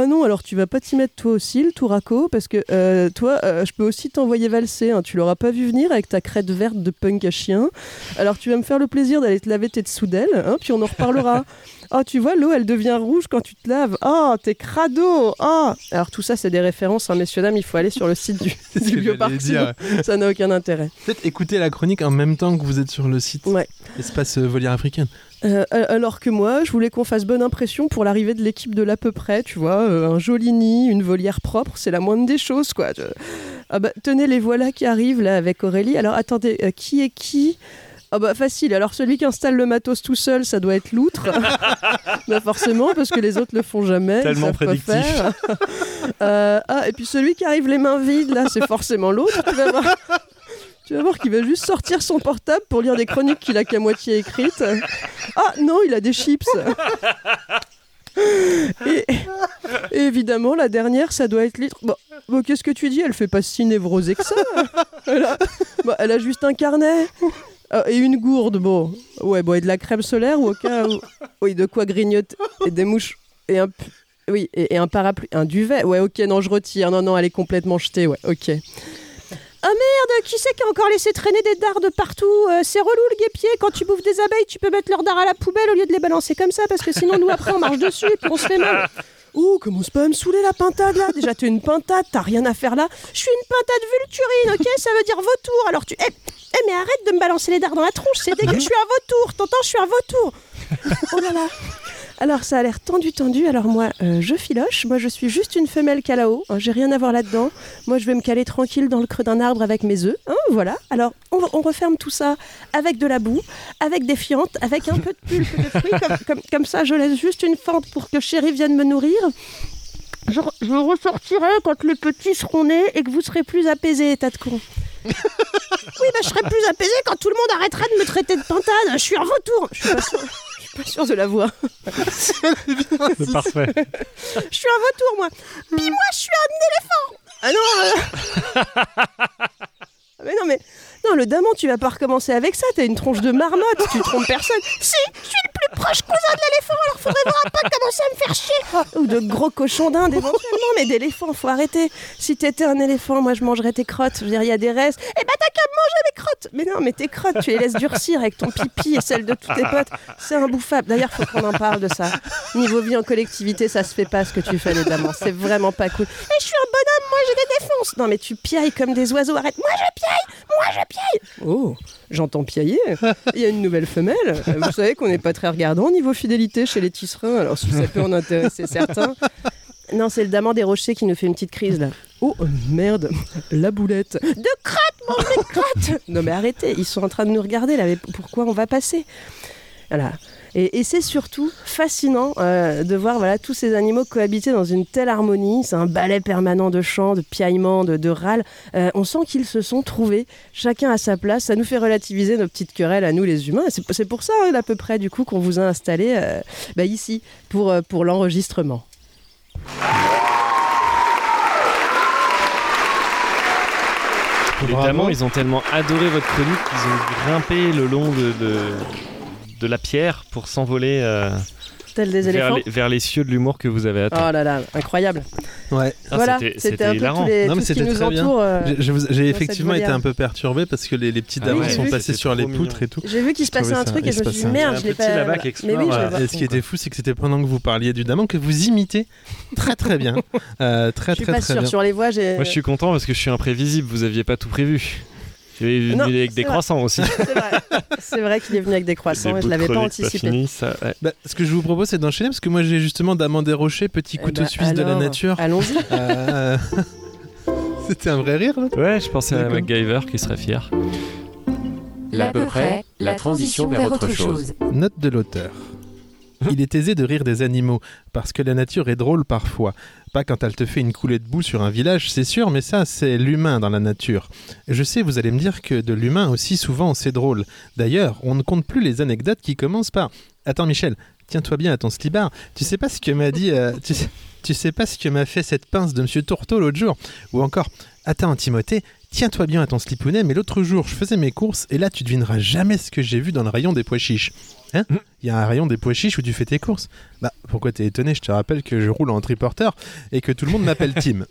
Speaker 7: Oh non, alors tu vas pas t'y mettre toi aussi, le touraco, parce que euh, toi, euh, je peux aussi t'envoyer valser. hein, tu l'auras pas vu venir avec ta crête verte de punk à chien. Alors tu vas me faire le plaisir d'aller te laver tes dessous d'elle, hein, puis on en reparlera. Ah, tu vois, l'eau, elle devient rouge quand tu te laves. Ah, t'es crado. Ah Alors, tout ça, c'est des références, hein, messieurs, dames. Il faut aller sur le site du,
Speaker 3: C'est ce
Speaker 7: du
Speaker 3: que
Speaker 7: Bioparc,
Speaker 3: j'allais dire.
Speaker 7: sinon, Ça n'a aucun intérêt.
Speaker 3: Peut-être écouter la chronique en même temps que vous êtes sur le site
Speaker 7: Ouais.
Speaker 3: Espace euh, Volière Africaine.
Speaker 7: Euh, al- alors que moi, je voulais qu'on fasse bonne impression pour l'arrivée de l'équipe de l'à peu près, tu vois, euh, un joli nid, une volière propre, c'est la moindre des choses, quoi. Je- Ah bah, tenez, les voilà qui arrivent, là, avec Aurélie. Alors, attendez, euh, qui est qui Ah bah facile, alors celui qui installe le matos tout seul, ça doit être l'outre. bah forcément, parce que les autres le font jamais. ils
Speaker 2: Tellement
Speaker 7: savent pas
Speaker 2: prédictif.
Speaker 7: faire. Euh, ah, et puis celui qui arrive les mains vides, là, c'est forcément l'autre. Tu vas voir, tu vas voir qu'il va juste sortir son portable pour lire des chroniques qu'il a qu'à moitié écrites. Ah non, il a des chips. Et, et évidemment, la dernière, ça doit être l'ître. Bon, bon, qu'est-ce que tu dis Elle fait pas si névrosée que ça. Elle a, bon, elle a juste un carnet Ah, et une gourde. Bon, ouais, bon, et de la crème solaire ou au cas où. Oui, de quoi grignoter Et des mouches. Et un. p- Oui, et, et un parapluie, un duvet. Ouais, ok, non, je retire. Non, non, elle est complètement jetée. Ouais, ok.
Speaker 13: Ah merde, qui c'est qui a encore laissé traîner des dards de partout Euh, C'est relou le guépier, quand tu bouffes des abeilles, tu peux mettre leurs dards à la poubelle au lieu de les balancer comme ça, parce que sinon nous après on marche dessus et puis on se fait mal.
Speaker 7: Ouh, commence pas à me saouler la pintade là. Déjà, t'es une pintade, t'as rien à faire là.
Speaker 13: Je suis une pintade vulturine, ok Ça veut dire vautour, alors tu... Eh, eh, mais arrête de me balancer les dards dans la tronche, c'est dégueu, je suis un vautour, t'entends, je suis un vautour
Speaker 7: Oh là là Alors ça a l'air tendu, tendu. Alors moi, euh, je filoche. Moi, je suis juste une femelle calao. Hein, J'ai rien à voir là-dedans. Moi, je vais me caler tranquille dans le creux d'un arbre avec mes œufs. Hein, voilà. Alors, on, on referme tout ça avec de la boue, avec des fientes, avec un peu de pulpe de fruits. Comme, comme- comme ça, je laisse juste une fente pour que chérie vienne me nourrir.
Speaker 13: Je, re- je ressortirai quand les petits seront nés et que vous serez plus apaisés, tas de con. oui, bah, je serai plus apaisée quand tout le monde arrêtera de me traiter de pintade. Je suis un vautour. Je suis pas sûre, je suis pas sûre de la voix.
Speaker 11: C'est parfait.
Speaker 13: Je suis un vautour, moi. Puis moi, je suis un éléphant.
Speaker 7: Ah non euh. Ah, Mais non, mais non, le daman, tu vas pas recommencer avec ça. T'as une tronche de marmotte. Tu trompes personne.
Speaker 13: Si, je suis le plus proche cousin de l'éléphant, alors faudrait voir un peu commencer à me faire chier.
Speaker 7: Ou de gros cochons d'Inde éventuellement, mais d'éléphants, faut arrêter. Si t'étais un éléphant, moi je mangerais tes crottes. Je veux dire, il y a des restes. Eh ben t'as qu'à manger mes crottes Mais non, mais tes crottes, tu les laisses durcir avec ton pipi et celle de tous tes potes. C'est imbouffable. D'ailleurs, faut qu'on en parle de ça. Niveau vie en collectivité, ça se fait pas ce que tu fais, les dames. C'est vraiment pas cool. Mais je suis un bonhomme, moi j'ai des défenses Non mais tu piailles comme des oiseaux, arrête Moi je piaille Moi je piaille Oh, j'entends piailler. Il y a une nouvelle femelle. Euh, Vous savez qu'on n'est pas très regardant niveau fidélité chez les tisserins, alors si ça peut en intéresser certains. Non, c'est le daman des rochers qui nous fait une petite crise là. Oh euh, merde, la boulette. De crotte, mange des crottes Non mais arrêtez, ils sont en train de nous regarder là, mais pourquoi on va passer voilà. Et, et c'est surtout fascinant euh, de voir voilà, tous ces animaux cohabiter dans une telle harmonie. C'est un ballet permanent de chants, de piaillements, de, de râles. Euh, on sent qu'ils se sont trouvés, chacun à sa place. Ça nous fait relativiser nos petites querelles à nous les humains. Et C'est c'est pour ça, hein, à peu près, du coup, qu'on vous a installé euh, bah, ici pour, euh, pour l'enregistrement.
Speaker 2: Les Damans, ils ont tellement adoré votre chronique qu'ils ont grimpé le long de, de, de la pierre pour s'envoler euh,
Speaker 7: Tels des
Speaker 2: vers,
Speaker 7: éléphants.
Speaker 2: les, vers les cieux de l'humour que vous avez atteint.
Speaker 7: Oh là là, incroyable.
Speaker 3: Ouais.
Speaker 2: Ah,
Speaker 7: voilà,
Speaker 2: c'était-
Speaker 7: c'était
Speaker 2: c'était
Speaker 7: un peu
Speaker 2: hilarant.
Speaker 7: tous les,
Speaker 3: Non,
Speaker 7: tout
Speaker 3: mais
Speaker 7: ce qui
Speaker 3: c'était
Speaker 7: nous
Speaker 3: très
Speaker 7: entoure. euh,
Speaker 3: bien. J'ai- je vous-
Speaker 7: dans cette
Speaker 3: J'ai effectivement été
Speaker 7: volière.
Speaker 3: un peu perturbé parce que les, les petits
Speaker 7: Ah oui,
Speaker 3: damans
Speaker 7: j'ai
Speaker 3: sont
Speaker 7: vu,
Speaker 3: passés
Speaker 2: c'était
Speaker 3: sur les
Speaker 2: trop
Speaker 3: poutres et tout.
Speaker 7: J'ai vu qu'il
Speaker 3: Je
Speaker 7: se
Speaker 3: trouvais
Speaker 7: passait un
Speaker 3: ça-
Speaker 7: truc et
Speaker 3: il
Speaker 7: je
Speaker 3: se
Speaker 7: me suis dit
Speaker 3: passait un-
Speaker 7: merde, je l'ai pas. voilà. Mais oui, je vais voir
Speaker 3: Et
Speaker 7: son
Speaker 3: ce qui euh,
Speaker 7: compte.
Speaker 3: était fou, c'est que c'était pendant que vous parliez du daman que vous imitez très très bien. Euh, très,
Speaker 7: Je suis
Speaker 3: très,
Speaker 7: pas
Speaker 3: très
Speaker 7: sûre
Speaker 3: bien.
Speaker 7: sur les voix, j'ai.
Speaker 2: Moi, je suis content parce que je suis imprévisible. Vous aviez pas tout prévu. J'ai venu
Speaker 7: Non,
Speaker 2: avec
Speaker 7: c'est
Speaker 2: des
Speaker 7: vrai.
Speaker 2: croissants aussi.
Speaker 7: C'est vrai qu'il est venu avec des croissants et je l'avais pas anticipé.
Speaker 3: Bah, ce que je vous propose, c'est d'enchaîner parce que moi j'ai justement Damant des Rochers, petit
Speaker 7: Eh
Speaker 3: couteau
Speaker 7: bah,
Speaker 3: suisse de la
Speaker 7: alors,
Speaker 3: nature.
Speaker 7: allons-y.
Speaker 3: Euh, C'était un vrai rire là
Speaker 2: Ouais, je pensais à
Speaker 3: D'accord.
Speaker 2: MacGyver qui serait fier.
Speaker 10: L'à peu près, la transition vers autre chose.
Speaker 3: Note de l'auteur. Il est aisé de rire des animaux, parce que la nature est drôle parfois. Pas quand elle te fait une coulée de boue sur un village, c'est sûr, mais ça, c'est l'humain dans la nature. Je sais, vous allez me dire que de l'humain aussi, souvent, c'est drôle. D'ailleurs, on ne compte plus les anecdotes qui commencent par Attends, Michel, tiens-toi bien à ton slibard. Tu sais pas ce que m'a dit. euh, tu, sais, tu sais pas ce que m'a fait cette pince de Monsieur Tourteau l'autre jour Ou encore Attends, Timothée, tiens-toi bien à ton slipounet, mais l'autre jour, je faisais mes courses et là, tu devineras jamais ce que j'ai vu dans le rayon des pois chiches. Hein Il y a un rayon des pois chiches où tu fais tes courses. Bah, pourquoi t'es étonné Je te rappelle que je roule en triporteur et que tout le monde m'appelle Tim.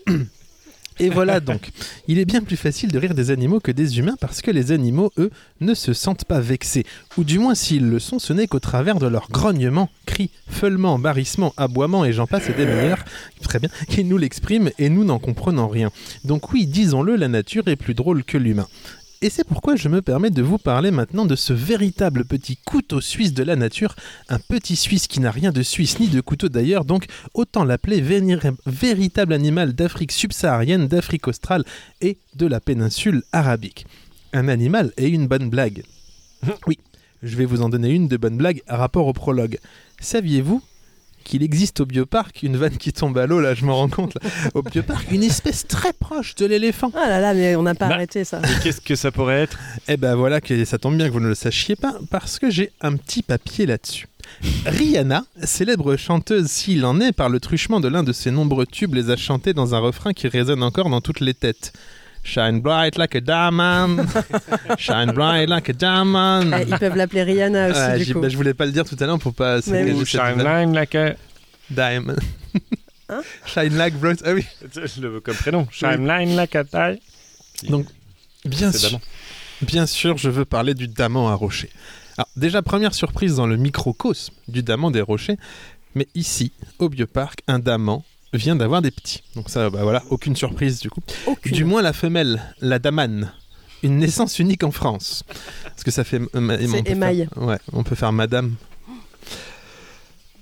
Speaker 3: Et voilà donc, il est bien plus facile de rire des animaux que des humains parce que les animaux, eux, ne se sentent pas vexés. Ou du moins, s'ils le sont, ce n'est qu'au travers de leurs grognements, cris, feulements, barrissements, aboiements et j'en passe et des meilleurs, très bien, qu'ils nous l'expriment et nous n'en comprenons rien. Donc oui, disons-le, la nature est plus drôle que l'humain. Et c'est pourquoi je me permets de vous parler maintenant de ce véritable petit couteau suisse de la nature, un petit suisse qui n'a rien de suisse ni de couteau d'ailleurs, donc autant l'appeler vénéré- véritable animal d'Afrique subsaharienne, d'Afrique australe et de la péninsule arabique. Un animal et une bonne blague. Oui, je vais vous en donner une de bonne blague à rapport au prologue. Saviez-vous qu'il existe au bioparc une vanne qui tombe à l'eau là, je m'en rends compte. là. Au bioparc, une espèce très proche de l'éléphant.
Speaker 7: Ah là là, mais on n'a pas
Speaker 3: Bah.
Speaker 7: arrêté ça.
Speaker 3: qu'est-ce que ça pourrait être Eh ben voilà, que ça tombe bien que vous ne le sachiez pas, parce que j'ai un petit papier là-dessus. Rihanna, célèbre chanteuse s'il en est par le truchement de l'un de ses nombreux tubes, les a chantés dans un refrain qui résonne encore dans toutes les têtes. Shine bright like a diamond. Shine bright like a diamond.
Speaker 7: Eh, ils peuvent l'appeler Rihanna aussi,
Speaker 3: Ah,
Speaker 7: du
Speaker 3: j'ai-
Speaker 7: coup.
Speaker 3: bah, je voulais pas le dire tout à l'heure pour pas.
Speaker 7: Mais oui.
Speaker 3: Shine like a diamond.
Speaker 7: Hein
Speaker 3: Shine like bright. Ah oui. Je le veux comme prénom.
Speaker 2: Timeline la cataille.
Speaker 3: Donc, bien
Speaker 2: C'est
Speaker 3: sûr,
Speaker 2: Daman.
Speaker 3: bien sûr, je veux parler du daman à rocher. Alors, déjà, première surprise dans le microcosme du daman des rochers, mais ici, au bioparc, un daman vient d'avoir des petits. Donc ça, bah voilà, aucune surprise du coup. Du moins la femelle, la damane. Une naissance unique en France. Parce que ça fait... euh, ma-
Speaker 7: C'est
Speaker 3: on peut faire-
Speaker 7: émail.
Speaker 3: ouais, on peut faire madame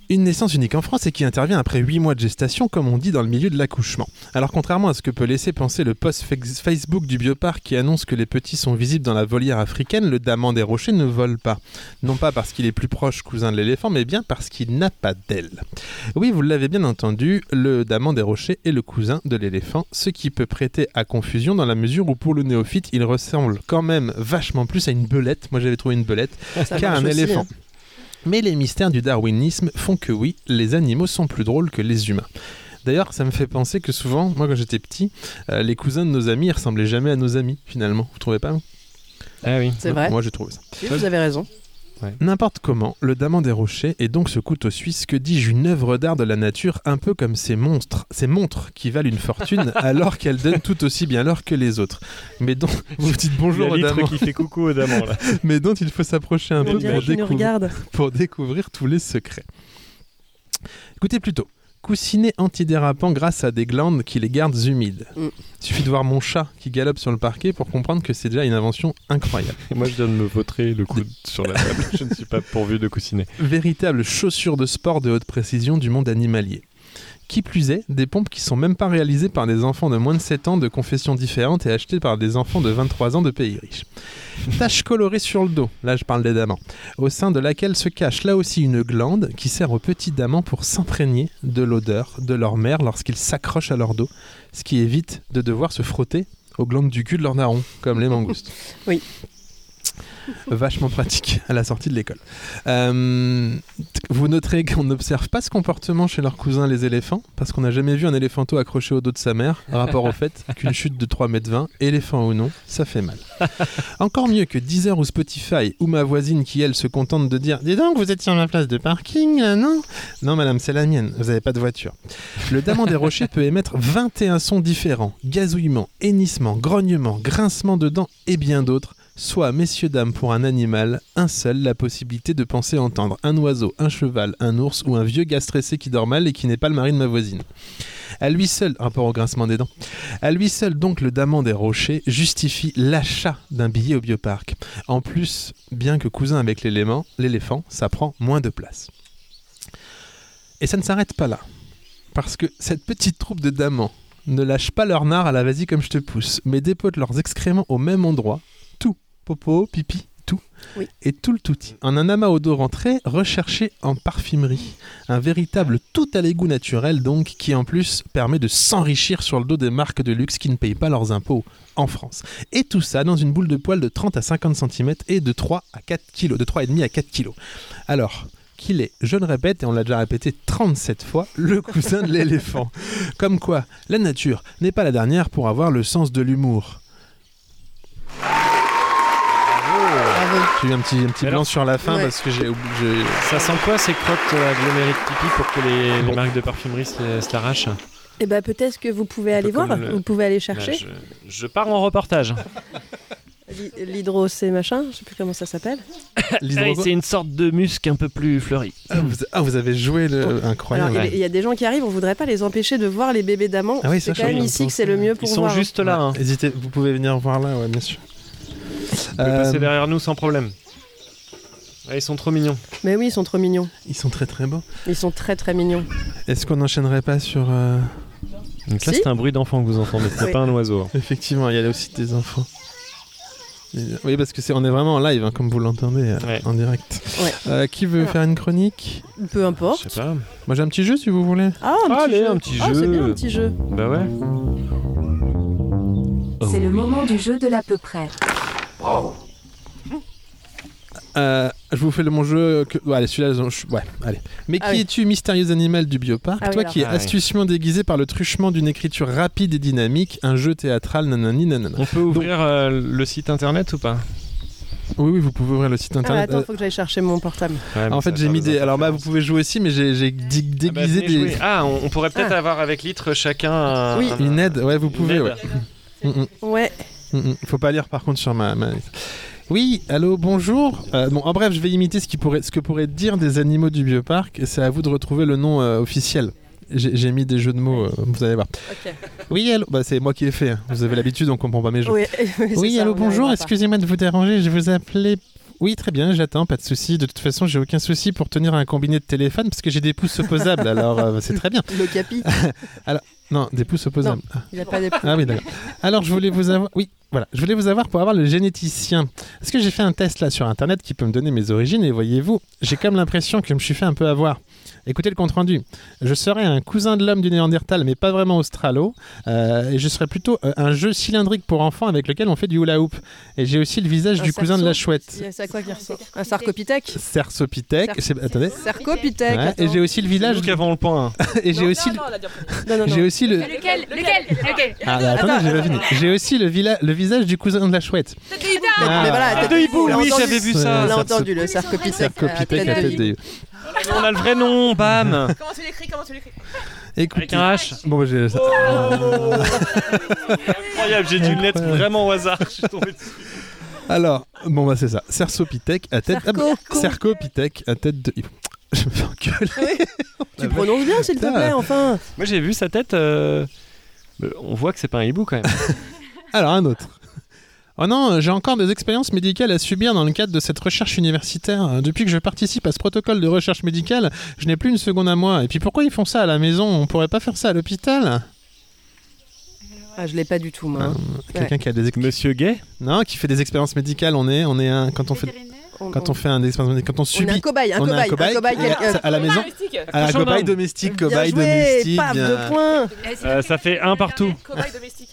Speaker 3: une naissance unique en France et qui intervient après 8 mois de gestation, comme on dit dans le milieu de l'accouchement. Alors contrairement à ce que peut laisser penser le post fex- Facebook du Bioparc qui annonce que les petits sont visibles dans la volière africaine, le daman des rochers ne vole pas. Non pas parce qu'il est plus proche cousin de l'éléphant, mais bien parce qu'il n'a pas d'aile. Oui, vous l'avez bien entendu, le daman des rochers est le cousin de l'éléphant, ce qui peut prêter à confusion dans la mesure où pour le néophyte, il ressemble quand même vachement plus à une belette, moi j'avais trouvé une belette,
Speaker 7: Ça
Speaker 3: qu'à
Speaker 7: marche
Speaker 3: un
Speaker 7: aussi,
Speaker 3: éléphant.
Speaker 7: hein.
Speaker 3: Mais les mystères du darwinisme font que oui, les animaux sont plus drôles que les humains. D'ailleurs, ça me fait penser que souvent, moi quand j'étais petit, euh, les cousins de nos amis ils ressemblaient jamais à nos amis finalement. Vous trouvez pas vous
Speaker 2: Ah oui.
Speaker 7: C'est vrai.
Speaker 3: Moi j'ai trouvé ça.
Speaker 7: Oui, vous avez raison.
Speaker 3: N'importe comment, le daman des rochers est donc ce couteau suisse que dis-je une œuvre d'art de la nature, un peu comme ces monstres, ces montres qui valent une fortune alors qu'elles donnent tout aussi bien l'or que les autres. Mais dont vous dites bonjour
Speaker 2: Il y a
Speaker 3: au
Speaker 2: l'itre
Speaker 3: daman.
Speaker 2: qui fait coucou au daman, là.
Speaker 3: Mais dont il faut s'approcher un
Speaker 7: On
Speaker 3: peu
Speaker 7: dirait
Speaker 3: pour,
Speaker 7: qu'il nous
Speaker 3: découvrir-
Speaker 7: regarde.
Speaker 3: pour découvrir tous les secrets. Écoutez plutôt. Coussinet antidérapant grâce à des glandes qui les gardent humides. Suffit de voir mon chat qui galope sur le parquet pour comprendre que c'est déjà une invention incroyable.
Speaker 2: Moi, je viens de me vautrer le coude sur la table. Je ne suis pas pourvu de coussinet.
Speaker 3: Véritable chaussure de sport de haute précision du monde animalier. Qui plus est, des pompes qui sont même pas réalisées par des enfants de moins de 7 ans de confessions différentes et achetées par des enfants de 23 ans de pays riches. Tache colorée sur le dos, là je parle des damans, au sein de laquelle se cache là aussi une glande qui sert aux petits damans pour s'imprégner de l'odeur de leur mère lorsqu'ils s'accrochent à leur dos, ce qui évite de devoir se frotter aux glandes du cul de leur daron, comme les mangoustes.
Speaker 7: Oui.
Speaker 3: Vachement pratique à la sortie de l'école. Euh, vous noterez qu'on n'observe pas ce comportement chez leurs cousins les éléphants, parce qu'on n'a jamais vu un éléphanto accroché au dos de sa mère, rapport au fait qu'une chute de 3m20, éléphant ou non, ça fait mal. Encore mieux que Deezer ou Spotify, ou ma voisine qui, elle, se contente de dire Dis donc, vous êtes sur ma place de parking, euh, non Non, madame, c'est la mienne, vous n'avez pas de voiture. Le Daman des Rochers peut émettre 21 sons différents gazouillement, hennissement, grognement, grincement de dents et bien d'autres. Soit, messieurs, dames, pour un animal, un seul, la possibilité de penser entendre un oiseau, un cheval, un ours ou un vieux gars stressé qui dort mal et qui n'est pas le mari de ma voisine. À lui seul, rapport au grincement des dents, à lui seul donc le daman des rochers justifie l'achat d'un billet au bioparc. En plus, bien que cousin avec l'élément, l'éléphant, ça prend moins de place. Et ça ne s'arrête pas là. Parce que cette petite troupe de damans ne lâche pas leur nard à la vas-y comme je te pousse, mais dépotent leurs excréments au même endroit. Tout. Popo, pipi, tout. Et tout le touti. En un amas odorant très recherché en parfumerie. Un véritable tout à l'égout naturel donc, qui en plus permet de s'enrichir sur le dos des marques de luxe qui ne payent pas leurs impôts en France. Et tout ça dans une boule de poil de 30 à 50 cm et de 3 à 4 kg, de 3,5 à 4 kg. Alors, qu'il est, je le répète, et on l'a déjà répété 37 fois, le cousin de l'éléphant. Comme quoi, la nature n'est pas la dernière pour avoir le sens de l'humour. J'ai eu un petit, un petit blanc sur la fin
Speaker 2: Ouais.
Speaker 3: parce que j'ai oublié. j'ai-
Speaker 2: Ça sent quoi ces crottes euh, agglomérées de pipi pour que les, les marques de parfumerie se, se l'arrachent
Speaker 7: Et ben peut-être que vous pouvez aller voir,
Speaker 2: comme le-
Speaker 7: vous pouvez aller
Speaker 2: Là,
Speaker 7: chercher
Speaker 2: je, je pars en reportage.
Speaker 7: L'hy- l'hydro c'est machin, je sais plus comment ça s'appelle.
Speaker 2: Ah, et C'est une sorte de musc un peu plus fleuri.
Speaker 3: Ah, vous, ah, vous avez joué le. euh,
Speaker 7: Alors,
Speaker 3: Incroyable.
Speaker 7: il y a- il y, a des gens qui arrivent, on voudrait pas les empêcher de voir les bébés d'amants.
Speaker 3: Ah oui, ça,
Speaker 7: c'est
Speaker 3: je
Speaker 7: quand même
Speaker 3: comprends.
Speaker 7: ici que c'est le mieux pour voir. hein.
Speaker 2: là. hein.
Speaker 3: Hésitez, vous pouvez venir voir là, ouais, bien sûr. Euh,
Speaker 2: Vous pouvez passer derrière nous sans problème. Ah, ils sont trop mignons.
Speaker 7: Mais oui, ils sont trop mignons.
Speaker 3: Ils sont très très beaux.
Speaker 7: Ils sont très très mignons.
Speaker 3: Est-ce qu'on n'enchaînerait pas sur. euh,
Speaker 2: Donc là, c'est un bruit d'enfant que vous entendez, c'est
Speaker 7: Oui.
Speaker 2: pas un oiseau.
Speaker 3: Effectivement, il y a là aussi des enfants. Oui, parce que c'est, on est vraiment en live, hein, comme vous l'entendez, euh, en direct.
Speaker 7: Ouais.
Speaker 3: Euh, qui veut
Speaker 7: Alors.
Speaker 3: faire une chronique
Speaker 7: Peu importe.
Speaker 3: Je sais pas. Moi j'ai un petit jeu si vous voulez.
Speaker 7: Ah, un petit Allez, jeu. un petit Ah, c'est jeu. bien, un petit jeu.
Speaker 2: Bah ouais.
Speaker 14: C'est le moment du jeu de l'à peu près.
Speaker 3: Euh, je vous fais le mon jeu. Que... Ouais, allez, celui-là, je- ouais, allez. Mais qui
Speaker 7: Ah oui.
Speaker 3: es-tu, mystérieux animal du bioparc
Speaker 7: Ah oui,
Speaker 3: Toi
Speaker 7: alors.
Speaker 3: qui es
Speaker 7: Ah oui.
Speaker 3: astucieusement déguisé par le truchement d'une écriture rapide et dynamique, un jeu théâtral, nanani, nanana.
Speaker 2: On peut ouvrir euh, le site internet ou pas
Speaker 3: Oui, oui, vous pouvez ouvrir le site
Speaker 7: Ah,
Speaker 3: internet.
Speaker 7: attends, faut que j'aille chercher mon portable.
Speaker 3: Euh, en fait, j'ai mis des. Alors, bah, vous pouvez jouer aussi, mais j'ai j'ai dé- déguisé
Speaker 2: Ah, bah, Venez
Speaker 3: des.
Speaker 2: jouer. Ah, on, on pourrait peut-être avoir avec litre chacun un- un-
Speaker 3: Une aide, ouais, vous
Speaker 2: une
Speaker 3: pouvez,
Speaker 2: aide.
Speaker 3: ouais. Mm, mm.
Speaker 7: Ouais.
Speaker 3: Mm, mm. Faut pas lire par contre sur ma. ma liste. Oui, allô, bonjour. Euh, bon, en bref, je vais imiter ce, qui pourrait, ce que pourraient dire des animaux du bioparc. C'est à vous de retrouver le nom euh, officiel. J'ai j'ai mis des jeux de mots, euh, vous allez voir. Oui, allô. Bah, c'est moi qui ai fait. hein. Vous avez l'habitude, on comprend pas mes jeux.
Speaker 7: Oui,
Speaker 3: Oui,
Speaker 7: c'est ça,
Speaker 3: allô,
Speaker 7: on n'y arrivera
Speaker 3: bonjour.
Speaker 7: pas.
Speaker 3: Excusez-moi de vous déranger. Je vous appelais. Oui, très bien, j'attends, pas de souci. De toute façon, j'ai aucun souci pour tenir un combiné de téléphone parce que j'ai des pouces opposables. alors, euh, c'est très bien.
Speaker 7: Le capi.
Speaker 3: Alors, non, des pouces opposables.
Speaker 7: Non, il a pas des pouces.
Speaker 3: Ah oui, d'accord. Alors, je voulais vous avoir. Oui, voilà. Je voulais vous avoir pour avoir le généticien. Parce que j'ai fait un test là sur internet qui peut me donner mes origines et voyez-vous, j'ai comme l'impression que je me suis fait un peu avoir. Écoutez le compte rendu. Je serais un cousin de l'homme du Néandertal, mais pas vraiment australo. Euh, et je serais plutôt euh, un jeu cylindrique pour enfants avec lequel on fait du hula hoop. Et j'ai aussi le visage
Speaker 7: Un
Speaker 3: du cousin de la
Speaker 7: cerceau.
Speaker 3: chouette.
Speaker 7: C'est à quoi qu'il ressemble Un sarcopithèque
Speaker 3: Cercopithèque.
Speaker 7: Cer-
Speaker 3: c'est- Attendez.
Speaker 7: Sarcopithèque.
Speaker 3: Ouais, et j'ai aussi le village. avant le point. et j'ai aussi. le- J'ai aussi le.
Speaker 12: Lequel Lequel Lequel
Speaker 3: Ah, bah, attendez, j'ai pas fini. J'ai aussi le, vila- le visage du cousin de la chouette. Ah.
Speaker 7: Mais voilà,
Speaker 2: Ah,
Speaker 7: t'as-
Speaker 2: de hibou,
Speaker 7: on l'a
Speaker 2: oui,
Speaker 7: entendu.
Speaker 2: j'avais vu
Speaker 3: ça.
Speaker 7: On l'a
Speaker 3: Ça-
Speaker 7: entendu,
Speaker 3: ça-
Speaker 7: le sarcopithèque.
Speaker 3: Sarcopithèque à tête de hibou.
Speaker 2: On a le vrai nom, bam
Speaker 12: Comment tu l'écris Comment tu l'écris
Speaker 3: Écoutez.
Speaker 2: Avec un H
Speaker 3: Bon, bah, j'ai.
Speaker 2: Incroyable, j'ai dû une lettre vraiment au hasard. Je suis tombé dessus.
Speaker 3: Alors, bon, bah, c'est ça. Cercopithèque à tête. ah, bah,
Speaker 7: Cerco.
Speaker 3: Cercopithèque à tête de hibou. Je me fais engueuler. Ah
Speaker 7: Tu prononces bien, s'il te
Speaker 2: Putain.
Speaker 7: plaît, enfin.
Speaker 2: Moi j'ai vu sa tête. euh, euh, On voit que c'est pas un hibou quand même.
Speaker 3: Alors un autre. Oh non, j'ai encore des expériences médicales à subir dans le cadre de cette recherche universitaire. Euh, Depuis que je participe à ce protocole de recherche médicale, je n'ai plus une seconde à moi. Et puis pourquoi ils font ça à la maison On pourrait pas faire ça à l'hôpital
Speaker 7: Ah, je l'ai pas du tout, moi. hein.
Speaker 3: Quelqu'un
Speaker 7: Ouais.
Speaker 3: qui a des Monsieur Gay Non, qui fait des expériences médicales. On est, on est un quand on fait quand on fait un des expériences médicales, quand on subit.
Speaker 7: un cobaye, un
Speaker 3: on est
Speaker 7: cobaye, un cobaye,
Speaker 3: et
Speaker 7: quelqu'un-
Speaker 3: ça, à la maison.
Speaker 7: Domestique.
Speaker 3: À la
Speaker 7: Cochon
Speaker 3: cobaye
Speaker 7: d'Inde.
Speaker 3: domestique,
Speaker 7: Bien
Speaker 3: cobaye
Speaker 7: joué,
Speaker 3: domestique.
Speaker 7: paf,
Speaker 3: bien-
Speaker 7: deux points.
Speaker 2: Euh, ça fait un partout.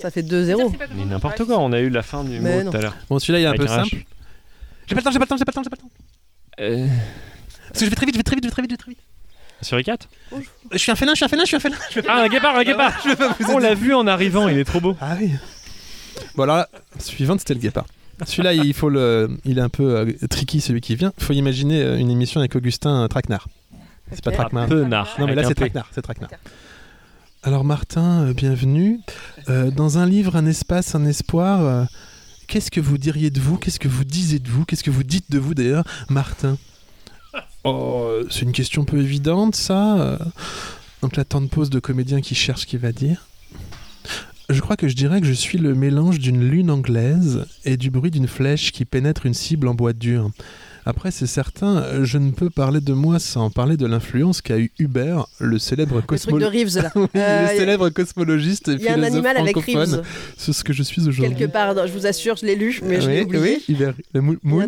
Speaker 7: Ça fait 2-0.
Speaker 2: Mais n'importe quoi, on a eu la fin du
Speaker 7: Mais
Speaker 2: mot
Speaker 7: non.
Speaker 2: tout à l'heure.
Speaker 3: Bon, celui-là, il est un
Speaker 2: Avec
Speaker 3: peu
Speaker 2: H.
Speaker 3: simple. J'ai pas le temps, j'ai pas le temps, j'ai pas le temps, j'ai pas le temps.
Speaker 2: Euh,
Speaker 3: Parce que je vais très vite, je vais très vite, je vais très vite, je vais très vite.
Speaker 2: Sur les 4
Speaker 3: Je suis un félin, je suis un félin, je suis un félin. je suis un
Speaker 2: Ah, un guépard, un guépard On l'a vu en arrivant, il est trop beau.
Speaker 3: Ah oui. Bon alors, là, suivante, c'était le guépard. Celui-là, il faut le, il est un peu euh, tricky celui qui vient. Faut imaginer euh, une émission avec Augustin euh, Traquenard. C'est pas
Speaker 2: Ok.
Speaker 3: Traquenard.
Speaker 2: Ah, Penard,
Speaker 3: Non mais
Speaker 2: avec
Speaker 3: là
Speaker 2: un
Speaker 3: c'est
Speaker 2: P.
Speaker 3: Traquenard, c'est Traquenard. Alors Martin, euh, bienvenue. Euh, dans un livre, un espace, un espoir. euh, Qu'est-ce que vous diriez de vous Qu'est-ce que vous disiez de vous Qu'est-ce que vous dites de vous d'ailleurs, Martin Oh, euh, c'est une question peu évidente, ça. euh. Donc la temps de pause de comédien qui cherche ce qu'il va dire. Je crois que je dirais que je suis le mélange d'une lune anglaise et du bruit d'une flèche qui pénètre une cible en bois dur. Après, c'est certain, euh, je ne peux parler de moi sans parler de l'influence qu'a eu Hubert, le célèbre
Speaker 7: truc de
Speaker 3: cosmologue.
Speaker 7: Reeves, là. Euh,
Speaker 3: le célèbre cosmologiste et
Speaker 7: il y a un
Speaker 3: philosophe
Speaker 7: animal avec
Speaker 3: francophone.
Speaker 7: Reeves.
Speaker 3: C'est ce que je suis aujourd'hui.
Speaker 7: Quelque part, non, je vous assure, je l'ai lu, mais je l'ai
Speaker 3: oui,
Speaker 7: oublié.
Speaker 3: oui, il est- le moon, moon,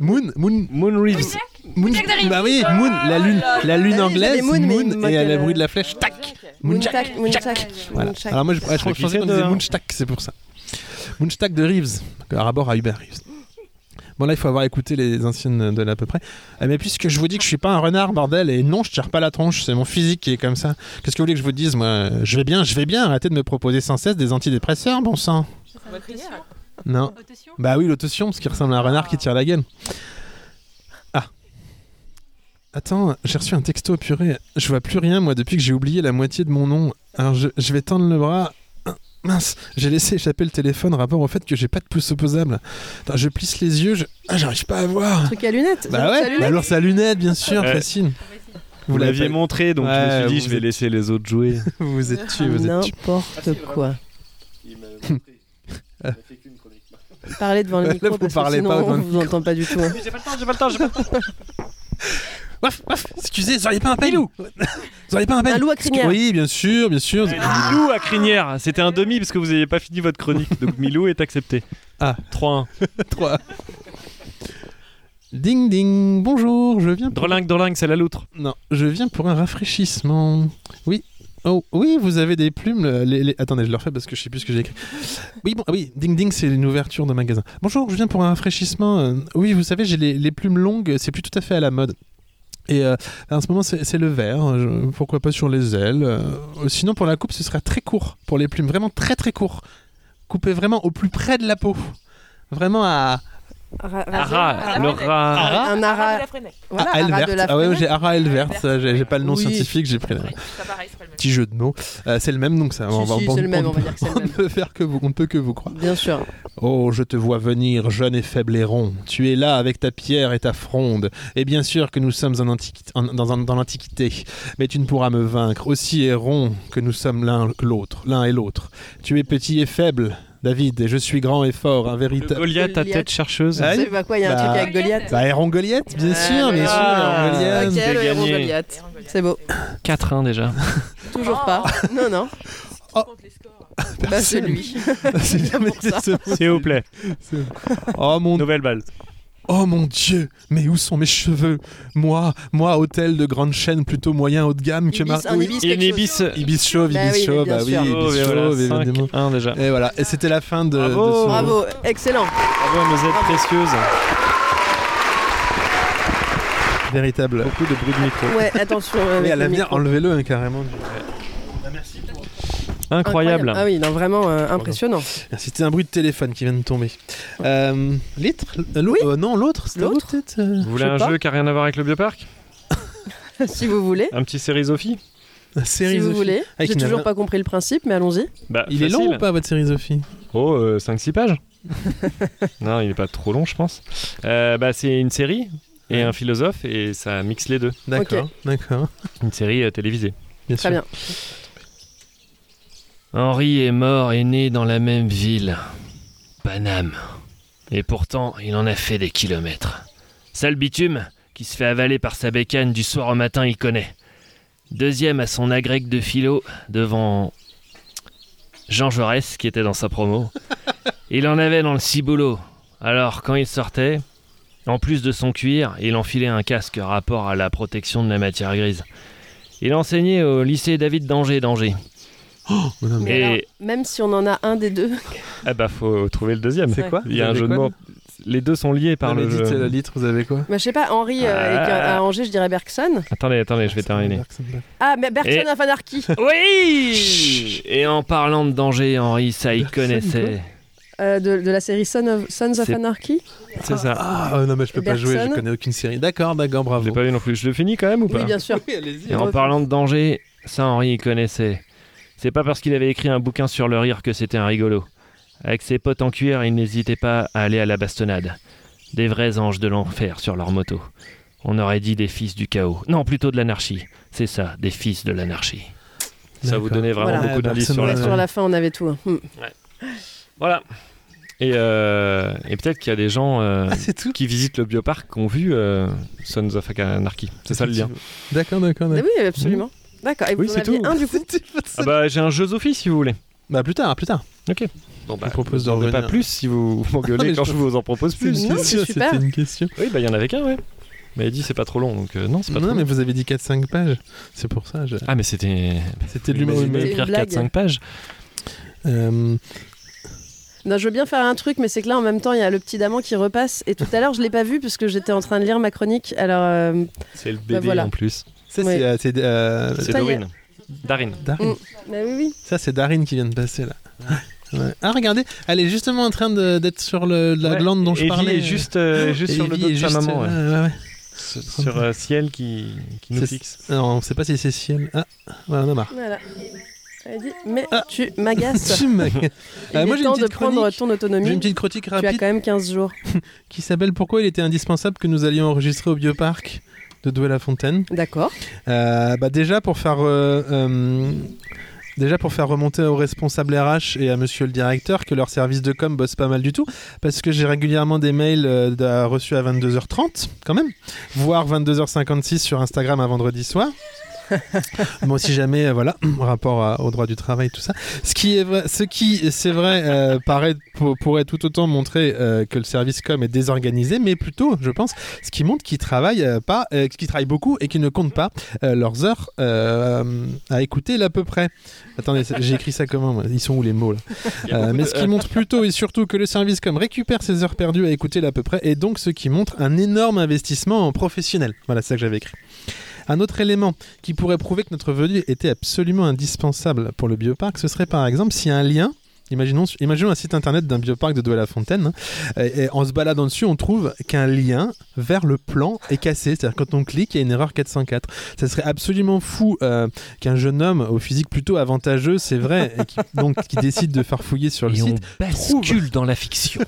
Speaker 3: moon, moon, moon, Reeves. Moon- bah oui, Moon, la lune, la lune
Speaker 7: Ah oui, j'avais
Speaker 3: anglaise,
Speaker 7: Moon, mais il me
Speaker 3: Moon, et à
Speaker 7: manquait
Speaker 3: la
Speaker 7: le-
Speaker 3: bruit de la flèche, tac, Moonjack,
Speaker 7: Moontack, Moontack.
Speaker 3: voilà.
Speaker 7: Moontack.
Speaker 3: Alors moi, je, je,
Speaker 2: Ça
Speaker 3: pensais qu'on
Speaker 2: glissait de-
Speaker 3: disait Moonstack, c'est pour ça. Moonstack de Reeves, à rapport à Hubert Reeves. Bon là, il faut avoir écouté les anciennes de là à peu près. Ah, mais puisque je vous dis que je suis pas un renard, bordel, et non, je tire pas la tronche, c'est mon physique qui est comme ça. Qu'est-ce que vous voulez que je vous dise, moi Je vais bien, je vais bien, arrêtez de me proposer sans cesse des antidépresseurs, bon sang. Non. Bah oui, l'autotion, parce qu'il ressemble à un renard qui tire la gueule. Ah. Attends, j'ai reçu un texto, purée. Je vois plus rien, moi, depuis que j'ai oublié la moitié de mon nom. Alors, je, je vais tendre le bras. Ah, Mince, j'ai laissé échapper le téléphone rapport au fait que j'ai pas de pouce opposable. Attends, je plisse les yeux, je... Ah, j'arrive pas à voir.
Speaker 7: Truc à lunettes.
Speaker 3: Bah
Speaker 7: l'ours à
Speaker 3: ouais,
Speaker 7: lunettes.
Speaker 3: bah, l'ours à lunettes, bien sûr,
Speaker 2: Ouais.
Speaker 3: facile.
Speaker 2: Vous l'aviez
Speaker 3: pas-
Speaker 2: montré, donc je me
Speaker 3: Ouais,
Speaker 2: suis dit,
Speaker 3: vous
Speaker 2: je vais
Speaker 3: êtes-
Speaker 2: laisser les autres jouer.
Speaker 3: Vous vous êtes tués, vous êtes tués.
Speaker 7: N'importe quoi.
Speaker 3: Ah.
Speaker 7: Parlez devant le
Speaker 3: Là,
Speaker 7: micro
Speaker 3: vous
Speaker 7: parce que
Speaker 3: parlez
Speaker 7: sinon
Speaker 3: pas devant
Speaker 7: on
Speaker 3: le
Speaker 7: vous entend pas du tout. hein.
Speaker 2: J'ai pas le temps, j'ai pas le temps, j'ai pas le temps.
Speaker 3: Waf, waf, excusez, vous auriez pas un pelle Vous auriez pas un pelle
Speaker 7: Un loup à crinière.
Speaker 3: Oui, bien sûr, bien sûr.
Speaker 2: Milou à crinière, c'était un demi parce que vous n'aviez pas fini votre chronique, donc Milou est accepté.
Speaker 3: Ah,
Speaker 2: 3-1.
Speaker 3: 3. Ding ding, bonjour, je viens pour...
Speaker 2: Drolingue, drolingue, c'est la loutre.
Speaker 3: Non, je viens pour un rafraîchissement. Oui. Oh, oui, vous avez des plumes. euh, les- les- Attendez, je le refais parce que je sais plus ce que j'ai écrit. Oui, bon, ah oui, ding ding, c'est une ouverture de magasin. Bonjour, je viens pour un rafraîchissement. euh, Oui, vous savez, j'ai les, les plumes longues, c'est plus tout à fait à la mode. Et euh, en ce moment, c'est c'est le vert. je- pourquoi pas sur les ailes euh, Sinon, pour la coupe, ce sera très court. Pour les plumes, vraiment très très court. Coupé vraiment au plus près de la peau. Vraiment à.
Speaker 2: Ara, le rat.
Speaker 7: Un
Speaker 12: ara
Speaker 7: ara.
Speaker 12: de la Freinet.
Speaker 7: Voilà,
Speaker 3: Ah,
Speaker 7: ara
Speaker 3: Elvert.
Speaker 7: de la
Speaker 3: Ah ouais, ouais,
Speaker 7: Freinet.
Speaker 3: j'ai Ara Elvert, ça, j'ai j'ai pas le nom
Speaker 7: Oui.
Speaker 3: scientifique, j'ai pris le petit jeu de mots. Euh, c'est le même, donc ça, on,
Speaker 7: Si,
Speaker 3: va,
Speaker 7: si,
Speaker 3: on-
Speaker 7: c'est le même,
Speaker 3: on
Speaker 7: on va dire que c'est le
Speaker 3: on
Speaker 7: même.
Speaker 3: peut faire que vous, on ne peut que vous croire.
Speaker 7: Bien sûr.
Speaker 3: Oh, je te vois venir, jeune et faible et rond. Tu es là avec ta pierre et ta fronde. Et bien sûr que nous sommes en antiqui- en- dans, un- dans l'Antiquité. Mais tu ne pourras me vaincre, aussi et rond que nous sommes l'un que l'autre, l'un et l'autre. Tu es petit et faible, David, et je suis grand et fort, un véritable.
Speaker 2: Goliath à tête chercheuse.
Speaker 3: Ah,
Speaker 7: Je sais pas quoi, il y a un
Speaker 3: bah-
Speaker 7: truc avec Goliath.
Speaker 3: Bah, Héron Goliath, bien sûr, bien sûr,
Speaker 2: Ah,
Speaker 3: Héron Goliath.
Speaker 7: ok,
Speaker 2: j'ai
Speaker 7: le héros
Speaker 2: gagné.
Speaker 7: Goliath. C'est beau.
Speaker 2: 4-1 déjà.
Speaker 7: Toujours pas. Oh. Non, non.
Speaker 3: Oh.
Speaker 7: Bah, c'est lui.
Speaker 3: C'est jamais décevant.
Speaker 2: S'il vous plaît.
Speaker 3: Oh mon
Speaker 2: Nouvelle balle.
Speaker 3: Oh mon dieu, mais où sont mes cheveux Moi, moi, hôtel de grande chaîne plutôt moyen haut de gamme que
Speaker 7: Ibis, un
Speaker 3: oui,
Speaker 7: ibis,
Speaker 2: Une
Speaker 7: quelque
Speaker 2: ibis.
Speaker 3: Ibis chauve,
Speaker 7: Bah
Speaker 3: ibis
Speaker 7: oui, mais
Speaker 3: chauve,
Speaker 7: bien
Speaker 3: bah hein. oui,
Speaker 7: sûr.
Speaker 3: ibis
Speaker 2: Oh, Et voilà,
Speaker 3: chauve, évidemment.
Speaker 2: 5-1 déjà.
Speaker 3: Et voilà, et c'était la fin de, de
Speaker 2: Bravo.
Speaker 3: ce-
Speaker 7: Bravo, excellent.
Speaker 2: Bravo à nos aides précieuses.
Speaker 3: véritable.
Speaker 2: Beaucoup de bruit de micro.
Speaker 7: Ouais, attention. euh,
Speaker 3: Mais
Speaker 7: avec
Speaker 3: elle a
Speaker 7: le
Speaker 3: bien
Speaker 7: micro.
Speaker 3: enlevé-le hein, carrément.
Speaker 2: Incroyable.
Speaker 7: Ah oui, non, vraiment euh, impressionnant.
Speaker 3: C'était un bruit de téléphone qui vient de tomber. Euh, L'autre euh, Non, l'autre c'était
Speaker 7: L'autre
Speaker 3: vous, peut-être, euh,
Speaker 2: Vous voulez
Speaker 3: je sais
Speaker 2: un
Speaker 3: pas.
Speaker 2: jeu qui a rien à voir avec le bioparc
Speaker 7: si vous voulez.
Speaker 2: Un petit série Sophie
Speaker 3: La
Speaker 7: Si
Speaker 3: série
Speaker 7: vous
Speaker 3: Sophie.
Speaker 7: voulez.
Speaker 3: Avec
Speaker 7: J'ai
Speaker 3: une-
Speaker 7: toujours pas compris le principe, mais allons-y.
Speaker 2: Bah,
Speaker 3: Il est
Speaker 2: facile.
Speaker 3: long ou pas votre série Sophie
Speaker 2: Oh, 5-6 pages Non, il est pas trop long, je pense. Euh, bah, c'est une série et un philosophe et ça mixe les deux.
Speaker 3: D'accord, d'accord.
Speaker 2: Une série euh, télévisée.
Speaker 3: Bien sûr.
Speaker 7: Très bien.
Speaker 11: Henri est mort et né dans la même ville, Paname. Et pourtant, il en a fait des kilomètres. Sale bitume, qui se fait avaler par sa bécane du soir au matin, il connaît. Deuxième à son agrègue de philo, devant Jean Jaurès, qui était dans sa promo. Il en avait dans le ciboulot. Alors, quand il sortait, en plus de son cuir, il enfilait un casque rapport à la protection de la matière grise. Il enseignait au lycée David d'Angers d'Angers.
Speaker 7: Mais
Speaker 11: Et-
Speaker 7: alors, même si on en a un des deux,
Speaker 2: Ah bah, faut trouver le deuxième.
Speaker 7: C'est quoi
Speaker 2: Il y a un
Speaker 3: Vous
Speaker 2: jeu
Speaker 3: avez
Speaker 2: de
Speaker 3: quoi
Speaker 2: mots. Les deux sont liés par
Speaker 3: Non, mais
Speaker 2: le
Speaker 3: dites, euh,
Speaker 2: jeu.
Speaker 3: litre, vous avez quoi
Speaker 7: bah, je sais pas, Henri euh,
Speaker 2: Ah.
Speaker 7: et qu'à- à Angers, je dirais Bergson.
Speaker 2: Attendez, attendez, je vais terminer.
Speaker 7: Ah, mais Bergson
Speaker 11: Et-
Speaker 7: of Anarchy.
Speaker 11: Oui Et en parlant de danger, Henri, ça y connaissait.
Speaker 7: Euh, de, de la série Son of- Sons of
Speaker 11: C'est-
Speaker 7: Anarchy.
Speaker 2: C'est ça.
Speaker 3: Ah euh, non mais je peux pas jouer, je
Speaker 7: Bergson.
Speaker 3: connais aucune série. D'accord, d'accord,
Speaker 2: Je l'ai
Speaker 3: bravo.
Speaker 2: pas vu non plus. Je le finis quand même ou pas
Speaker 7: Oui, bien sûr.
Speaker 3: Oui, allez-y.
Speaker 11: Et en parlant de danger, ça, Henri, y connaissait. C'est pas parce qu'il avait écrit un bouquin sur le rire que c'était un rigolo. Avec ses potes en cuir, il n'hésitait pas à aller à la bastonnade. Des vrais anges de l'enfer sur leur moto. On aurait dit des fils du chaos. Non, plutôt de l'anarchie. C'est ça, des fils de l'anarchie. Ça vous
Speaker 3: D'accord.
Speaker 11: donnait vraiment
Speaker 7: Voilà.
Speaker 11: beaucoup d'indices sur
Speaker 3: Ouais,
Speaker 11: la
Speaker 7: Ouais,
Speaker 3: Bergson,
Speaker 7: sur la fin, on avait tout. Hmm.
Speaker 2: Voilà. Et, euh, et peut-être qu'il y a des gens euh,
Speaker 3: Ah, c'est tout
Speaker 2: qui visitent le bioparc qui ont vu euh, Sons of Anarchy. C'est ça le lien.
Speaker 3: D'accord, d'accord,
Speaker 7: Ah
Speaker 3: d'accord.
Speaker 7: oui, absolument. D'accord. Et vous
Speaker 3: Hmm. Oui,
Speaker 7: en
Speaker 3: c'est
Speaker 7: aviez
Speaker 3: tout.
Speaker 7: un du coup
Speaker 3: C'était pas ça.
Speaker 2: Ah bah j'ai un jeu Sophie si vous voulez.
Speaker 3: Bah plus tard, plus tard.
Speaker 2: Bon bah,
Speaker 3: Je propose de
Speaker 2: vous en avez
Speaker 3: revenir.
Speaker 2: pas plus si vous
Speaker 3: Non,
Speaker 2: m'engueulez
Speaker 3: mais
Speaker 2: quand
Speaker 3: je-
Speaker 2: je vous en propose
Speaker 3: C'est une
Speaker 2: plus.
Speaker 7: Non, c'est
Speaker 3: question,
Speaker 7: super.
Speaker 3: c'était une question. Ah,
Speaker 2: Oui bah il y en avait qu'un ouais. Mais elle dit c'est pas trop long donc euh, non c'est pas
Speaker 3: Non
Speaker 2: trop
Speaker 3: mais
Speaker 2: long.
Speaker 3: vous avez dit 4-5 pages, c'est pour ça. je-
Speaker 2: Ah mais c'était...
Speaker 3: C'était de l'humour
Speaker 2: Imagine
Speaker 3: humain.
Speaker 7: C'est une
Speaker 2: écrire
Speaker 7: blague.
Speaker 2: 4-5 pages.
Speaker 3: Euh,
Speaker 7: Non, je veux bien faire un truc, mais c'est que là, en même temps, il y a le petit daman qui repasse. Et tout à l'heure, je l'ai pas vu parce que j'étais en train de lire ma chronique. Alors, euh,
Speaker 2: C'est le BD
Speaker 7: Bah, voilà.
Speaker 2: en plus.
Speaker 3: Ça
Speaker 7: Ouais.
Speaker 3: c'est euh, c'est, euh,
Speaker 2: C'est
Speaker 7: Ça y est.
Speaker 2: Dorine. Darine.
Speaker 3: Darine.
Speaker 7: Mm. bah oui, oui.
Speaker 3: Ça c'est Darine qui vient de passer là. Ouais. Ah regardez, elle est justement en train de- d'être sur le, la
Speaker 2: Ouais,
Speaker 3: glande dont je
Speaker 2: Evie
Speaker 3: parlais.
Speaker 2: est juste, euh, juste sur le
Speaker 3: Evie
Speaker 2: dos de
Speaker 3: est
Speaker 2: sa
Speaker 3: juste,
Speaker 2: maman. ouais.
Speaker 3: euh, ouais, ouais.
Speaker 2: Sur- Sur euh, Ciel qui, qui nous
Speaker 3: C'est-
Speaker 2: fixe.
Speaker 3: Alors, on sait pas si c'est ciel. Ah, voilà, on a marre.
Speaker 7: Voilà. Elle dit, mais
Speaker 3: Ah.
Speaker 7: tu m'agaces.
Speaker 3: Tu m'as-
Speaker 7: Il
Speaker 3: Euh,
Speaker 7: est
Speaker 3: moi, j'ai une
Speaker 7: temps de
Speaker 3: petite
Speaker 7: prendre
Speaker 3: chronique.
Speaker 7: ton
Speaker 3: J'ai
Speaker 7: autonomie.
Speaker 3: une petite critique
Speaker 7: Tu as
Speaker 3: rapide
Speaker 7: quand même 15 jours.
Speaker 3: qui s'appelle Pourquoi il était indispensable que nous allions enregistrer au bioparc de Douai-la-Fontaine.
Speaker 7: D'accord.
Speaker 3: Euh, bah déjà pour faire euh, euh, Déjà pour faire remonter au responsable RH et à monsieur le directeur que leur service de com bosse pas mal du tout, parce que j'ai régulièrement des mails euh, d'a- reçus à 22h30 quand même, voire 22h56 sur Instagram à vendredi soir. bon, si jamais, euh, voilà, rapport à- au droit du travail, tout ça. Ce qui, est vrai, ce qui c'est vrai, euh, paraît, pour- pourrait tout autant montrer euh, que le service com est désorganisé, mais plutôt, je pense, ce qui montre qu'ils travaillent euh, pas, euh, qu'ils travaillent beaucoup et qu'ils ne comptent pas euh, leurs heures euh, à écouter là, à peu près. Attendez, ça- j'ai écrit ça comment moi Ils sont où les mots là
Speaker 11: Il y a
Speaker 3: Euh,
Speaker 11: beaucoup
Speaker 3: Mais
Speaker 11: de-
Speaker 3: ce qui montre plutôt et surtout que le service com récupère ses heures perdues à écouter là, à peu près, et donc ce qui montre un énorme investissement en professionnel. Voilà, c'est ça que j'avais écrit. Un autre élément qui pourrait prouver que notre venue était absolument indispensable pour le bioparc, ce serait par exemple s'il y a un lien. Imaginons, imaginons un site internet d'un bioparc de Douai-la-Fontaine. hein, et, et en se baladant dessus, on trouve qu'un lien vers le plan est cassé. C'est-à-dire quand on clique, il y a une erreur 404. Ça serait absolument fou euh, qu'un jeune homme au physique plutôt avantageux, c'est vrai, et qui, donc qui décide de farfouiller sur le
Speaker 11: Et on
Speaker 3: site,
Speaker 11: bascule dans la fiction.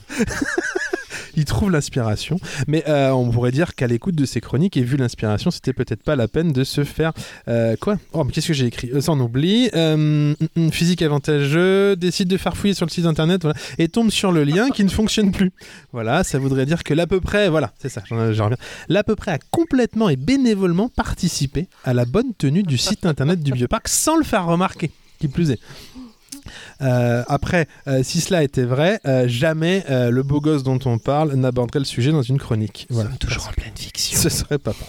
Speaker 3: il trouve l'inspiration. Mais euh, on pourrait dire qu'à l'écoute de ces chroniques et vu l'inspiration, c'était peut-être pas la peine de se faire. euh, quoi Oh, mais qu'est-ce que j'ai écrit Euh, Ça, on oublie. Euh, hum, hum, physique avantageux, décide de faire fouiller sur le site internet voilà, et tombe sur le lien qui ne fonctionne plus. Voilà, ça voudrait dire que l'à peu près, voilà, c'est ça, j'en j'en reviens. L'à peu près a complètement et bénévolement participé à la bonne tenue du site internet du Bioparc sans le faire remarquer, qui plus est. Euh, après, euh, si cela était vrai, euh, jamais euh, le beau gosse dont on parle n'aborderait le sujet dans une chronique. Voilà. toujours en pleine fiction. Ce serait pas bon.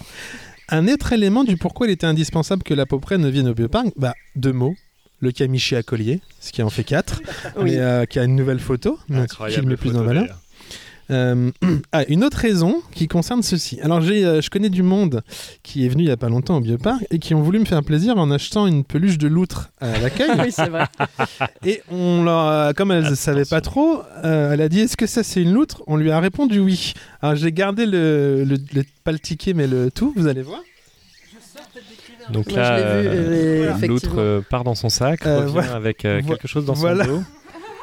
Speaker 3: Un autre élément du pourquoi il était indispensable que la Poprée ne vienne au bioparc, bah, deux mots. Le Kamichi à collier, ce qui en fait quatre,
Speaker 7: Oui.
Speaker 3: mais, euh, qui a une nouvelle photo, mais
Speaker 11: Incroyable
Speaker 3: filmée plus en
Speaker 11: photo,
Speaker 3: valeur.
Speaker 11: d'ailleurs.
Speaker 3: Euh, ah, une autre raison qui concerne ceci. Alors, j'ai, euh, je connais du monde qui est venu il y a pas longtemps au bioparc et qui ont voulu me faire plaisir en achetant une peluche de loutre à l'accueil.
Speaker 7: Oui, c'est vrai.
Speaker 3: Et on l'a, comme elle ne savait pas trop, euh, elle a dit Est-ce que ça c'est une loutre On lui a répondu oui. Alors, j'ai gardé le, le- le- pas le ticket, mais le tout, vous allez voir.
Speaker 2: Donc
Speaker 3: Moi,
Speaker 2: là,
Speaker 3: je l'ai vu,
Speaker 2: euh,
Speaker 3: et- Voilà.
Speaker 2: l'autre euh, part dans son sac,
Speaker 3: Euh,
Speaker 2: revient
Speaker 3: voilà.
Speaker 2: avec euh,
Speaker 3: Vo-
Speaker 2: quelque chose dans
Speaker 3: voilà.
Speaker 2: son dos.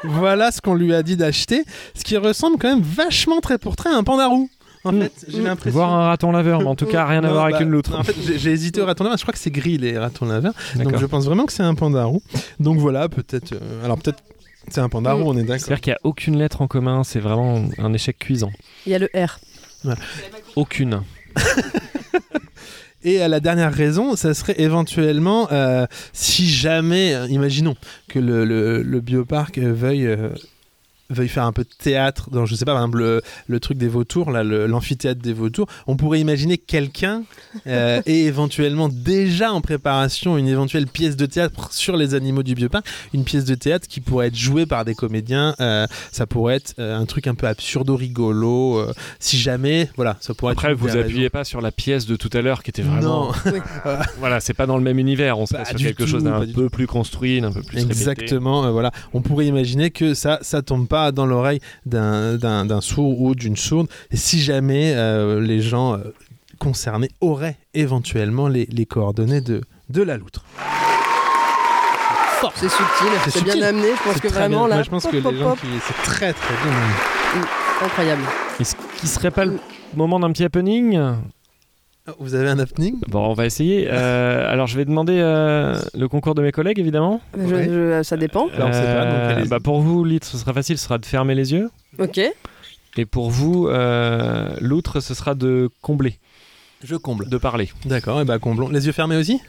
Speaker 3: voilà ce qu'on lui a dit d'acheter, ce qui ressemble quand même vachement très pour très à un pandarou. En fait, j'ai l'impression.
Speaker 2: Voir un raton laveur, mais en tout cas, rien à
Speaker 3: Non,
Speaker 2: voir avec
Speaker 3: bah,
Speaker 2: une loutre.
Speaker 3: En fait, j'ai- j'ai hésité au raton laveur. Je crois que c'est gris les ratons laveurs. Donc
Speaker 2: D'accord.
Speaker 3: je pense vraiment que c'est un pandarou. Donc voilà, peut-être. euh, alors peut-être c'est un pandarou, on est d'accord.
Speaker 2: C'est-à-dire qu'il n'y a aucune lettre en commun, c'est vraiment un échec cuisant.
Speaker 7: Il y a le R.
Speaker 2: Aucune.
Speaker 3: Et à la dernière raison, ça serait éventuellement euh, si jamais, euh, imaginons que le, le- le bioparc euh, veuille. euh, veuille faire un peu de théâtre dans je sais pas par exemple le, le truc des vautours là le- l'amphithéâtre des vautours on pourrait imaginer quelqu'un euh, et éventuellement déjà en préparation une éventuelle pièce de théâtre sur les animaux du bioparc une pièce de théâtre qui pourrait être jouée par des comédiens euh, ça pourrait être euh, un truc un peu absurdo rigolo euh, si jamais voilà ça pourrait
Speaker 2: Après,
Speaker 3: être une
Speaker 2: vous
Speaker 3: des raisons.
Speaker 2: appuyez pas sur la pièce de tout à l'heure qui était vraiment.
Speaker 3: Non. Bah,
Speaker 2: voilà, c'est pas dans le même univers. On serait sur
Speaker 3: du
Speaker 2: quelque
Speaker 3: tout,
Speaker 2: chose d'un
Speaker 3: pas du
Speaker 2: peu plus construit, d'un peu plus répété.
Speaker 3: Exactement, euh, voilà. On pourrait imaginer que ça, ça tombe pas dans l'oreille d'un- d'un d'un sourd ou d'une sourde. Et si jamais euh, les gens euh, concernés auraient éventuellement les, les coordonnées de, de la loutre.
Speaker 7: C'est subtil,
Speaker 3: C'est
Speaker 7: c'est bien
Speaker 3: subtil.
Speaker 7: amené. Je pense
Speaker 3: C'est
Speaker 7: que
Speaker 3: très
Speaker 7: vraiment
Speaker 3: bien.
Speaker 7: là.
Speaker 3: Moi, je pense
Speaker 7: pop,
Speaker 3: que
Speaker 7: pop,
Speaker 3: les gens
Speaker 7: pop.
Speaker 3: qui. C'est très très bien.
Speaker 7: Mm, Incroyable.
Speaker 2: Est-ce qu'il serait pas le moment d'un petit happening
Speaker 3: Ah, Vous avez un happening
Speaker 2: Bon, on va essayer. Euh, alors, je vais demander euh, le concours de mes collègues, évidemment.
Speaker 7: Je- je- ça dépend.
Speaker 3: Là, on sait pas, donc
Speaker 2: Euh,
Speaker 3: allez-y.
Speaker 2: bah, pour vous, Litre, ce sera facile, ce sera de fermer les yeux.
Speaker 7: Ok.
Speaker 2: Et pour vous, euh, l'outre, ce sera de combler.
Speaker 3: Je comble.
Speaker 2: De parler.
Speaker 3: D'accord, et bah comblons. Les yeux fermés aussi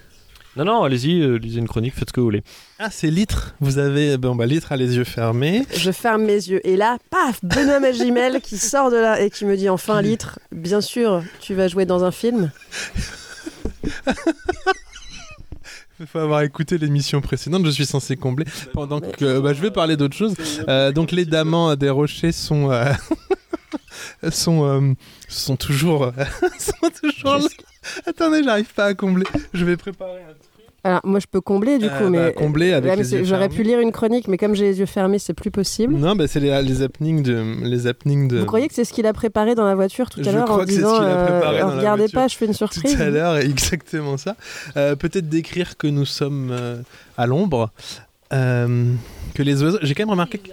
Speaker 2: Non, non, allez-y, euh, lisez une chronique, faites ce que vous voulez.
Speaker 3: Ah, c'est litre. Vous avez. Bon, bah litre a les yeux fermés.
Speaker 7: Je ferme mes yeux et là, paf, Benoît Gimel qui sort de là et qui me dit enfin litre, bien sûr, tu vas jouer dans un film.
Speaker 3: Il faut avoir écouté l'émission précédente, je suis censé combler. Pendant que bah, je vais parler d'autre chose. Euh, donc les damans des rochers sont euh, sont euh, sont toujours euh, sont toujours là. Attendez, j'arrive pas à combler. Je vais préparer. un-
Speaker 7: Alors moi je peux combler du
Speaker 3: Euh,
Speaker 7: coup, mais
Speaker 3: bah, combler avec
Speaker 7: Ouais, mais
Speaker 3: les
Speaker 7: c'est-
Speaker 3: yeux
Speaker 7: j'aurais
Speaker 3: fermés.
Speaker 7: pu lire une chronique, mais comme j'ai les yeux fermés, c'est plus possible.
Speaker 3: Non, bah, c'est les, les happenings de les happenings de.
Speaker 7: Vous croyez que c'est ce qu'il a préparé dans la voiture tout
Speaker 3: Je
Speaker 7: à l'heure en
Speaker 3: crois que c'est ce
Speaker 7: disant
Speaker 3: qu'il a
Speaker 7: euh,
Speaker 3: préparé dans la
Speaker 7: regardez
Speaker 3: voiture.
Speaker 7: pas, je fais une
Speaker 3: tout
Speaker 7: surprise.
Speaker 3: à l'heure, exactement ça. Euh, Peut-être décrire que nous sommes euh, à l'ombre, euh, que les oiseaux. J'ai quand même remarqué que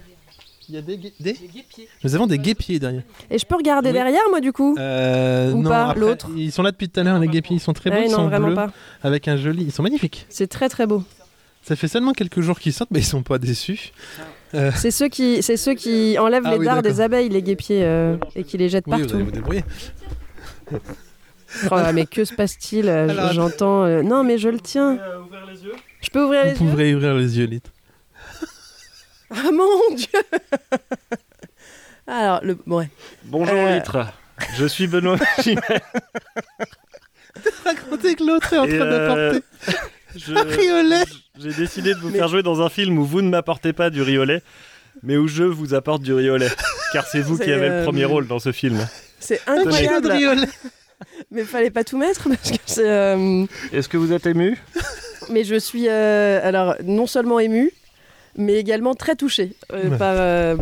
Speaker 3: Il y a des, guépiers. nous avons des guépiers derrière.
Speaker 7: Et je peux regarder derrière moi du coup
Speaker 3: Euh,
Speaker 7: Ou
Speaker 3: non,
Speaker 7: pas,
Speaker 3: après,
Speaker 7: l'autre.
Speaker 3: Ah Ils sont là depuis tout à l'heure, les guépiers. Ils sont très beaux,
Speaker 7: Ouais,
Speaker 3: ils
Speaker 7: Ah non,
Speaker 3: sont
Speaker 7: vraiment
Speaker 3: bleus,
Speaker 7: pas.
Speaker 3: avec un joli. Ils sont magnifiques.
Speaker 7: C'est très très beau.
Speaker 3: Ça fait seulement quelques jours qu'ils sortent, mais ils sont pas déçus. Euh,
Speaker 15: C'est ceux qui, c'est ceux qui enlèvent
Speaker 3: Ah
Speaker 15: les
Speaker 3: oui,
Speaker 15: dards des
Speaker 3: d'accord.
Speaker 15: abeilles, les guépiers, euh, et qui les jettent
Speaker 3: oui, vous
Speaker 15: partout.
Speaker 3: allez vous débrouiller.
Speaker 15: Oh, mais que se passe-t-il Euh, j-
Speaker 3: Alors,
Speaker 15: J'entends. euh, Non, mais je le tiens.
Speaker 3: euh,
Speaker 15: Je peux ouvrir les
Speaker 3: Vous
Speaker 15: yeux
Speaker 3: pourrez ouvrir les yeux, Lith.
Speaker 7: Ah mon dieu Alors, le... bon, ouais.
Speaker 11: Bonjour
Speaker 7: Euh,
Speaker 11: Litre, je suis Benoît Chimère.
Speaker 3: Racontez que l'autre est en
Speaker 11: Et,
Speaker 3: train
Speaker 11: euh,
Speaker 3: d'apporter.
Speaker 11: je-
Speaker 3: Un riolet.
Speaker 11: J'ai décidé de vous faire jouer dans un film où vous ne m'apportez pas du riolet, mais où je vous apporte du riolet. Car c'est vous qui
Speaker 7: C'est,
Speaker 11: avez
Speaker 7: euh,
Speaker 11: le premier rôle dans ce film.
Speaker 7: C'est
Speaker 11: Un
Speaker 7: incroyable.
Speaker 11: chien de
Speaker 7: Mais fallait pas tout mettre parce que c'est. euh,
Speaker 11: Est-ce que vous êtes ému
Speaker 7: Mais je suis euh, alors non seulement émue, mais également très touchée euh,
Speaker 11: Ouais.
Speaker 7: par euh,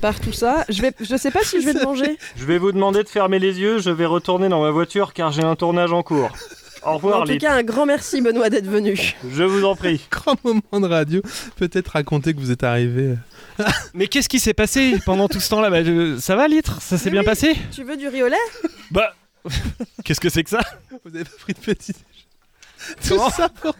Speaker 7: par tout ça. Je vais, je sais pas si je vais te manger.
Speaker 11: Je vais vous demander de fermer les yeux, je vais retourner dans ma voiture car j'ai un tournage en cours. Au
Speaker 7: En
Speaker 11: revoir
Speaker 7: tout
Speaker 11: Litre.
Speaker 7: cas, un grand merci Benoît d'être venu.
Speaker 11: Je vous en prie.
Speaker 3: Grand moment de radio. Peut-être raconter que vous êtes arrivé.
Speaker 2: Mais qu'est-ce qui s'est passé pendant tout ce temps-là Bah, je- Ça va, Litre Ça s'est bien passé
Speaker 7: Tu veux du riolet
Speaker 2: Bah, qu'est-ce que c'est que ça
Speaker 3: euh, Vous avez pas pris de petit Tout ça pour-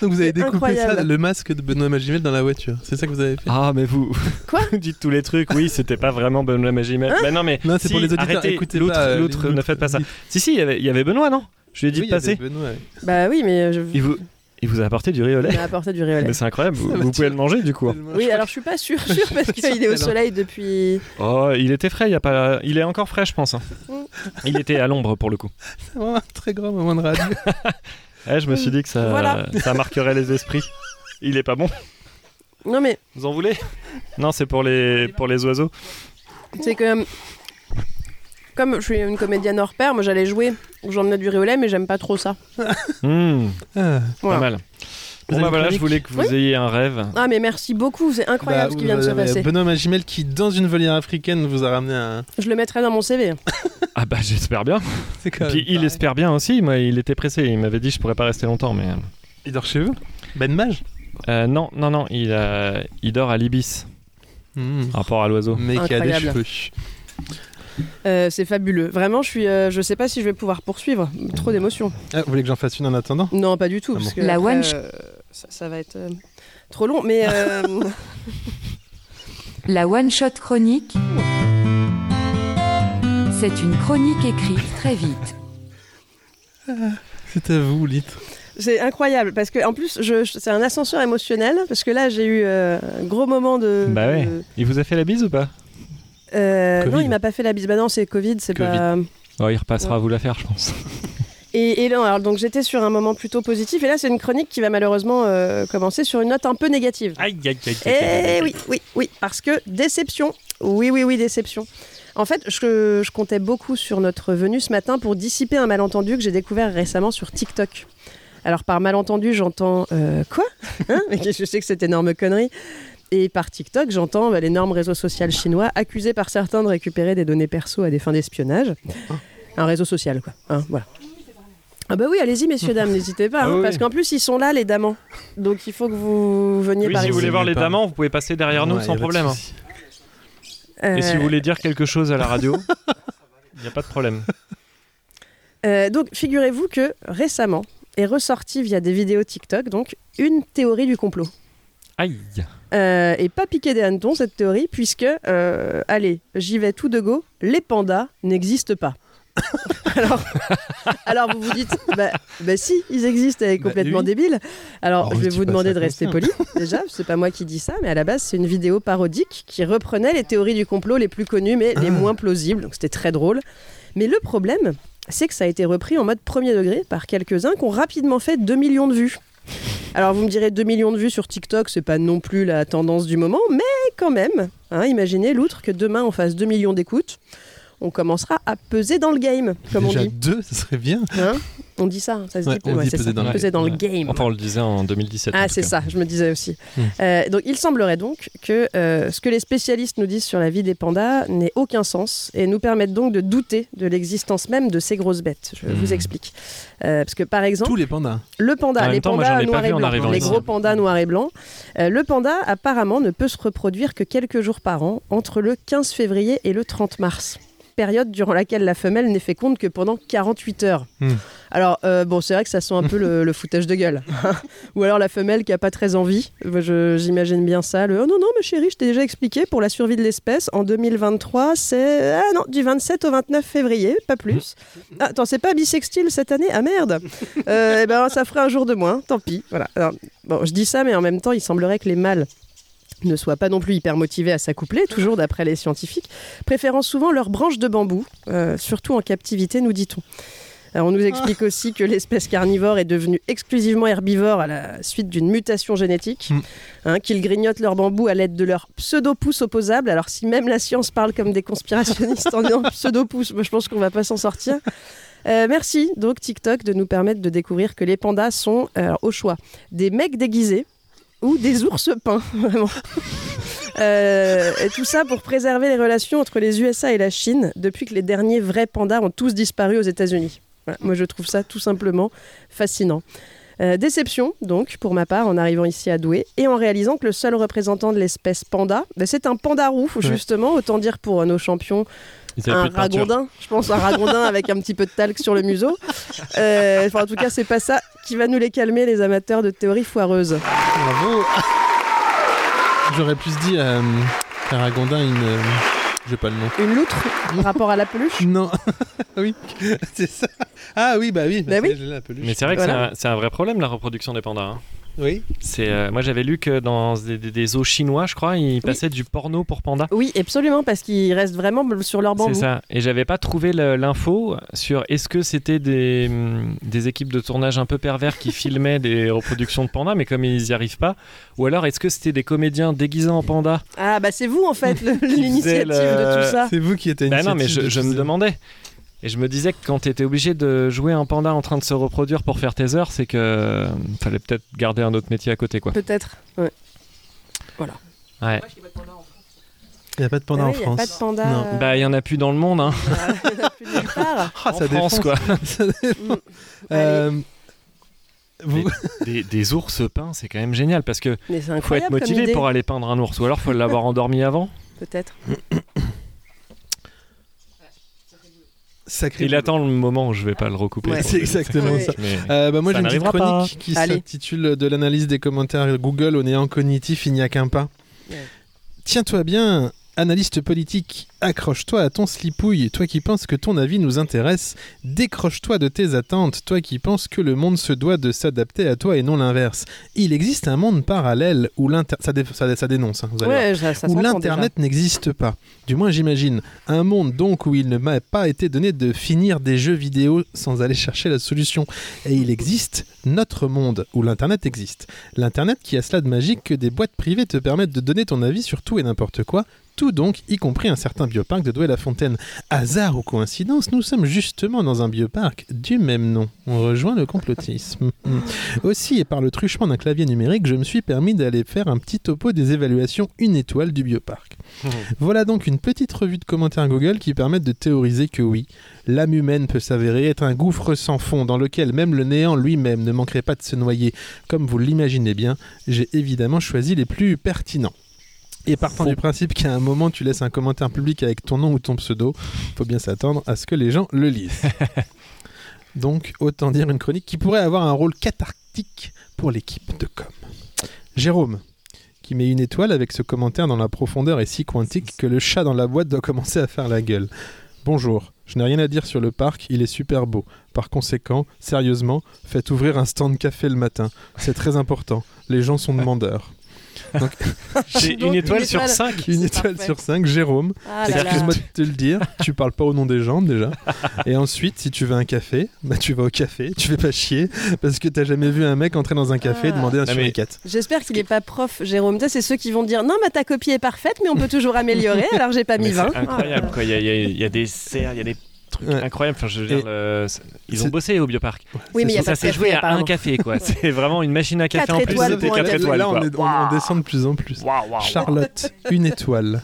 Speaker 3: Donc vous avez découpé
Speaker 7: incroyable.
Speaker 3: ça, le masque de Benoît Magimel dans la voiture. C'est ça que vous avez fait
Speaker 2: Ah, mais vous.
Speaker 7: Quoi
Speaker 2: Dites tous les trucs, oui, c'était pas vraiment Benoît Magimel.
Speaker 3: Hein
Speaker 2: bah non, mais.
Speaker 3: Non, c'est
Speaker 2: si,
Speaker 3: pour les auditeurs,
Speaker 2: Arrêtez,
Speaker 3: écoutez
Speaker 2: l'autre,
Speaker 3: pas, euh,
Speaker 2: l'autre, ne faites pas ça. Si, si, il y avait- il y avait Benoît, non Je lui ai dit
Speaker 3: Oui,
Speaker 2: de
Speaker 3: il y
Speaker 2: passer.
Speaker 3: avait Benoît, oui.
Speaker 7: Bah oui, mais je...
Speaker 2: Il vous, il vous a apporté du riolet
Speaker 7: il m'a apporté du riolet.
Speaker 2: Mais c'est incroyable, vous,
Speaker 7: Ça m'a
Speaker 2: vous pouvez le manger du coup. hein.
Speaker 7: Oui, alors je suis pas sûre, sûre parce qu'il est au
Speaker 2: alors.
Speaker 7: soleil depuis.
Speaker 2: Oh, il était frais, il, y a pas... il est encore frais, je pense. hein.
Speaker 3: Mm.
Speaker 2: Il était à l'ombre pour le coup.
Speaker 3: C'est vraiment un très grand moment de radio.
Speaker 2: Eh, je me suis dit que ça,
Speaker 7: Voilà.
Speaker 2: ça marquerait les esprits. Il est pas bon.
Speaker 7: Non mais
Speaker 2: Vous en voulez Non, c'est pour les, pour les oiseaux.
Speaker 7: c'est que comme je suis une comédienne hors pair, moi j'allais jouer où j'emmenais du riolet, mais j'aime pas trop ça.
Speaker 2: Hmm, Pas
Speaker 3: Ah,
Speaker 7: Voilà.
Speaker 2: mal.
Speaker 3: avez
Speaker 2: Bon, bah
Speaker 3: une
Speaker 2: voilà,
Speaker 3: chronique
Speaker 2: je voulais que vous ayez un rêve.
Speaker 7: Ah mais merci beaucoup, c'est incroyable
Speaker 3: Bah,
Speaker 7: ce qui vient de
Speaker 3: vous
Speaker 7: se
Speaker 3: avez
Speaker 7: passer.
Speaker 3: Benoît Magimel qui, dans une volière africaine, vous a ramené un.
Speaker 7: Je le mettrai dans mon hein. CV.
Speaker 2: Ah bah j'espère bien. Puis il espère bien aussi. Moi, il était pressé. Il m'avait dit je pourrais pas rester longtemps, mais
Speaker 3: Il dort chez vous Ben Mage
Speaker 2: euh, non, non, non. Il, euh, il dort à l'ibis.
Speaker 3: Hmm.
Speaker 2: Rapport à l'oiseau.
Speaker 3: Mais qui a des
Speaker 7: Incroyable.
Speaker 3: cheveux.
Speaker 7: Euh, c'est fabuleux. Vraiment, je suis, euh, je sais pas si je vais pouvoir poursuivre. Trop d'émotions.
Speaker 3: Ah, vous voulez que j'en fasse une en attendant
Speaker 7: Non, pas du tout.
Speaker 3: Ah
Speaker 7: parce
Speaker 3: bon.
Speaker 7: que
Speaker 3: La
Speaker 7: après,
Speaker 3: one-
Speaker 7: euh, ça, ça va être euh, trop long, mais euh,
Speaker 14: La One Shot Chronique. C'est une chronique écrite très vite.
Speaker 3: C'est à vous, Lit.
Speaker 7: c'est incroyable parce que en plus, je, je- c'est un ascenseur émotionnel parce que là, j'ai eu euh, un gros moment de.
Speaker 2: Bah ouais.
Speaker 7: de-
Speaker 2: Il vous a fait la bise ou pas
Speaker 7: euh, non,
Speaker 2: Covid.
Speaker 7: il m'a pas fait la bise. Bah non, c'est Covid, c'est
Speaker 2: Covid.
Speaker 7: pas.
Speaker 2: Oh, il repassera
Speaker 7: Ouais.
Speaker 2: à vous la faire, je pense.
Speaker 7: Et, et non, alors donc j'étais sur un moment plutôt positif et là, c'est une chronique qui va malheureusement euh, commencer sur une note un peu négative.
Speaker 2: Aïe, aïe, aïe.
Speaker 7: Eh oui, oui, oui, parce que déception. Oui, oui, oui, déception. En fait, je, je comptais beaucoup sur notre venue ce matin pour dissiper un malentendu que j'ai découvert récemment sur TikTok. Alors par malentendu, j'entends euh, quoi Hein Mais qu'est-ce que c'est que cette énorme connerie Et par TikTok, j'entends bah, l'énorme réseau social chinois accusé par certains de récupérer des données perso à des fins d'espionnage. Un réseau social, quoi. Hein, voilà. Ah bah oui, allez-y messieurs dames, n'hésitez pas,
Speaker 2: Ah
Speaker 7: hein,
Speaker 2: oui,
Speaker 7: parce
Speaker 2: oui.
Speaker 7: qu'en plus ils sont là les damans, donc il faut que vous veniez
Speaker 2: Oui,
Speaker 7: par
Speaker 2: si vous
Speaker 7: ici.
Speaker 2: voulez voir les
Speaker 3: pas.
Speaker 2: damans, vous pouvez passer derrière nous
Speaker 3: Ouais, y a
Speaker 2: sans
Speaker 3: pas de
Speaker 2: problème. hein.
Speaker 3: souci.
Speaker 7: Euh,
Speaker 2: Et si vous voulez dire quelque chose à la radio, il n'y a pas de problème.
Speaker 7: euh, donc, figurez-vous que récemment est ressortie via des vidéos TikTok donc une théorie du complot.
Speaker 2: Aïe.
Speaker 7: Euh, et pas piquer des hannetons cette théorie, puisque, euh, allez, j'y vais tout de go, les pandas n'existent pas. alors, alors vous vous dites, bah, bah si, ils existent, elle est complètement
Speaker 13: oui.
Speaker 7: débile. Alors
Speaker 13: Oh,
Speaker 7: je vais
Speaker 13: dis
Speaker 7: vous
Speaker 13: pas
Speaker 7: demander
Speaker 13: ça
Speaker 7: de
Speaker 13: comme
Speaker 7: rester
Speaker 13: ça.
Speaker 7: poli, déjà, c'est pas moi qui dis ça, mais à la base c'est une vidéo parodique qui reprenait les théories du complot les plus connues mais les moins plausibles, donc c'était très drôle. Mais le problème, c'est que ça a été repris en mode premier degré par quelques-uns qui ont rapidement fait 2 millions de vues. Alors vous me direz 2 millions de vues sur TikTok, c'est pas non plus la tendance du moment, mais quand même, hein, imaginez l'outre que demain on fasse 2 millions d'écoutes, on commencera à peser dans le game, comme
Speaker 3: Déjà
Speaker 7: on dit.
Speaker 3: deux, ça serait bien.
Speaker 7: Hein on dit ça, ça se
Speaker 3: Ouais,
Speaker 7: dit,
Speaker 3: on
Speaker 7: ouais,
Speaker 3: dit
Speaker 7: c'est
Speaker 3: peser
Speaker 7: ça,
Speaker 3: dans le-
Speaker 7: peser dans le
Speaker 2: Ouais.
Speaker 7: game.
Speaker 2: Enfin, on le disait en 2017. en
Speaker 7: Ah,
Speaker 2: tout
Speaker 7: c'est
Speaker 2: cas.
Speaker 7: ça, je me disais aussi.
Speaker 2: Hmm.
Speaker 7: Euh, donc, il semblerait donc que euh, ce que les spécialistes nous disent sur la vie des pandas n'ait aucun sens et nous permettent donc de douter de l'existence même de ces grosses bêtes. Je vous explique. Euh, parce que, par exemple.
Speaker 3: Tous les pandas.
Speaker 7: Le panda,
Speaker 3: En même
Speaker 7: les
Speaker 3: temps, moi,
Speaker 7: pandas
Speaker 3: j'en ai pas
Speaker 7: noirs
Speaker 3: vu
Speaker 7: et
Speaker 3: en
Speaker 7: blancs,
Speaker 3: arrivant
Speaker 7: les
Speaker 3: ici.
Speaker 7: gros pandas noirs et blancs. Euh, le panda, apparemment, ne peut se reproduire que quelques jours par an, entre le 15 février et le 30 mars. période durant laquelle la femelle n'est féconde que pendant 48 heures.
Speaker 3: Hmm.
Speaker 7: Alors, euh, bon, c'est vrai que ça sent un peu le, le foutage de gueule. Ou alors la femelle qui a pas très envie. Moi, je- J'imagine bien ça. Le, oh non, non, ma chérie, je t'ai déjà expliqué, pour la survie de l'espèce, en 2023, c'est. Ah non, du 27 au 29 février, pas plus.
Speaker 3: Hmm.
Speaker 7: Ah, attends, c'est pas bisextile cette année Ah merde Euh, Eh ben, ça ferait un jour de moins, tant pis. Voilà. Alors, bon, je dis ça, mais en même temps, il semblerait que les mâles ne soient pas non plus hyper motivés à s'accoupler, toujours d'après les scientifiques, préférant souvent leurs branches de bambou, euh, surtout en captivité, nous dit-on. Alors, on nous explique aussi que l'espèce carnivore est devenue exclusivement herbivore à la suite d'une mutation génétique, hein, qu'ils grignotent leur bambou à l'aide de leur pseudo-pouce opposable. Alors si même la science parle comme des conspirationnistes en disant pseudo-pouce, moi je pense qu'on va pas s'en sortir. Euh, merci donc TikTok de nous permettre de découvrir que les pandas sont euh, au choix des mecs déguisés ou des ours peints, vraiment. Euh, et tout ça pour préserver les relations entre les USA et la Chine depuis que les derniers vrais pandas ont tous disparu aux États-Unis. Voilà, moi, je trouve ça tout simplement fascinant. Euh, déception, donc, pour ma part, en arrivant ici à Douai et en réalisant que le seul représentant de l'espèce panda, ben, c'est un panda roux, justement, autant dire pour euh, nos champions.
Speaker 16: Ils avaient
Speaker 7: Un
Speaker 16: plus de peinture.
Speaker 7: ragondin, je pense, un ragondin avec un petit peu de talc sur le museau. Euh, enfin, en tout cas, c'est pas ça qui va nous les calmer, les amateurs de théories foireuses.
Speaker 3: Bravo J'aurais plus dit à euh, à Ragondin une. euh, J'ai pas le nom.
Speaker 7: Une loutre par rapport à la peluche
Speaker 3: Non. oui, c'est ça. Ah oui, bah oui. parce que j'ai la peluche.
Speaker 2: Mais c'est vrai que
Speaker 3: Voilà.
Speaker 2: c'est un- c'est un, vrai problème la reproduction des pandas. hein.
Speaker 3: Oui.
Speaker 2: C'est euh, moi j'avais lu que dans des, des- des zoos chinois, je crois, ils passaient du porno pour pandas.
Speaker 7: Oui, absolument, parce qu'ils restent vraiment sur leur bambou.
Speaker 2: C'est ça. Et j'avais pas trouvé le- l'info sur est-ce que c'était des, hum, des équipes de tournage un peu pervers qui filmaient des reproductions de pandas, mais comme ils y arrivent pas, ou alors est-ce que c'était des comédiens déguisés en pandas
Speaker 7: Ah, bah c'est vous, en fait, le- l'initiative de tout ça.
Speaker 3: vous qui êtes
Speaker 2: Bah non, mais
Speaker 3: initiative
Speaker 2: je, je
Speaker 3: de tout
Speaker 2: me
Speaker 3: ça.
Speaker 2: demandais. Et je me disais que quand t'étais obligé de jouer un panda en train de se reproduire pour faire tes heures, c'est que euh, fallait peut-être garder un autre métier à côté, quoi.
Speaker 7: Peut-être. Ouais. Voilà.
Speaker 2: Ouais.
Speaker 3: Il n'y a pas de panda
Speaker 7: Ah
Speaker 3: en
Speaker 7: oui, il y a
Speaker 3: France.
Speaker 7: pas de panda,
Speaker 3: Non.
Speaker 7: euh,
Speaker 2: Bah, il y en a plus dans le monde, hein.
Speaker 3: Ah,
Speaker 2: En
Speaker 3: ça
Speaker 2: France,
Speaker 3: défonce.
Speaker 2: quoi.
Speaker 3: Ça défonce. Euh, vous-
Speaker 2: Des, des ours peints, c'est quand même génial parce que
Speaker 7: Mais c'est
Speaker 2: faut
Speaker 7: incroyable
Speaker 2: être
Speaker 7: comme idée.
Speaker 2: motivé pour aller peindre un ours, ou alors faut l'avoir endormi avant.
Speaker 7: Peut-être.
Speaker 3: Sacré
Speaker 2: Il attend le moment où je vais pas le recouper.
Speaker 3: Ouais,
Speaker 2: pour
Speaker 3: c'est
Speaker 2: le-
Speaker 3: exactement ça.
Speaker 2: Mais
Speaker 3: Euh, bah, moi,
Speaker 2: ça
Speaker 3: j'ai une petite
Speaker 2: n'arrivera
Speaker 3: chronique
Speaker 2: pas.
Speaker 3: qui
Speaker 2: Allez.
Speaker 3: s'intitule De l'analyse des commentaires Google au néant cognitif, il n'y a qu'un pas. Tiens-toi bien, analyste politique, accroche-toi à ton slipouille, toi qui penses que ton avis nous intéresse, décroche-toi de tes attentes, toi qui penses que le monde se doit de s'adapter à toi et non l'inverse. Il existe un monde parallèle où l'Internet... Ça, dé- ça dé- ça dénonce, hein, vous allez
Speaker 7: Ouais,
Speaker 3: voir.
Speaker 7: ça- ça
Speaker 3: Où
Speaker 7: s'entend
Speaker 3: l'Internet n'existe pas. Du moins, j'imagine. Un monde donc où il ne m'a pas été donné de finir des jeux vidéo sans aller chercher la solution. Et il existe notre monde où l'Internet existe. L'Internet qui a cela de magique que des boîtes privées te permettent de donner ton avis sur tout et n'importe quoi. Tout donc, y compris un certain bioparc de Douai-la-Fontaine. Hasard ou coïncidence, nous sommes justement dans un bioparc du même nom. On rejoint le complotisme.
Speaker 7: Mm.
Speaker 3: Aussi, et par le truchement d'un clavier numérique, je me suis permis d'aller faire un petit topo des évaluations une étoile du bioparc. Voilà donc une petite revue de commentaires Google qui permettent de théoriser que oui, l'âme humaine peut s'avérer être un gouffre sans fond dans lequel même le néant lui-même ne manquerait pas de se noyer. Comme vous l'imaginez bien, j'ai évidemment choisi les plus pertinents. Et partant du principe qu'à un moment tu laisses un commentaire public avec ton nom ou ton pseudo, faut bien s'attendre à ce que les gens le lisent. Donc autant dire une chronique qui pourrait avoir un rôle cathartique pour l'équipe de com. Jérôme, qui met une étoile avec ce commentaire dans la profondeur est si quantique que le chat dans la boîte doit commencer à faire la gueule. Bonjour, je n'ai rien à dire sur le parc, il est super beau. Par conséquent, sérieusement, faites ouvrir un stand café le matin. C'est très important, les gens sont demandeurs. Donc-
Speaker 2: J'ai une étoile sur cinq.
Speaker 3: Une
Speaker 2: C'est
Speaker 3: étoile
Speaker 2: parfait.
Speaker 3: sur 5, Jérôme.
Speaker 2: Ah là là.
Speaker 3: Excuse-moi de te le dire, tu parles pas au nom des gens déjà. Et ensuite, si tu veux un café, bah tu vas au café, tu fais pas chier, parce que t'as jamais vu un mec entrer dans un café
Speaker 2: Ah.
Speaker 3: et demander un sur les quatre.
Speaker 7: J'espère qu'il n'est pas prof, Jérôme. Tu sais, c'est ceux qui vont dire non, mais ta copie est parfaite, mais on peut toujours améliorer, alors j'ai pas mis
Speaker 2: Mais
Speaker 7: 20.
Speaker 2: C'est incroyable, quoi. Il y, a- il y a- il y a des serres, il y a des trucs incroyables. Enfin, je veux dire, le- ils ont bossé au bioparc.
Speaker 7: Oui, mais il y a pas
Speaker 2: ça
Speaker 7: de
Speaker 2: s'est
Speaker 7: café,
Speaker 2: joué à un
Speaker 7: apparemment.
Speaker 2: café, quoi. C'est vraiment une machine à café
Speaker 7: Quatre
Speaker 2: en plus.
Speaker 7: étoiles
Speaker 2: C'était
Speaker 7: pour un
Speaker 2: 4
Speaker 7: café.
Speaker 2: étoiles,
Speaker 3: Là, on,
Speaker 2: quoi.
Speaker 3: est- on- on descend de plus en plus. Charlotte, une étoile.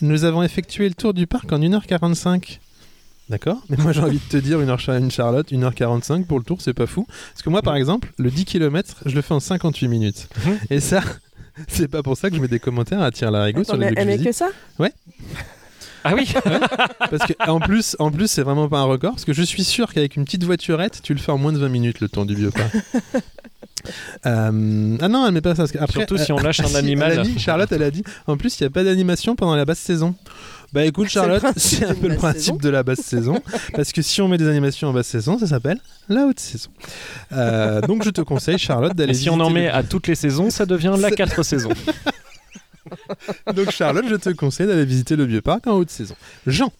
Speaker 3: Nous avons effectué le tour du parc en 1h45. D'accord Mais moi j'ai envie de te dire, une, heure, cha- une Charlotte, 1h45 pour le tour, c'est pas fou. Parce que moi par exemple, le 10 km, je le fais en 58 minutes. Et ça, c'est pas pour ça que je mets des commentaires à tirer la rigo
Speaker 7: Attends,
Speaker 3: sur les
Speaker 7: mais elle met
Speaker 3: Bugsy.
Speaker 7: que ça
Speaker 3: Ouais.
Speaker 2: Ah oui
Speaker 3: Parce que en plus, en plus, c'est vraiment pas un record, parce que je suis sûr qu'avec une petite voiturette, tu le fais en moins de 20 minutes le temps du bioparc. Euh, ah non, elle met pas ça. Parce que après,
Speaker 2: Surtout si on lâche un
Speaker 3: si, elle a
Speaker 2: animal.
Speaker 3: dit- Charlotte, elle a dit. En plus, il n'y a pas d'animation pendant la basse saison. Bah écoute,
Speaker 2: Ah, C'est le
Speaker 3: Charlotte,
Speaker 2: principe
Speaker 3: c'est un
Speaker 2: d'une
Speaker 3: peu le
Speaker 2: basse
Speaker 3: principe
Speaker 2: saison.
Speaker 3: de la basse saison. Parce que si on met des animations en basse saison, ça s'appelle la haute saison. Euh, donc je te conseille, Charlotte, d'aller.
Speaker 2: Et si on en
Speaker 3: visiter
Speaker 2: met à toutes les saisons, ça devient la quatre saisons.
Speaker 3: le- Donc Charlotte, je te conseille d'aller visiter le vieux parc en haute saison. Jean,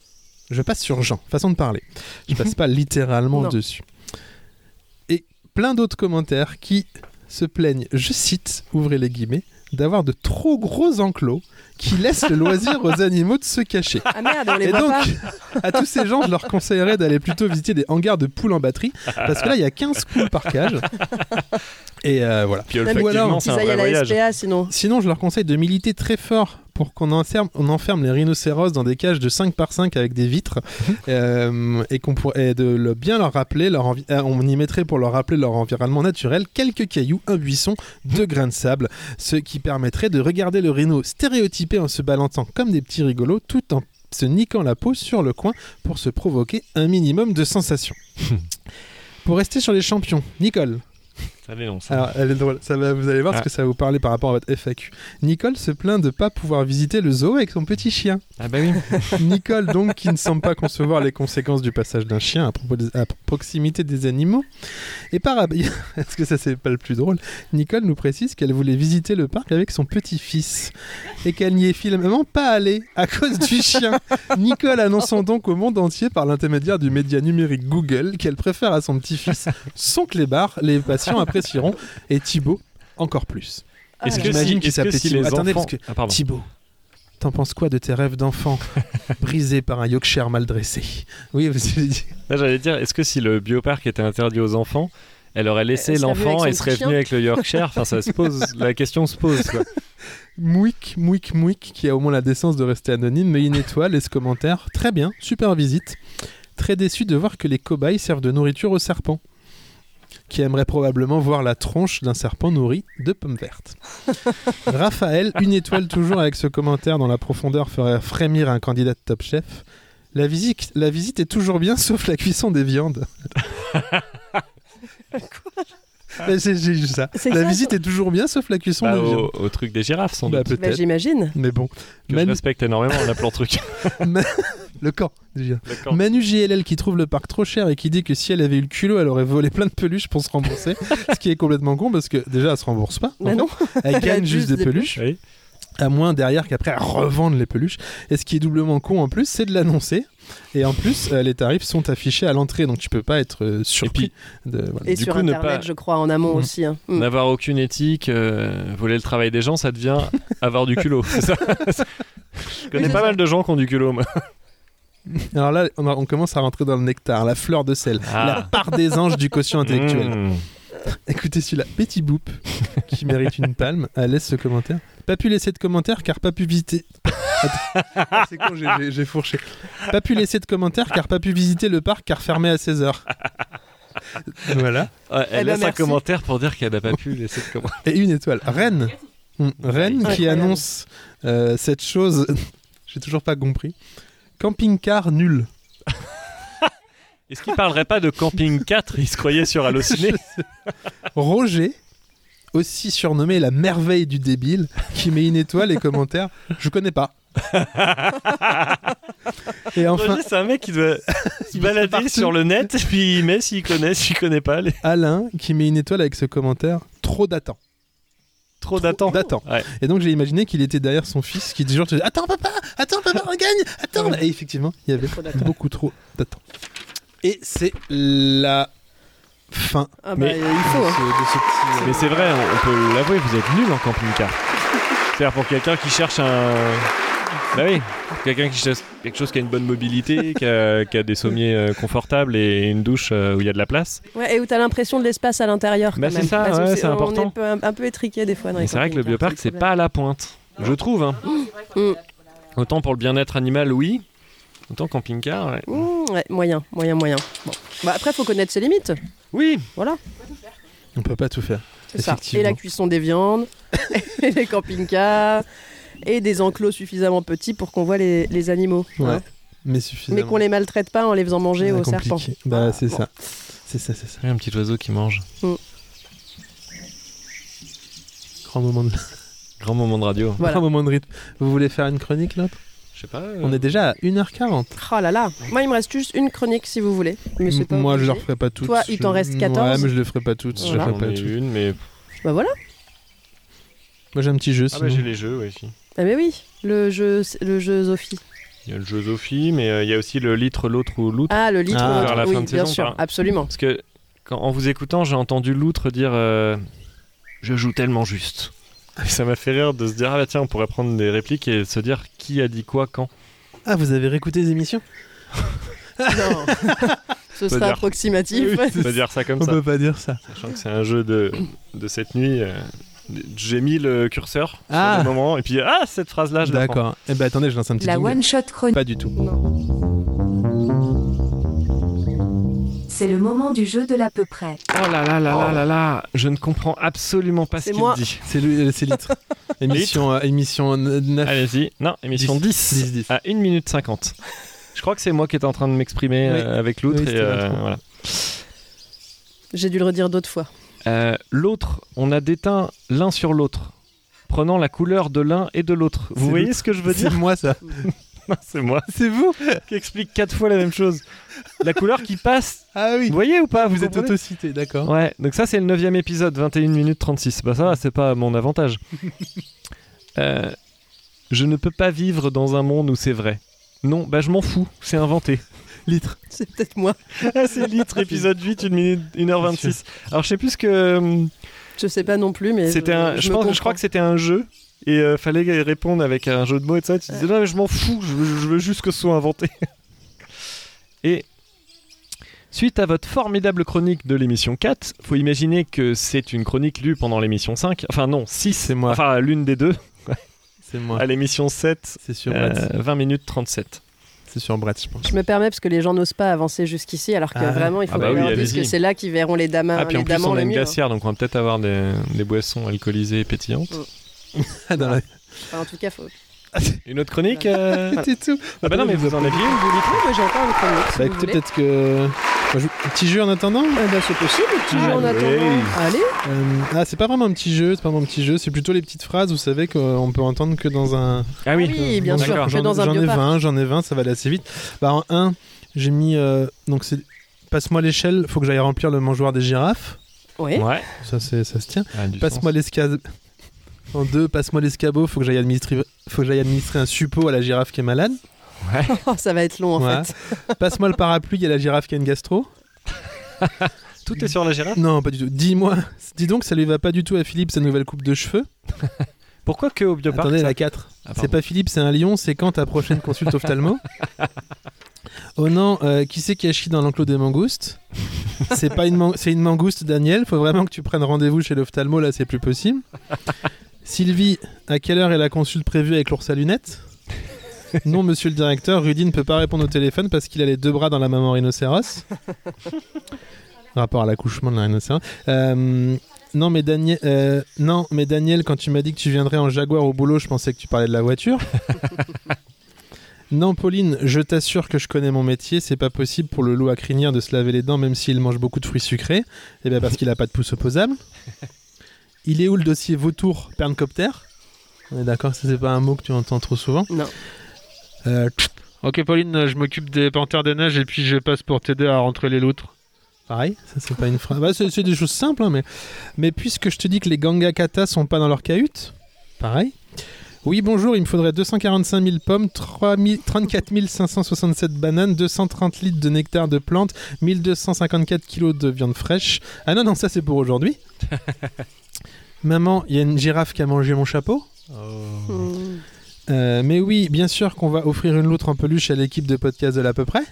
Speaker 3: je passe sur Jean, façon de parler. Je passe pas littéralement
Speaker 9: Non.
Speaker 3: dessus. et plein d'autres commentaires qui se plaignent, je cite, ouvrez les guillemets, d'avoir de trop gros enclos qui laissent le loisir aux animaux de se cacher.
Speaker 7: Ah merde, on les
Speaker 3: Et
Speaker 7: voit
Speaker 3: donc,
Speaker 7: pas.
Speaker 3: à tous ces gens, je leur conseillerais d'aller plutôt visiter des hangars de poules en batterie, parce que là, il y a 15 poules par cage. Et euh, voilà.
Speaker 2: Puis, olfactivement, c'est un vrai voyage.
Speaker 7: sinon.
Speaker 3: Sinon, je leur conseille de militer très fort pour qu'on enferme, on enferme les rhinocéros dans des cages de 5 par 5 avec des vitres euh, et qu'on pourrait et de le- bien leur rappeler leur envi- euh, on y mettrait pour leur rappeler leur environnement naturel quelques cailloux, un buisson, deux grains de sable, ce qui permettrait de regarder le rhino stéréotypé en se balançant comme des petits rigolos tout en se niquant la peau sur le coin pour se provoquer un minimum de sensations. pour rester sur les champions, Nicole,
Speaker 2: Ça dénonce.
Speaker 3: alors, elle est drôle. Ça va, vous allez voir
Speaker 2: Ah.
Speaker 3: parce que ça va vous parler par rapport à votre FAQ. Nicole se plaint de pas pouvoir visiter le zoo avec son petit chien.
Speaker 2: Ah bah oui.
Speaker 3: Nicole, donc, qui ne semble pas concevoir les conséquences du passage d'un chien à, propos des- à proximité des animaux. Et par ailleurs, est-ce que ça c'est pas le plus drôle Nicole nous précise qu'elle voulait visiter le parc avec son petit-fils et qu'elle n'y est finalement pas allée à cause du chien. Nicole annonçant donc au monde entier par l'intermédiaire du média numérique Google qu'elle préfère à son petit-fils son clébard, les patients apprécieront, et Thibaut encore plus. Euh,
Speaker 2: Est-ce que
Speaker 3: J'imagine
Speaker 2: si- est-ce
Speaker 3: qu'il
Speaker 2: que
Speaker 3: s'appelait
Speaker 2: si
Speaker 3: Thibaut.
Speaker 2: les
Speaker 3: Attendez,
Speaker 2: enfants-
Speaker 3: parce que
Speaker 2: Ah, pardon.
Speaker 3: Thibaut, t'en penses quoi de tes rêves d'enfant brisés par un Yorkshire mal dressé Oui, vous avez dit.
Speaker 2: Là, j'allais dire, est-ce que si le bioparc était interdit aux enfants, elle aurait laissé
Speaker 3: Elle serait venue
Speaker 2: l'enfant
Speaker 3: avec
Speaker 2: et
Speaker 3: son
Speaker 2: serait
Speaker 3: chien
Speaker 2: venue avec le Yorkshire Enfin, ça se pose, la question se pose. quoi.
Speaker 3: Mouik, Mouik, Mouik, qui a au moins la décence de rester anonyme, mais il nettoie, laisse commentaire. Très bien, super visite. Très déçu de voir que les cobayes servent de nourriture aux serpents, qui aimerait probablement voir la tronche d'un serpent nourri de pommes vertes. Raphaël, une étoile toujours avec ce commentaire dont la profondeur ferait frémir un candidat de top chef. La visite, la visite est toujours bien, sauf la cuisson des viandes. Mais C'est c'est juste ça.
Speaker 7: C'est
Speaker 3: La
Speaker 7: ça,
Speaker 3: visite est toujours bien, sauf la cuisson
Speaker 2: Bah,
Speaker 3: des viandes.
Speaker 2: au, au truc des girafes, sans
Speaker 3: Bah,
Speaker 2: doute.
Speaker 3: peut-être. Bah,
Speaker 7: j'imagine.
Speaker 3: Mais bon.
Speaker 2: Que je respecte énormément en appelant truc.
Speaker 3: Ma- le camp. déjà.
Speaker 2: camp.
Speaker 3: Manu JLL qui trouve le parc trop cher et qui dit que si elle avait eu le culot, elle aurait volé plein de peluches pour se rembourser. ce qui est complètement con parce que déjà, elle se rembourse pas. en
Speaker 7: Bah
Speaker 3: fait.
Speaker 7: non.
Speaker 3: Elle
Speaker 7: Elle a
Speaker 3: gagne juste
Speaker 7: juste
Speaker 3: des
Speaker 7: des
Speaker 3: peluches. À moins derrière qu'après elle revende les peluches. Et ce qui est doublement con en plus, c'est de l'annoncer. Et en plus, euh, les tarifs sont affichés à l'entrée, donc tu peux pas être euh, surpris. de, voilà.
Speaker 7: Et sur Internet, je crois, en amont
Speaker 2: Mhm.
Speaker 7: aussi. hein. Mm.
Speaker 2: N'avoir aucune éthique, euh, voler le travail des gens, ça devient avoir du culot. c'est ça je connais
Speaker 7: c'est
Speaker 2: pas
Speaker 7: ça.
Speaker 2: mal de gens qui ont du culot, moi.
Speaker 3: Alors là, on, a- on commence à rentrer dans le nectar, la fleur de sel,
Speaker 2: Ah.
Speaker 3: la part des anges du quotient intellectuel.
Speaker 2: Mmh.
Speaker 3: Écoutez celui-là, Betty Boop, qui mérite une palme, elle laisse ce commentaire. Pas pu laisser de commentaire car pas pu visiter. Attends. Ah, C'est con, j'ai- j'ai- j'ai fourché. Pas pu laisser de commentaire car pas pu visiter le parc car fermé à 16h. Voilà.
Speaker 2: Ouais, elle
Speaker 3: Eh ben,
Speaker 2: laisse un
Speaker 3: merci.
Speaker 2: commentaire pour dire qu'elle n'a pas pu laisser de commentaire.
Speaker 3: Et une étoile. Rennes. Hmm, Rennes qui
Speaker 2: Incroyable.
Speaker 3: annonce euh, cette chose. j'ai toujours pas compris. Camping-car nul.
Speaker 2: Est-ce qu'il parlerait pas de Camping 4 Il se croyait sur Allociné.
Speaker 3: Roger, aussi surnommé la merveille du débile, qui met une étoile et commentaire. Je connais pas. Et enfin-
Speaker 2: Roger, c'est un mec qui doit se balader sur le net, puis il met s'il connaît, s'il connaît pas. Les...
Speaker 3: Alain qui met une étoile avec ce commentaire trop datant.
Speaker 2: Trop datant.
Speaker 3: Et donc j'ai imaginé qu'il était derrière son fils qui toujours te dit Attends papa, attends papa, on gagne, attends. Et effectivement, il y avait beaucoup trop d'attente. Et c'est la fin.
Speaker 7: Ah bah, il faut, hein.
Speaker 2: Mais c'est vrai, on on peut l'avouer, vous êtes nul en camping-car. C'est-à-dire pour quelqu'un qui cherche un. Bah oui, pour quelqu'un qui cherche quelque chose qui a une bonne mobilité, qui a, qui a des sommiers euh, confortables et une douche euh, où il y a de la place.
Speaker 7: Ouais, et où t'as l'impression de l'espace à l'intérieur.
Speaker 2: Bah,
Speaker 7: quand
Speaker 2: c'est
Speaker 7: même.
Speaker 2: ça,
Speaker 7: Parce que
Speaker 2: ouais, c'est
Speaker 7: on
Speaker 2: important.
Speaker 7: est peu- un, un peu étriqué des fois. dans les
Speaker 2: Mais c'est vrai que le
Speaker 7: campings-cars,
Speaker 2: bioparc, c'est
Speaker 7: le
Speaker 2: pas à la pointe, je trouve. hein.
Speaker 7: problème.
Speaker 2: Autant pour le bien-être animal, oui. Autant camping-car, ouais.
Speaker 7: Mm, ouais, moyen, moyen, moyen. Bon. Bah, après, faut connaître ses limites.
Speaker 2: Oui.
Speaker 7: Voilà.
Speaker 3: On peut pas tout faire.
Speaker 7: C'est ça. Et la cuisson des viandes, et les camping-cars, et des enclos suffisamment petits pour qu'on voit les, les animaux.
Speaker 3: Ouais,
Speaker 7: hein.
Speaker 3: mais
Speaker 7: Mais
Speaker 3: suffisamment.
Speaker 7: qu'on les maltraite pas en les faisant manger
Speaker 3: Ah,
Speaker 7: aux
Speaker 3: compliqué.
Speaker 7: serpents.
Speaker 3: Bah, c'est
Speaker 7: bon. Mm.
Speaker 3: ça. C'est ça, c'est ça.
Speaker 2: un petit oiseau qui mange.
Speaker 3: Grand moment de,
Speaker 2: Grand moment de radio.
Speaker 3: Grand moment de rythme. Vous voulez faire une chronique, l'autre
Speaker 2: Je sais pas. euh,
Speaker 3: On est déjà à 1h40.
Speaker 7: Oh là là, moi il me reste juste une chronique si vous voulez. Mais c'est pas
Speaker 3: Moi, je
Speaker 7: obligé.
Speaker 3: ne le referai pas toutes.
Speaker 7: Toi, il t'en
Speaker 3: Je-
Speaker 7: reste 14.
Speaker 3: Ouais, mais je le ferai pas toutes. Je
Speaker 7: Voilà.
Speaker 3: le ferai
Speaker 2: J'en
Speaker 3: pas
Speaker 2: ai
Speaker 3: toutes.
Speaker 2: une, Ah, mais.
Speaker 7: Bah voilà.
Speaker 3: Moi, j'ai un petit jeu.
Speaker 2: Ah,
Speaker 3: sinon.
Speaker 2: bah j'ai les jeux, ouais, si.
Speaker 7: Ah mais oui, le jeu, le jeu Zophie.
Speaker 2: Il y a le jeu Zophie, mais euh, il y a aussi le litre, l'autre ou l'outre.
Speaker 7: Ah, le litre ou l'autre,
Speaker 2: Vers la
Speaker 7: oui,
Speaker 2: fin de
Speaker 7: bien
Speaker 2: saison,
Speaker 7: sûr,
Speaker 2: par-
Speaker 7: absolument.
Speaker 2: Parce que quand, en vous écoutant, j'ai entendu l'outre dire euh, Je joue tellement juste. Et ça m'a fait rire de se dire Ah bah tiens, on pourrait prendre des répliques et se dire qui a dit quoi quand.
Speaker 3: Ah, vous avez réécouté les émissions
Speaker 7: Non. Ce
Speaker 2: Pas
Speaker 7: sera
Speaker 2: dire.
Speaker 7: approximatif.
Speaker 2: Oui, On peut dire ça comme
Speaker 3: On
Speaker 2: ça.
Speaker 3: peut pas dire ça.
Speaker 2: Sachant que c'est un jeu de, de cette nuit. euh, j'ai mis le curseur
Speaker 3: Ah.
Speaker 2: sur le moment et puis ah cette phrase là je la prends.
Speaker 3: D'accord. Eh ben attendez, je lance un petit
Speaker 14: La
Speaker 3: jingle.
Speaker 14: one-shot chronique.
Speaker 3: Pas du tout.
Speaker 14: C'est le moment du jeu de l'à peu près.
Speaker 2: Oh là là là là là là, je ne comprends absolument pas ce
Speaker 14: C'est
Speaker 2: qu'il
Speaker 14: moi.
Speaker 2: dit.
Speaker 3: C'est le- euh, c'est litre. émission, euh, émission 9.
Speaker 2: Allez-y, non, Ah, émission Ah, 10,
Speaker 3: 10,
Speaker 2: à 1 minute 50. Je crois que c'est moi qui étais en train de m'exprimer
Speaker 7: Oui.
Speaker 2: euh, avec l'autre.
Speaker 7: Oui,
Speaker 2: et,
Speaker 7: c'était
Speaker 2: euh,
Speaker 7: l'intro.
Speaker 2: voilà.
Speaker 7: J'ai dû le redire d'autres fois.
Speaker 2: Euh, l'autre, on a déteint l'un sur l'autre, prenant la couleur de l'un et de l'autre. Vous
Speaker 3: C'est
Speaker 2: voyez
Speaker 3: l'autre.
Speaker 2: ce que je veux
Speaker 3: C'est
Speaker 2: dire
Speaker 3: moi, ça.
Speaker 2: Non, c'est moi.
Speaker 3: C'est vous
Speaker 2: qui explique quatre fois la même chose. La couleur qui passe.
Speaker 3: Ah oui.
Speaker 2: Vous voyez ou pas Vous,
Speaker 3: Vous êtes
Speaker 2: comprenez
Speaker 3: autocité, d'accord.
Speaker 2: Ouais, donc ça c'est le 9 épisode, 21 minutes 36. Bah ça va, c'est pas à mon avantage. Euh, je ne peux pas vivre dans un monde où c'est vrai. Non, bah je m'en fous, c'est inventé.
Speaker 3: Litre.
Speaker 7: C'est peut-être moi.
Speaker 2: Ah, c'est litre, épisode 8, 1 minute, 1h26. Alors je sais plus ce que. hum,
Speaker 7: Je sais pas non plus, mais.
Speaker 2: C'était
Speaker 7: je-
Speaker 2: un,
Speaker 7: je
Speaker 2: je,
Speaker 7: me
Speaker 2: pense, je
Speaker 7: comprends.
Speaker 2: crois que c'était un jeu et euh, fallait répondre avec un jeu de mots et tout ça. Tu disais non mais je m'en fous, je, veux- je veux juste que ce soit inventé. et suite à votre formidable chronique de l'émission 4, faut imaginer que c'est une chronique lue pendant l'émission 5, enfin non 6, c'est
Speaker 3: moi.
Speaker 2: Enfin l'une des deux.
Speaker 3: C'est moi.
Speaker 2: À l'émission 7,
Speaker 3: C'est sur
Speaker 2: euh,
Speaker 3: Bratz.
Speaker 2: 20 minutes 37.
Speaker 3: C'est sur Bratz, je pense.
Speaker 7: Je me permets parce que les gens n'osent pas avancer jusqu'ici, alors que
Speaker 2: Ah.
Speaker 7: vraiment il
Speaker 2: Ah
Speaker 7: faut
Speaker 2: bah
Speaker 7: qu'on
Speaker 2: oui,
Speaker 7: leur dise
Speaker 2: allez-y.
Speaker 7: que c'est là qu'ils verront les damas,
Speaker 2: ah puis
Speaker 7: les
Speaker 2: en plus
Speaker 7: damans
Speaker 2: on a
Speaker 7: le
Speaker 2: une
Speaker 7: mieux. hein.
Speaker 2: glacière donc on va peut-être avoir des, des boissons alcoolisées et pétillantes.
Speaker 3: Dans la-
Speaker 7: Enfin, en tout cas, faut.
Speaker 2: Une autre chronique euh,
Speaker 3: C'était tout.
Speaker 2: Ah bah non mais vous en aviez une vous
Speaker 7: Oui, Ah, moi j'ai encore une chronique. si
Speaker 3: Bah
Speaker 7: vous
Speaker 3: écoutez,
Speaker 7: voulez.
Speaker 3: peut-être que. Moi, je- Un petit jeu en attendant
Speaker 7: bah c'est possible, un petit jeu en attendant. Allez.
Speaker 3: Ah, c'est pas vraiment un petit jeu, c'est pas vraiment un petit jeu, c'est plutôt les petites phrases, vous savez, qu'on peut entendre que dans un.
Speaker 2: Ah oui.
Speaker 7: Oui, bien
Speaker 3: Donc,
Speaker 7: sûr,
Speaker 3: j'en-
Speaker 7: que dans un
Speaker 3: J'en ai
Speaker 7: bioparc.
Speaker 3: 20, j'en ai 20, ça va aller assez vite. Bah, en 1, j'ai mis. euh, donc, c'est. Passe-moi l'échelle, faut que j'aille remplir le mangeoir des girafes.
Speaker 7: Ouais.
Speaker 2: Ouais.
Speaker 3: Ça, c'est- ça se tient.
Speaker 2: Ah, du
Speaker 3: Passe-moi l'escabeau. En 2, passe-moi l'escabeau, faut que j'aille administrer, faut que j'aille administrer un suppôt à la girafe qui est malade.
Speaker 15: Oh,
Speaker 7: ça va être long en
Speaker 3: Ouais.
Speaker 7: fait.
Speaker 3: Passe-moi le parapluie, il y a la girafe qui a une gastro.
Speaker 2: Tout est sur la girafe
Speaker 3: Non, pas du tout. Dis-moi, dis donc, ça lui va pas du tout à Philippe sa nouvelle coupe de cheveux.
Speaker 2: Pourquoi que au bioparc
Speaker 3: Attendez,
Speaker 2: ça
Speaker 3: la 4.
Speaker 2: Ah,
Speaker 3: c'est
Speaker 2: pardon.
Speaker 3: pas Philippe, c'est un lion, c'est quand ta prochaine consulte ophtalmo Oh non, euh, qui c'est qui a chié dans l'enclos des mangoustes C'est pas une, man- c'est une mangouste, Daniel. Faut vraiment que tu prennes rendez-vous chez l'ophtalmo, là, c'est plus possible. Sylvie, à quelle heure est la consulte prévue avec l'ours à lunettes Non, monsieur le directeur, Rudy ne peut pas répondre au téléphone parce qu'il a les deux bras dans la maman rhinocéros. Rapport à l'accouchement de la rhinocéros. Euh, non mais, Daniel, euh, non, mais Daniel, quand tu m'as dit que tu viendrais en Jaguar au boulot, je pensais que tu parlais de la voiture. non, Pauline, je t'assure que je connais mon métier. C'est pas possible pour le loup à crinière de se laver les dents, même s'il mange beaucoup de fruits sucrés. Eh bien, parce qu'il a pas de pouce opposable. Il est où le dossier vautour pernocopter On est d'accord, ça, c'est pas un mot que tu entends trop souvent.
Speaker 7: Non.
Speaker 3: Euh, tchou. ok, Pauline, je m'occupe des panthères des neiges et puis je passe pour t'aider à rentrer les loutres. Pareil, ça c'est pas une phrase. Bah, c'est c'est des choses simples, hein, mais... mais puisque je te dis que les Gangakata sont pas dans leur cahute, pareil. Oui, bonjour, il me faudrait 245 000 pommes, 3 000 34 567 bananes, 230 litres de nectar de plantes, 1254 kilos de viande fraîche. Ah non, non, ça c'est pour aujourd'hui. Maman, il y a une girafe qui a mangé mon chapeau. Euh, mais oui, bien sûr qu'on va offrir une loutre en peluche à l'équipe de podcast de l'à peu près.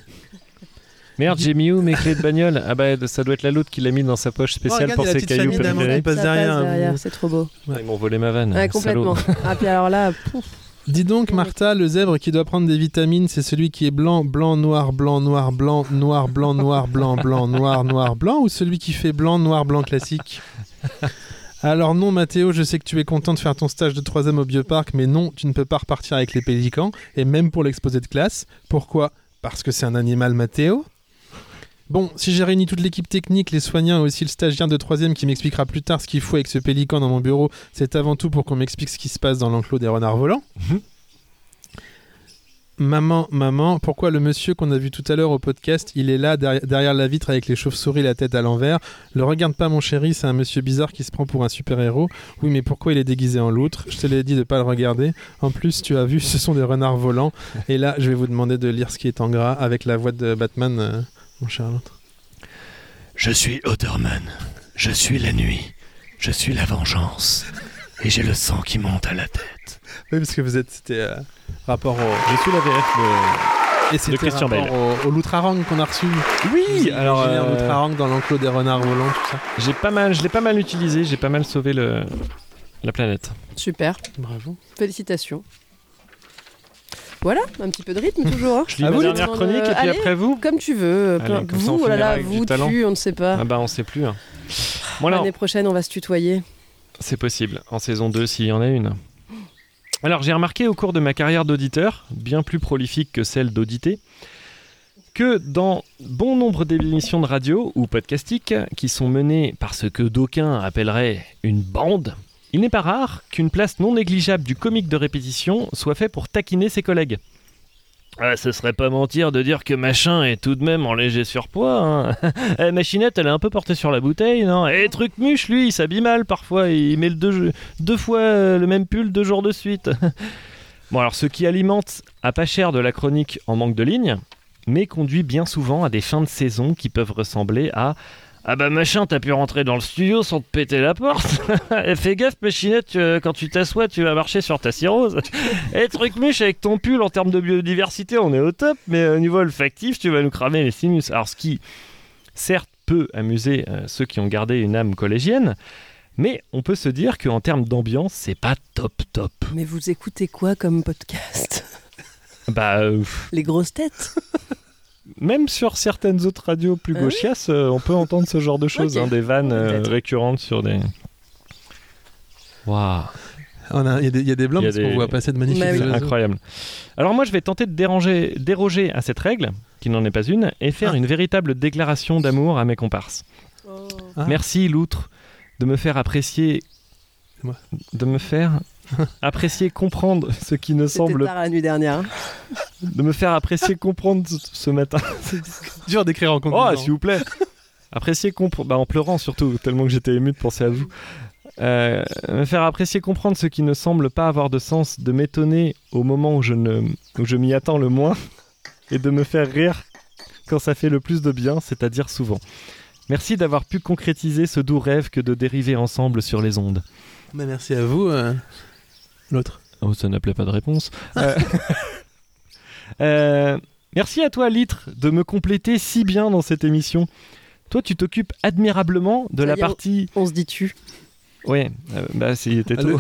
Speaker 2: Merde, j'ai mis où mes clés de bagnole Ah bah ça doit être la l'autre qui l'a mis dans sa poche spéciale
Speaker 3: Oh, regarde,
Speaker 2: pour
Speaker 3: il y a la
Speaker 2: ses
Speaker 3: petite
Speaker 2: cailloux
Speaker 3: famille d'amants
Speaker 2: pépinés.
Speaker 3: qui passe
Speaker 7: Ça
Speaker 3: derrière,
Speaker 7: passe
Speaker 3: vous-
Speaker 7: derrière, c'est trop beau.
Speaker 2: Ouais, Ils m'ont volé ma vanne. hein,
Speaker 7: Ouais, complètement.
Speaker 2: salaud.
Speaker 7: ah puis alors là, pouf.
Speaker 3: Dis donc, Martha, le zèbre qui doit prendre des vitamines, c'est celui qui est blanc, blanc, noir, blanc, noir, blanc, noir, blanc, noir, blanc, blanc, noir, noir, blanc, ou celui qui fait blanc, noir, blanc classique Alors non, Mathéo, je sais que tu es content de faire ton stage de troisième au Bioparc, mais non, tu ne peux pas repartir avec les pélicans, et même pour l'exposé de classe. Pourquoi Parce que c'est un animal, Mathéo Bon, si j'ai réuni toute l'équipe technique, les soignants et aussi le stagiaire de troisième qui m'expliquera plus tard ce qu'il faut avec ce pélican dans mon bureau, c'est avant tout pour qu'on m'explique ce qui se passe dans l'enclos des renards volants. Maman, maman, pourquoi le monsieur qu'on a vu tout à l'heure au podcast, il est là derrière, derrière la vitre avec les chauves-souris la tête à l'envers Le regarde pas mon chéri, c'est un monsieur bizarre qui se prend pour un super-héros. Oui mais pourquoi il est déguisé en loutre Je te l'ai dit de pas le regarder. En plus tu as vu, ce sont des renards volants. Et là je vais vous demander de lire ce qui est en gras avec la voix de Batman, euh, mon cher Charlotte.
Speaker 17: Je suis Otterman. Je suis la nuit. Je suis la vengeance. Et j'ai le sang qui monte à la tête.
Speaker 3: Oui parce que vous êtes... C'était euh, rapport au... Je suis la VF de... Et c'était
Speaker 2: Christian
Speaker 3: rapport
Speaker 2: Bale.
Speaker 3: au, au loutre-harang qu'on a reçu.
Speaker 2: Oui, alors,
Speaker 3: alors...
Speaker 2: euh,
Speaker 3: dans l'enclos des renards volants, tout ça.
Speaker 2: J'ai pas mal, je l'ai pas mal utilisé, j'ai pas mal sauvé le, la planète.
Speaker 15: Super.
Speaker 3: Bravo.
Speaker 15: Félicitations. Voilà, un petit peu de rythme toujours. hein.
Speaker 2: Je lis
Speaker 3: Ah
Speaker 2: ma dernière
Speaker 3: euh,
Speaker 15: Demande,
Speaker 2: chronique et
Speaker 15: allez,
Speaker 2: puis après vous
Speaker 15: Comme tu veux. euh,
Speaker 2: Allez,
Speaker 15: plein-
Speaker 2: comme ça, on
Speaker 15: vous, oh là
Speaker 2: finira
Speaker 15: là,
Speaker 2: avec du
Speaker 15: vous,
Speaker 2: talent.
Speaker 15: tu, on ne sait pas.
Speaker 2: Ah bah on sait plus. hein. Bon alors,
Speaker 15: L'année prochaine, on va se tutoyer.
Speaker 2: c'est possible, en saison 2 s'il y en a une. Alors j'ai remarqué au cours de ma carrière d'auditeur, bien plus prolifique que celle d'audité, que dans bon nombre d'émissions de radio ou podcastiques qui sont menées par ce que d'aucuns appelleraient une bande, il n'est pas rare qu'une place non négligeable du comique de répétition soit faite pour taquiner ses collègues. Ah, ce serait pas mentir de dire que machin est tout de même en léger surpoids. hein. Eh, Machinette, elle est un peu portée sur la bouteille, non Et truc muche, lui, il s'habille mal parfois. Il met le deux, deux fois euh, le même pull deux jours de suite. Bon, alors ce qui alimente à pas cher de la chronique en manque de ligne, mais conduit bien souvent à des fins de saison qui peuvent ressembler à Ah bah machin, t'as pu rentrer dans le studio sans te péter la porte Et Fais gaffe, machinette, tu- euh, quand tu t'assois, tu vas marcher sur ta cirrhose Et truc mûche, avec ton pull en termes de biodiversité, on est au top, mais au niveau olfactif, tu vas nous cramer les sinus. Alors ce qui certes peut amuser euh, ceux qui ont gardé une âme collégienne, mais on peut se dire qu'en termes d'ambiance, c'est pas top top.
Speaker 15: Mais vous écoutez quoi comme podcast
Speaker 2: Bah, euh, pff,
Speaker 15: Les grosses têtes
Speaker 2: même sur certaines autres radios plus
Speaker 15: Ah oui
Speaker 2: gauchias, on peut entendre ce genre de choses,
Speaker 15: Ok.
Speaker 2: hein, des vannes euh,
Speaker 15: Peut-être.
Speaker 2: récurrentes sur des. Waouh
Speaker 3: On a- Il y, a des- il y a des blancs
Speaker 2: Il y a
Speaker 3: parce qu'on
Speaker 2: des-
Speaker 3: voit passer de
Speaker 7: Bah
Speaker 3: magnifiques
Speaker 2: C'est
Speaker 3: oiseaux.
Speaker 2: incroyable. Alors moi, je vais tenter de déranger- déroger à cette règle, qui n'en est pas une, et faire
Speaker 15: Ah.
Speaker 2: une véritable déclaration d'amour à mes comparses.
Speaker 15: Oh.
Speaker 3: Ah.
Speaker 2: Merci Loutre de me faire apprécier,
Speaker 3: moi.
Speaker 2: de me faire apprécier, comprendre ce qui ne
Speaker 15: C'était
Speaker 2: semble,
Speaker 15: tard la nuit dernière. hein.
Speaker 2: de me faire apprécier, comprendre ce- ce matin.
Speaker 3: Dur d'écrire en
Speaker 2: Oh,
Speaker 3: conclusion.
Speaker 2: s'il vous plaît. Apprécier comprendre, bah, en pleurant surtout, tellement que j'étais ému de penser à vous. Euh, me faire apprécier comprendre ce qui ne semble pas avoir de sens, de m'étonner au moment où je, ne, où je m'y attends le moins, et de me faire rire quand ça fait le plus de bien, c'est-à-dire souvent. Merci d'avoir pu concrétiser ce doux rêve que de dériver ensemble sur les ondes.
Speaker 3: Mais merci à vous. euh, L'autre.
Speaker 2: Oh, ça n'appelait pas de réponse. Euh, euh, merci à toi, Litre, de me compléter si bien dans cette émission. Toi, tu t'occupes admirablement de
Speaker 15: Ça
Speaker 2: la
Speaker 15: y est, on-
Speaker 2: partie.
Speaker 15: On se dit tu.
Speaker 2: Ouais, euh, bah, c'est- il était
Speaker 3: Ah,
Speaker 2: tôt.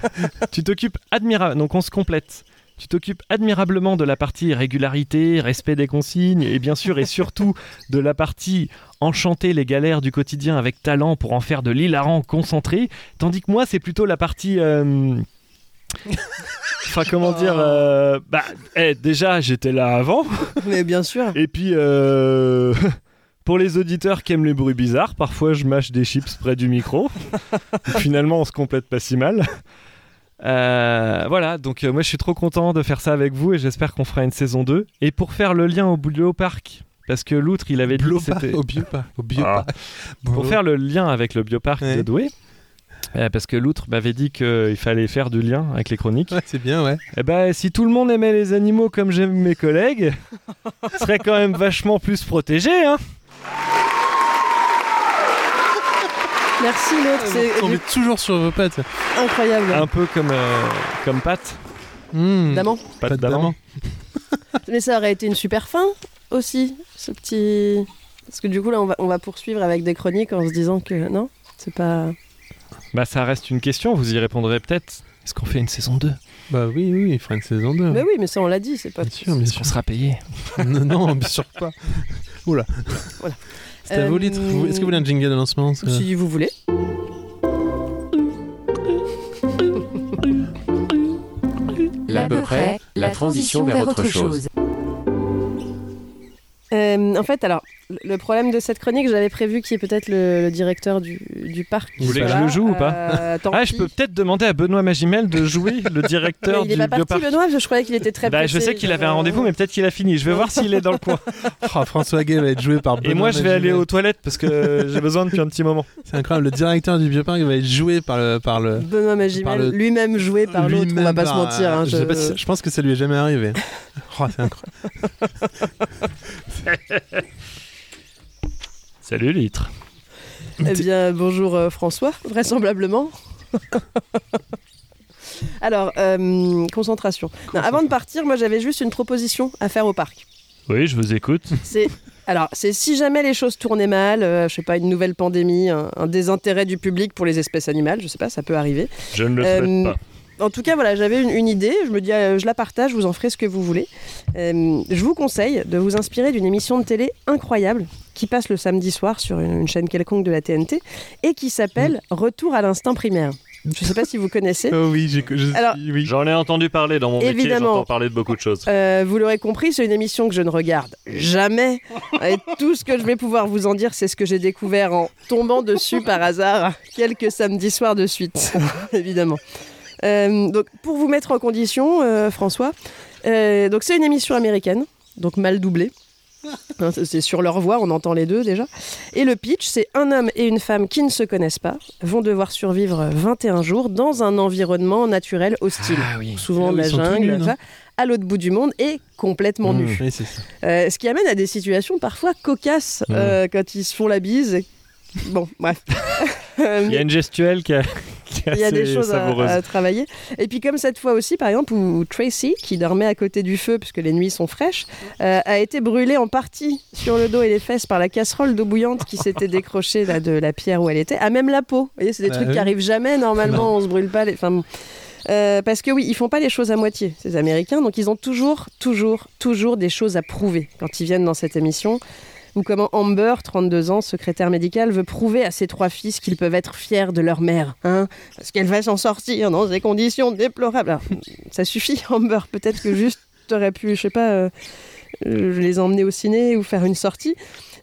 Speaker 2: tu t'occupes admirablement. Donc, on se complète. Tu t'occupes admirablement de la partie régularité, respect des consignes, et bien sûr et surtout de la partie enchanter les galères du quotidien avec talent pour en faire de l'hilarant concentré, tandis que moi, c'est plutôt la partie. euh, Enfin, comment dire euh, Bah, eh, déjà, j'étais là avant.
Speaker 15: Mais bien sûr.
Speaker 2: Et puis, euh, pour les auditeurs qui aiment les bruits bizarres, parfois je mâche des chips près du micro. Finalement, on se complète pas si mal. Euh, voilà, donc euh, moi je suis trop content de faire ça avec vous et j'espère qu'on fera une saison 2. Et pour faire le lien au Blue Park, parce que l'outre il avait dit que
Speaker 3: Blopa-
Speaker 2: c'était. Ah.
Speaker 3: Au bioparc. Au bioparc.
Speaker 2: Pour faire le lien avec le bioparc
Speaker 3: Ouais.
Speaker 2: de Douai, euh, parce que l'outre m'avait dit qu'il fallait faire du lien avec les chroniques.
Speaker 3: Ouais, c'est bien, ouais.
Speaker 2: Eh ben, si tout le monde aimait les animaux comme j'aime mes collègues, ce serait quand même vachement plus protégé, hein
Speaker 15: Merci l'autre, c'est
Speaker 3: On est toujours sur vos pattes.
Speaker 15: incroyable.
Speaker 2: Un peu comme, euh, comme Pat.
Speaker 3: Mmh.
Speaker 15: Évidemment.
Speaker 2: Pat,
Speaker 3: Pas de
Speaker 2: d'amant.
Speaker 3: dame.
Speaker 15: Mais ça aurait été une super fin aussi, ce petit. Parce que du coup, là, on va, on va poursuivre avec des chroniques en se disant que non, c'est pas.
Speaker 2: Bah, ça reste une question, vous y répondrez peut-être. Est-ce qu'on fait une saison 2
Speaker 3: Bah oui, oui, il fera une saison
Speaker 2: Ah.
Speaker 3: 2.
Speaker 15: Mais oui, mais ça, on l'a dit, c'est pas.
Speaker 3: Bien sûr, bien
Speaker 2: Est-ce qu'on
Speaker 3: sûr.
Speaker 2: sera payé
Speaker 3: non, non, bien sûr pas. Oula.
Speaker 15: Voilà.
Speaker 3: C'est à
Speaker 15: Euh,
Speaker 7: Euh,
Speaker 3: vous, Litre. Vous- Est-ce que vous voulez un jingle de lancement ça
Speaker 15: Si vous voulez.
Speaker 4: L'à peu près, la transition vers autre chose.
Speaker 7: Euh, en fait, alors, le- le problème de cette chronique, j'avais prévu qu'il y ait peut-être le, le directeur du, du parc.
Speaker 2: Vous voulez que je le joue ou pas
Speaker 7: Euh, tant
Speaker 2: Ah, je peux peut-être demander à Benoît Magimel de jouer le directeur
Speaker 7: il est
Speaker 2: du
Speaker 7: pas parti,
Speaker 2: bioparc.
Speaker 7: Benoît, parce que je croyais qu'il était très
Speaker 2: Bah, je
Speaker 7: pressé, euh,
Speaker 2: sais qu'il
Speaker 7: genre,
Speaker 2: avait un rendez-vous, mais peut-être qu'il a fini. Je vais voir s'il est dans le coin.
Speaker 3: oh, François Gay va être joué par
Speaker 2: Et
Speaker 3: Benoît
Speaker 2: moi, je vais
Speaker 3: Magimel.
Speaker 2: aller aux toilettes parce que j'ai besoin depuis un petit moment.
Speaker 3: C'est incroyable, le directeur du bioparc va être joué par le. Par le...
Speaker 7: Benoît
Speaker 3: Par
Speaker 7: Magimel,
Speaker 3: le-
Speaker 7: lui-même joué par l'autre, on va
Speaker 3: lui-même
Speaker 7: pas se
Speaker 3: par-
Speaker 7: mentir. hein,
Speaker 3: je... sais pas si- je pense que ça lui est jamais arrivé. oh, c'est incroyable.
Speaker 2: Salut, Litre.
Speaker 7: Eh bien, bonjour euh, François, vraisemblablement. Alors, euh, concentration. Non, avant de partir, moi j'avais juste une proposition à faire au parc.
Speaker 6: Oui, je vous écoute.
Speaker 7: C'est alors, c'est si jamais les choses tournaient mal, euh, je sais pas, une nouvelle pandémie, un, un désintérêt du public pour les espèces animales, je sais pas, ça peut arriver. Euh,
Speaker 6: Je ne le souhaite pas.
Speaker 7: En tout cas, voilà, j'avais une, une idée. Je me dis, euh, je la partage, vous en ferez ce que vous voulez. Euh, je vous conseille de vous inspirer d'une émission de télé incroyable qui passe le samedi soir sur une, une chaîne quelconque de la TNT et qui s'appelle
Speaker 6: Hmm.
Speaker 7: Retour à l'instinct primaire. Je sais pas si vous connaissez.
Speaker 3: Oh oui, j'ai.
Speaker 7: Alors,
Speaker 6: J'en ai entendu parler dans mon métier,
Speaker 7: Évidemment.
Speaker 6: j'entends parler de beaucoup de choses.
Speaker 7: Euh, vous l'aurez compris, c'est une émission que je ne regarde jamais. Et tout ce que je vais pouvoir vous en dire, c'est ce que j'ai découvert en tombant dessus par hasard quelques samedis soirs de suite, évidemment. Euh, donc, pour vous mettre en condition, euh, François, euh, donc c'est une émission américaine, donc mal doublée. Hein, c'est- C'est sur leur voix, on entend les deux déjà. Et le pitch, c'est un homme et une femme qui ne se connaissent pas vont devoir survivre 21 jours dans un environnement naturel hostile. Souvent
Speaker 3: Ah oui,
Speaker 7: la
Speaker 3: ils sont tous
Speaker 7: jungle,
Speaker 3: nus, non
Speaker 7: ça, à l'autre bout du monde et complètement
Speaker 2: hmm.
Speaker 3: Mmh,
Speaker 7: nus.
Speaker 3: oui, c'est ça.
Speaker 7: Euh, ce qui amène à des situations parfois cocasses
Speaker 2: Mmh.
Speaker 7: euh, quand ils se font la bise. et- Bon, bref.
Speaker 2: Il y a une gestuelle qui, a, qui est
Speaker 7: Il y a des
Speaker 2: assez
Speaker 7: choses à-
Speaker 2: savoureuse.
Speaker 7: à, Eh travailler. Et puis comme cette fois aussi, par exemple, où Tracy, qui dormait à côté du feu, puisque les nuits sont fraîches, euh, a été brûlée en partie sur le dos et les fesses par la casserole d'eau bouillante qui s'était décrochée là, de la pierre où elle était, à même la peau. Vous voyez, c'est des
Speaker 18: Bah
Speaker 7: trucs qui
Speaker 18: oui.
Speaker 7: arrivent jamais normalement, on se brûle pas les... Enfin, bon. Euh, parce que oui, ils font pas les choses à moitié, ces Américains. Donc ils ont toujours, toujours, toujours des choses à prouver quand ils viennent dans cette émission. Ou comment Amber, 32 ans, secrétaire médicale, veut prouver à ses trois fils qu'ils peuvent être fiers de leur mère, hein Parce qu'elle va s'en sortir dans des conditions déplorables. Alors, ça suffit, Amber. Peut-être que juste t'aurais pu, je sais pas, euh, euh, les emmener au ciné ou faire une sortie.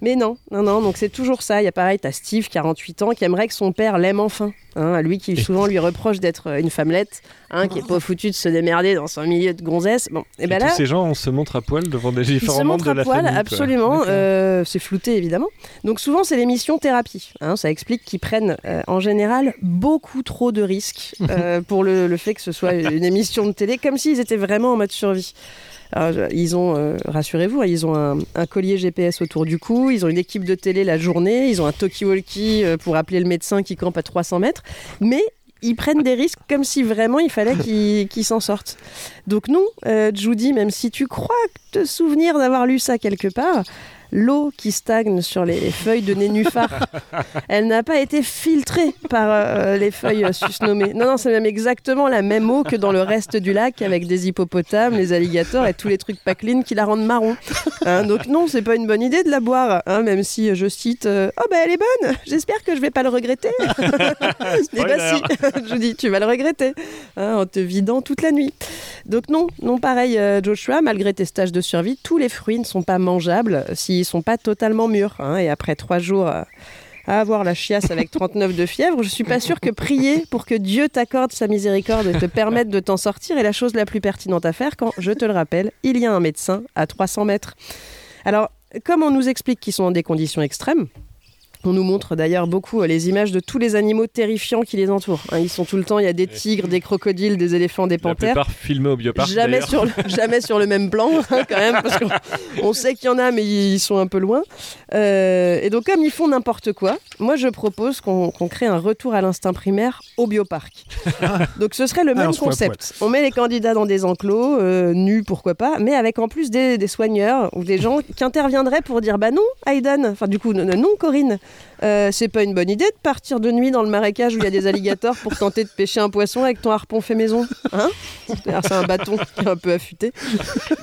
Speaker 7: Mais non, non, non. Donc c'est toujours ça. Il y a pareil, t'as Steve, 48 ans, qui aimerait que son père l'aime enfin. Hein, lui qui souvent lui reproche d'être euh, une femmelette, hein, qui est pas foutue de se démerder dans son milieu de gonzesse. Bon, et ben
Speaker 2: Et
Speaker 7: là,
Speaker 2: Tous ces gens, on se montre à poil devant des
Speaker 7: il se
Speaker 2: différents membres
Speaker 7: montre
Speaker 2: de
Speaker 7: à
Speaker 2: la
Speaker 7: poil,
Speaker 2: famille. quoi.
Speaker 7: absolument. euh, c'est flouté, évidemment. Donc souvent, c'est l'émission thérapie. hein, ça explique qu'ils prennent, euh, en général, beaucoup trop de risques euh, pour le, le fait que ce soit une émission de télé, comme s'ils étaient vraiment en mode survie. Alors, je- ils ont, euh, rassurez-vous, hein, ils ont un, un collier GPS autour du cou, ils ont une équipe de télé la journée, ils ont un talkie-walkie euh, pour appeler le médecin qui campe à 300 mètres, mais ils prennent des risques comme si vraiment il fallait qu'ils qu'ils s'en sortent. Donc non, euh, Judy, même si tu crois te souvenir d'avoir lu ça quelque part, l'eau qui stagne sur les feuilles de nénuphar, elle n'a pas été filtrée par euh, les feuilles euh, susnommées. Non, non, c'est même exactement la même eau que dans le reste du lac avec des hippopotames, les alligators et tous les trucs pas clean qui la rendent marron. Hein, donc non, c'est pas une bonne idée de la boire, hein, même si euh, je cite euh, Oh ben elle est bonne, j'espère que je vais pas le regretter ». Eh ben
Speaker 18: Spoiler.
Speaker 7: si, je dis, tu vas le regretter, hein, en te vidant toute la nuit. Donc non, non pareil, euh, Joshua, malgré tes stages de survie, tous les fruits ne sont pas mangeables euh, s'ils sont pas totalement mûrs. hein, et après trois jours euh, à avoir la chiasse avec 39 de fièvre, je suis pas sûre que prier pour que Dieu t'accorde sa miséricorde et te permette de t'en sortir est la chose la plus pertinente à faire quand, je te le rappelle, il y a un médecin à 300 mètres. Alors, comme on nous explique qu'ils sont dans des conditions extrêmes, on nous montre d'ailleurs beaucoup euh, les images de tous les animaux terrifiants qui les entourent. hein. ils sont tout le temps, il y a des tigres, des crocodiles, des éléphants, des
Speaker 2: La
Speaker 7: panthères.
Speaker 2: plupart filmés au bioparc.
Speaker 7: Jamais
Speaker 2: d'ailleurs.
Speaker 7: sur, le, jamais sur le même plan, hein, quand même, parce qu'on on sait qu'il y en a, mais ils sont un peu loin. Euh, et donc, comme ils font n'importe quoi, moi je propose qu'on qu'on crée un retour à l'instinct primaire au bioparc. donc, ce serait le
Speaker 18: Ah, on
Speaker 7: même
Speaker 18: se voit à
Speaker 7: concept. On met les candidats dans des enclos, euh, nus, pourquoi pas, mais avec en plus des, des soigneurs ou des gens qui interviendraient pour dire Bah non, Aidan, enfin, du coup, non, non, Corinne, Euh, c'est pas une bonne idée de partir de nuit dans le marécage où il y a des alligators pour tenter de pêcher un poisson avec ton harpon fait maison. Hein C'est-à-dire, C'est un bâton qui est un peu affûté.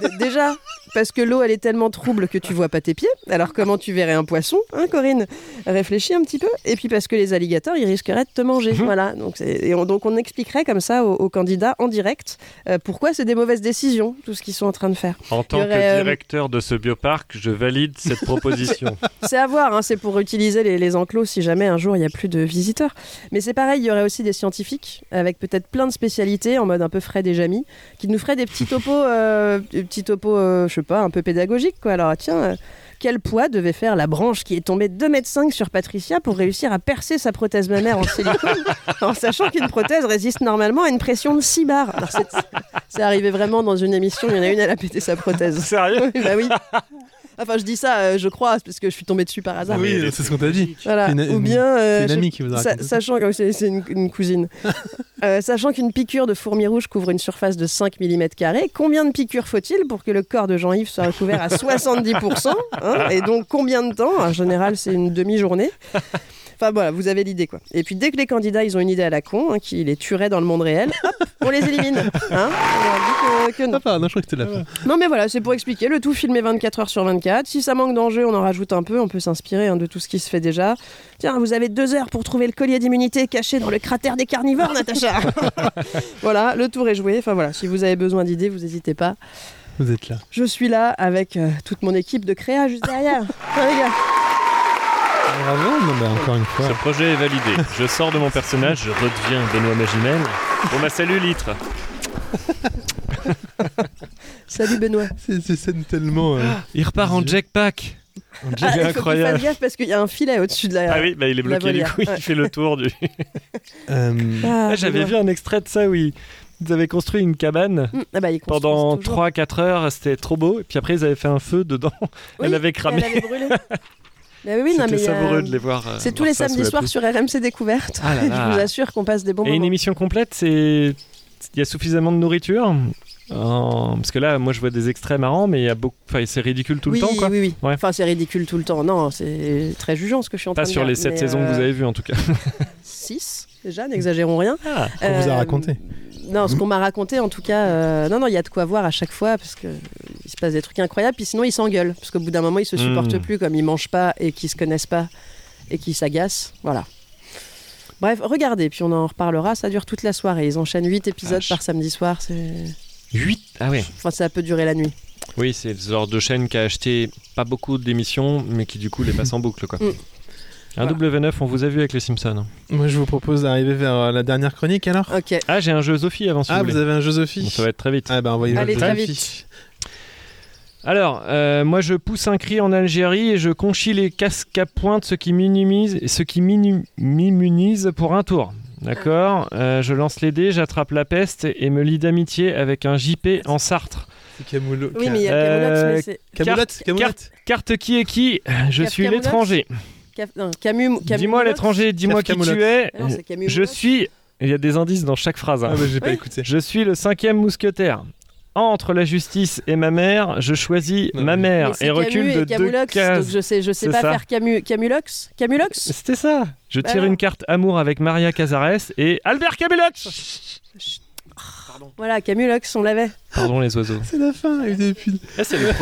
Speaker 7: D- Déjà, parce que l'eau, elle est tellement trouble que tu vois pas tes pieds. Alors comment tu verrais un poisson, hein, Corinne Réfléchis un petit peu. Et puis parce que les alligators, ils risqueraient de te manger. Voilà. Donc, c'est- et on, donc on expliquerait comme ça aux, aux candidats en direct euh, pourquoi c'est des mauvaises décisions, tout ce qu'ils sont en train de faire.
Speaker 19: En tant
Speaker 7: Il y aurait,
Speaker 19: que
Speaker 7: euh,
Speaker 19: directeur de ce bioparc, je valide cette proposition.
Speaker 7: c'est à voir, hein, c'est pour utiliser les, les enclos si jamais un jour il n'y a plus de visiteurs. Mais c'est pareil, il y aurait aussi des scientifiques avec peut-être plein de spécialités en mode un peu Fred et Jamy qui nous feraient des petits topos, euh, des petits topos, euh, je sais pas, un peu pédagogiques quoi. Alors tiens, euh, quel poids devait faire la branche qui est tombée 2,5 m sur Patricia pour réussir à percer sa prothèse mammaire en silicone en sachant qu'une prothèse résiste normalement à une pression de 6 bars Alors, c'est- C'est arrivé vraiment dans une émission, il y en a une, elle a pété sa prothèse.
Speaker 19: Sérieux
Speaker 7: Bah oui. Enfin, je dis ça, euh, je crois, c'est parce que je suis tombée dessus par
Speaker 2: Ah
Speaker 7: hasard.
Speaker 3: Oui, euh, c'est ce qu'on t'a dit.
Speaker 7: Voilà.
Speaker 3: C'est une-
Speaker 7: Ou
Speaker 3: une-
Speaker 7: bien, euh,
Speaker 3: c'est une
Speaker 7: je-
Speaker 3: amie qui vous a
Speaker 7: sa-
Speaker 3: raconté ça.
Speaker 7: sachant que c'est c'est une, une cousine, Euh, sachant qu'une piqûre de fourmi rouge couvre une surface de 5 mm, combien de piqûres faut-il pour que le corps de Jean-Yves soit recouvert à 70% hein Et donc combien de temps En général, c'est une demi-journée. Enfin voilà, vous avez l'idée quoi. Et puis dès que les candidats ils ont une idée à la con, hein, qui les tuerait dans le monde réel, hop, on les élimine. Hein On leur dit que- que non.
Speaker 3: non, je crois que c'était la fin.
Speaker 7: Non mais voilà, c'est pour expliquer, le tout filmé 24 heures sur 24. Si ça manque d'enjeu, on en rajoute un peu, on peut s'inspirer hein, de tout ce qui se fait déjà. Tiens, vous avez deux heures pour trouver le collier d'immunité caché dans le cratère des carnivores, Natacha. voilà, le tour est joué. Enfin voilà, si vous avez besoin d'idées, vous n'hésitez pas.
Speaker 3: Vous êtes là.
Speaker 7: Je suis là avec euh, toute mon équipe de créa juste derrière. Hein, les gars
Speaker 3: Bravo, non, mais encore une fois.
Speaker 19: Ce projet est validé. Je sors de mon personnage, je redeviens Benoît Magimel. On m'a salué litre.
Speaker 7: Salut Benoît.
Speaker 3: C'est c'est scène tellement. euh,
Speaker 2: Il repart en jackpack.
Speaker 7: Ah, il faut qu'il fasse gaffe parce qu'il y a un filet au-dessus de la.
Speaker 19: Ah oui, bah, il est
Speaker 7: de la
Speaker 19: bloqué du
Speaker 7: volière.
Speaker 19: coup,
Speaker 7: Ouais.
Speaker 19: il fait le tour du.
Speaker 3: Euh,
Speaker 7: Ah,
Speaker 2: Ah, J'avais
Speaker 7: Benoît.
Speaker 2: vu un extrait de ça où ils, ils avaient construit une cabane.
Speaker 7: Mm, ah bah, il construit
Speaker 2: Pendant
Speaker 7: toujours.
Speaker 2: 3-4 heures, c'était trop beau. Et puis après, ils avaient fait un feu dedans. elle avait cramé.
Speaker 7: Elle avait brûlé. Mais oui, non,
Speaker 2: C'était
Speaker 7: mais il y a-
Speaker 2: savoureux de les voir, euh,
Speaker 7: C'est tous
Speaker 2: voir
Speaker 7: les
Speaker 2: ça sous
Speaker 7: samedis
Speaker 2: la
Speaker 7: soirs
Speaker 2: pluie.
Speaker 7: sur RMC Découverte.
Speaker 2: Ah là là.
Speaker 7: Je vous assure qu'on passe des bons
Speaker 2: Et une
Speaker 7: moments.
Speaker 2: émission complète, c'est il y a suffisamment de nourriture. En- Parce que là, moi, je vois des extraits marrants, mais il y a beaucoup. Enfin, c'est ridicule tout
Speaker 7: oui,
Speaker 2: le temps, quoi.
Speaker 7: Oui, oui.
Speaker 2: Ouais.
Speaker 7: Enfin, c'est ridicule tout le temps. Non, c'est très jugeant ce que je suis en train
Speaker 2: Pas
Speaker 7: de dire.
Speaker 2: sur les 7
Speaker 7: mais,
Speaker 2: saisons que vous
Speaker 7: euh,
Speaker 2: avez vues, en tout cas.
Speaker 7: 6 déjà, n'exagérons rien.
Speaker 2: Ah,
Speaker 7: Euh,
Speaker 3: qu'on vous a raconté.
Speaker 7: Non,
Speaker 2: Hmm.
Speaker 7: ce qu'on m'a raconté en tout cas, euh, non, non, il y a de quoi voir à chaque fois parce que euh, il se passe des trucs incroyables. Puis sinon, ils s'engueulent parce qu'au bout d'un moment, ils se supportent
Speaker 2: Mm.
Speaker 7: plus comme ils mangent pas et qu'ils se connaissent pas et qu'ils s'agacent. Voilà. Bref, regardez, puis on en reparlera. Ça dure toute la soirée. Ils enchaînent 8 épisodes par samedi soir. C'est...
Speaker 2: 8 Ah ouais.
Speaker 7: Enfin, ça peut durer la nuit.
Speaker 2: Oui, c'est le genre de chaîne qui a acheté pas beaucoup d'émissions, mais qui du coup les passe en boucle, quoi.
Speaker 7: Mm.
Speaker 2: Un W9, on vous a vu avec les Simpsons.
Speaker 3: Moi, je vous propose d'arriver vers euh, la dernière chronique alors.
Speaker 7: Ok.
Speaker 2: Ah, j'ai un jeu Sophie avant. si
Speaker 3: Ah,
Speaker 2: voulez.
Speaker 3: vous avez un jeu Sophie
Speaker 2: Bon, ça va être très vite.
Speaker 3: Ah, bah, envoyez
Speaker 2: Allez, très
Speaker 3: vite.
Speaker 2: Alors, euh, moi, je pousse un cri en Algérie et je conchis les casques à pointe, ce qui minimise, ce qui minu- m'immunise pour un tour. D'accord Euh, Je lance les dés, j'attrape la peste et me lie d'amitié avec un JP en Sartre.
Speaker 3: C'est Camoulo.
Speaker 7: Oui, mais il y a
Speaker 2: Euh,
Speaker 7: Camoulox, mais c'est-
Speaker 3: Camoulotte,
Speaker 2: carte,
Speaker 3: Camoulotte.
Speaker 2: carte- carte qui est qui Je
Speaker 7: Caf-
Speaker 2: suis
Speaker 7: Camoulox
Speaker 2: l'étranger.
Speaker 7: Caf- non, Camus, Camus-
Speaker 2: Dis-moi l'étranger, dis-moi qui
Speaker 3: Caf-
Speaker 2: tu
Speaker 3: Camoulox.
Speaker 2: es.
Speaker 7: Ah non, c'est Camus
Speaker 2: Je suis. Il y a des indices dans chaque phrase. hein.
Speaker 3: Ah, bah, j'ai pas
Speaker 7: Oui.
Speaker 3: écouté.
Speaker 2: Je suis le cinquième mousquetaire. Entre la justice et ma mère, je choisis ma
Speaker 7: Mais
Speaker 2: mère
Speaker 7: c'est
Speaker 2: et recule
Speaker 7: Camus
Speaker 2: de
Speaker 7: et
Speaker 2: deux
Speaker 7: Camoulox,
Speaker 2: cases.
Speaker 7: Donc je sais, je sais
Speaker 2: C'est
Speaker 7: pas
Speaker 2: ça.
Speaker 7: faire Camus, Camulox. Camulox.
Speaker 2: C'était ça. Je
Speaker 7: Bah
Speaker 2: tire
Speaker 7: non.
Speaker 2: une carte amour avec Maria Casares et Albert Camulox.
Speaker 7: Voilà, Camulox, on l'avait.
Speaker 2: Pardon les oiseaux.
Speaker 3: C'est la fin, et depuis.
Speaker 2: Eh, c'est le,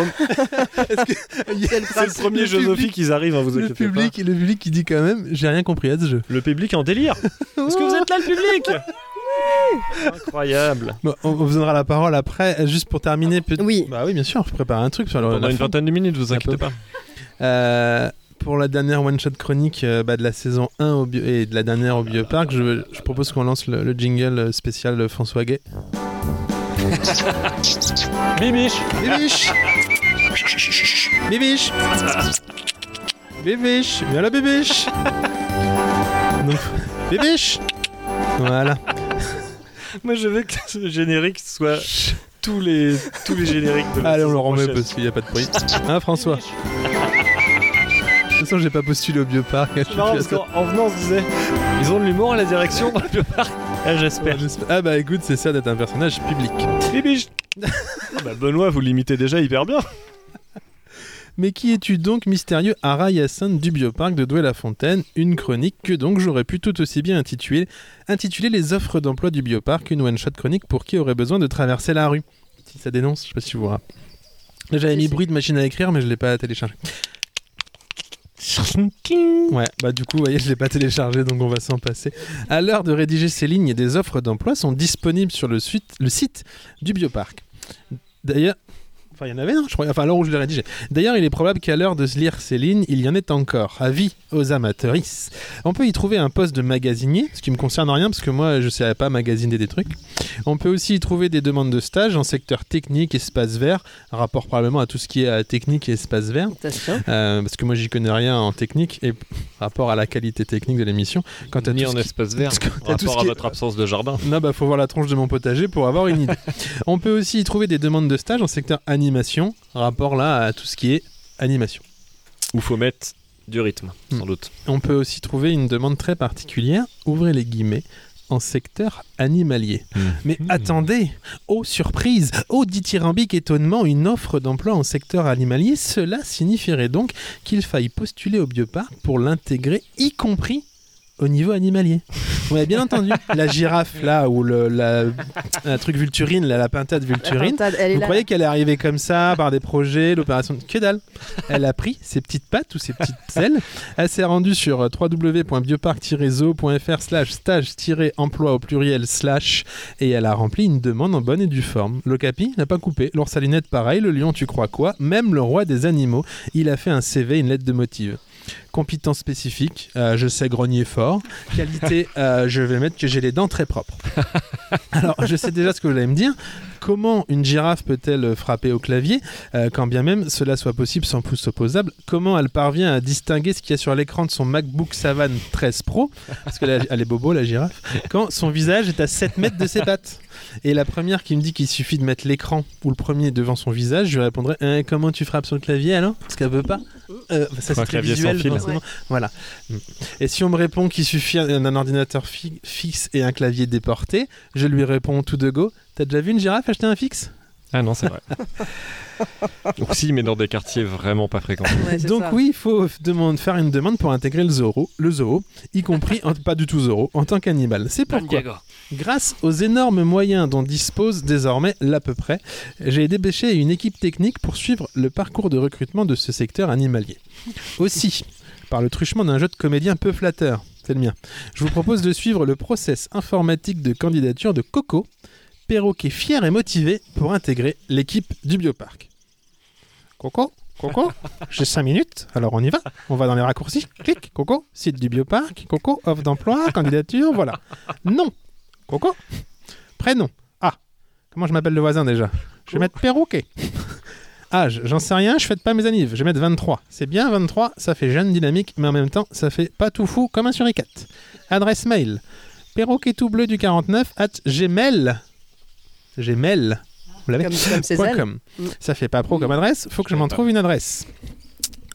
Speaker 2: premier jeu Sophie qu'ils arrivent, hein, vous
Speaker 3: Le
Speaker 2: inquiétez
Speaker 3: public, le public qui dit quand même, j'ai rien compris à ce jeu.
Speaker 2: Le public en délire. Est-ce que vous êtes là le public Incroyable.
Speaker 3: Bon, on on vous donnera la parole après, Euh, juste pour terminer. peut-
Speaker 7: Oui.
Speaker 3: Bah oui, bien sûr, je prépare un truc sur la,
Speaker 2: Pendant
Speaker 3: la
Speaker 2: une
Speaker 3: fin.
Speaker 2: vingtaine de minutes, vous
Speaker 3: À
Speaker 2: inquiétez
Speaker 3: peu
Speaker 2: pas.
Speaker 3: Euh, pour la dernière one-shot chronique euh, bah, de la saison 1 au bio- et de la dernière au Bioparc, je, je propose qu'on lance le, le jingle euh, spécial euh, François Gay.
Speaker 2: Bibiche
Speaker 3: Bibiche Bibiche Bibiche Viens là, Bibiche Donc, Bibiche Voilà.
Speaker 2: Moi je veux que ce générique soit tous les, tous les génériques de la
Speaker 3: Allez, on le
Speaker 2: saison
Speaker 3: remet
Speaker 2: prochaine.
Speaker 3: parce qu'il n'y a pas de bruit. Hein, François De toute façon, j'ai pas postulé au Bioparc. je suis
Speaker 2: Non,
Speaker 3: plus
Speaker 2: parce
Speaker 3: à ça.
Speaker 2: qu'en en venant, on se disait, ils ont de l'humour à la direction dans le bioparc. Ah, j'espère.
Speaker 3: Ah bah écoute, c'est ça d'être un personnage public.
Speaker 20: Ah bah,
Speaker 2: Bibiche Benoît, vous l'imitez déjà hyper bien.
Speaker 3: Mais qui es-tu donc, mystérieux Ara Yassin du bioparc de Douai-la-Fontaine Une chronique que donc j'aurais pu tout aussi bien intituler, intituler Les offres d'emploi du bioparc, une one-shot chronique pour qui aurait besoin de traverser la rue. Si ça dénonce, je sais pas si vous vous rappelez. J'avais mis bruit de machine à écrire, mais je l'ai pas téléchargé. Ouais, bah du coup, vous voyez, je l'ai pas téléchargé, donc on va s'en passer. À l'heure de rédiger ces lignes, des offres d'emploi sont disponibles sur le, suite- le site du bioparc. D'ailleurs, enfin, il y en avait, non je crois, enfin, à l'heure où je l'ai rédigé. D'ailleurs, il est probable qu'à l'heure de se lire ces lignes, il y en ait encore. Avis aux amateuristes. On peut y trouver un poste de magasinier, ce qui me concerne rien, parce que moi, je sais pas magasiner des trucs. On peut aussi y trouver des demandes de stage en secteur technique, espace vert, rapport probablement à tout ce qui est euh, technique et espace vert. Euh, parce que moi j'y connais rien en technique et p- rapport à la qualité technique de l'émission. Quant à
Speaker 20: Ni
Speaker 3: tout
Speaker 20: en
Speaker 3: ce qui-
Speaker 20: espace vert,
Speaker 3: Quant à
Speaker 20: en
Speaker 3: tout ce
Speaker 20: rapport à
Speaker 3: qui-
Speaker 20: votre absence de jardin.
Speaker 3: Non, bah faut voir la tronche de mon potager pour avoir une idée. On peut aussi y trouver des demandes de stage en secteur animation, rapport là à tout ce qui est animation.
Speaker 20: Où faut mettre du rythme,
Speaker 3: Hmm.
Speaker 20: sans doute.
Speaker 3: On peut aussi trouver une demande très particulière, ouvrez les guillemets, en secteur animalier. Mais attendez, oh surprise, oh dithyrambique étonnement, une offre d'emploi en secteur animalier, cela signifierait donc qu'il faille postuler au bioparc pour l'intégrer, y compris au niveau animalier. Ouais, bien entendu, la girafe là, ou le la, la truc vulturine, là, la pintade
Speaker 7: Ah,
Speaker 3: vulturine,
Speaker 15: pintade, elle est
Speaker 3: vous
Speaker 15: là.
Speaker 3: croyez qu'elle est arrivée comme ça par des projets, l'opération de- que dalle. Elle a pris ses petites pattes ou ses petites ailes. Elle s'est rendue sur euh, www.bioparc-zoo.fr slash stage-emploi au pluriel slash et elle a rempli une demande en bonne et due forme. Le capi n'a pas coupé, l'oursalinette pareil, le lion tu crois quoi, même le roi des animaux, il a fait un CV, une lettre de motive. Compétence spécifique, euh, je sais grogner fort. Qualité, euh, je vais mettre que j'ai les dents très propres. Alors, je sais déjà ce que vous allez me dire. Comment une girafe peut-elle euh, frapper au clavier, euh, quand bien même cela soit possible sans pouce opposable Comment elle parvient à distinguer ce qu'il y a sur l'écran de son MacBook Savane 13 Pro Parce que la- elle est bobo, la girafe. Quand son visage est à 7 mètres de ses pattes. Et la première qui me dit qu'il suffit de mettre l'écran ou le premier devant son visage, je lui répondrai Eh, Comment tu frappes sur le clavier alors Parce qu'elle veut pas. Euh, ça,
Speaker 20: Un
Speaker 3: c'est très
Speaker 20: clavier sans
Speaker 3: visuel,
Speaker 20: fil.
Speaker 3: forcément.
Speaker 20: Ouais.
Speaker 3: Voilà. Et si on me répond qu'il suffit un, un ordinateur fi- fixe et un clavier déporté, je lui réponds tout de go T'as déjà vu une girafe acheter un fixe
Speaker 20: Ah non, c'est vrai. Donc si, mais dans des quartiers vraiment pas fréquents.
Speaker 3: Donc oui, il faut f- demande- faire une demande pour intégrer le zoo, le zoo y compris en- pas du tout zoo, en tant qu'animal. C'est pourquoi,
Speaker 17: Bandiaga.
Speaker 3: grâce aux énormes moyens dont dispose désormais l'à peu près, j'ai débêché une équipe technique pour suivre le parcours de recrutement de ce secteur animalier. Aussi, par le truchement d'un jeu de comédien peu flatteur, c'est le mien, je vous propose de suivre le process informatique de candidature de Coco, perroquet fier et motivé pour intégrer l'équipe du bioparc. Coco, Coco, j'ai 5 minutes, alors on y va. On va dans les raccourcis. Clic, Coco, site du bioparc. Coco, offre d'emploi, candidature, voilà. Non, Coco, prénom. Ah, comment je m'appelle le voisin déjà Je vais mettre perroquet. Âge, j'en sais rien, je fête pas mes annives, je vais mettre 23. C'est bien 23, ça fait jeune dynamique, mais en même temps, ça fait pas tout fou comme un suricate. Adresse mail, perroquet tout bleu du 49 at gmail. Gmail. Vous l'avez
Speaker 15: Comme- comme ses
Speaker 3: Point
Speaker 15: ailes.
Speaker 3: com.
Speaker 15: Mm.
Speaker 3: Ça fait pas pro comme adresse, faut que je m'en trouve une adresse.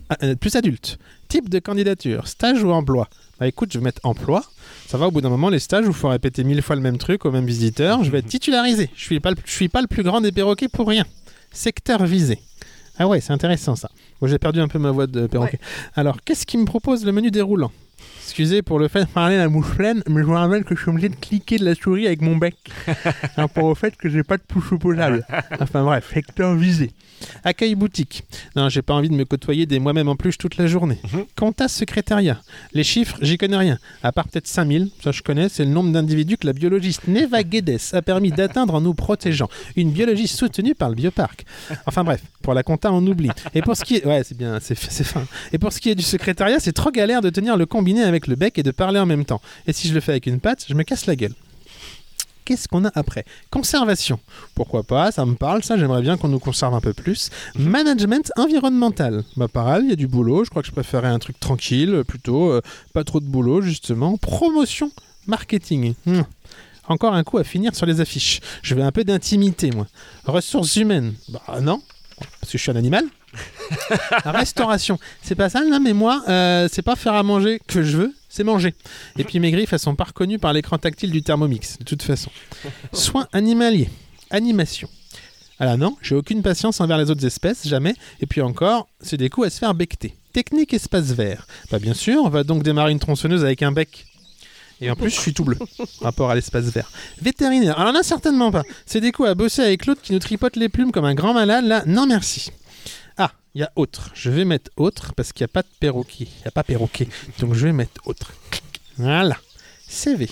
Speaker 3: Ah, euh, plus adulte. Type de candidature, stage ou emploi Bah écoute, je vais mettre emploi. Ça va, au bout d'un moment, les stages où il faut répéter mille fois le même truc au même visiteur, je vais être titularisé. Je suis pas le, je suis pas le plus grand des perroquets pour rien. Secteur visé. Ah ouais, c'est intéressant ça. Bon, j'ai perdu un peu ma voix de perroquet. Alors, qu'est-ce qui me propose le menu déroulant Excusez pour le fait de parler la mouche pleine, mais je vous rappelle que je suis obligé de cliquer de la souris avec mon bec. Hein, pour le fait que j'ai pas de pouce opposable. Enfin bref, secteur visé. Accueil boutique. Non, j'ai pas envie de me côtoyer des moi-même en plus toute la journée. Compta secrétariat. Les chiffres, j'y connais rien. À part peut-être 5000, ça je connais, c'est le nombre d'individus que la biologiste Neva Guedes a permis d'atteindre en nous protégeant. Une biologiste soutenue par le bioparc. Enfin bref, pour la compta, on oublie. Et pour ce qui est... Ouais, c'est bien, c'est c'est fin. Et pour ce qui est du secrétariat, c'est trop galère de tenir le combiné avec le bec et de parler en même temps. Et si je le fais avec une patte, je me casse la gueule. Qu'est-ce qu'on a après Conservation. Pourquoi pas Ça me parle, ça j'aimerais bien qu'on nous conserve un peu plus. Management environnemental. Bah pareil, il y a du boulot, je crois que je préférais un truc tranquille, euh, plutôt euh, pas trop de boulot justement. Promotion marketing. Hmm. Encore un coup à finir sur les affiches. Je veux un peu d'intimité moi. Ressources humaines. Bah non, parce que je suis un animal. La restauration. C'est pas ça, non, mais moi, euh, c'est pas faire à manger que je veux, c'est manger. Et puis mes griffes, elles sont pas reconnues par l'écran tactile du Thermomix, de toute façon. Soins animaliers, animation. Alors non, j'ai aucune patience envers les autres espèces, jamais. Et puis encore, c'est des coups à se faire becter. Technique espace vert. Bah bien sûr, on va donc démarrer une tronçonneuse avec un bec. Et en plus, je suis tout bleu, rapport à l'espace vert. Vétérinaire, alors là, certainement pas. C'est des coups à bosser avec l'autre qui nous tripote les plumes comme un grand malade, là, non merci. Ah, il y a autre. Je vais mettre autre parce qu'il n'y a pas de perroquet. Il n'y a pas perroquet. Donc je vais mettre autre. Voilà. CV.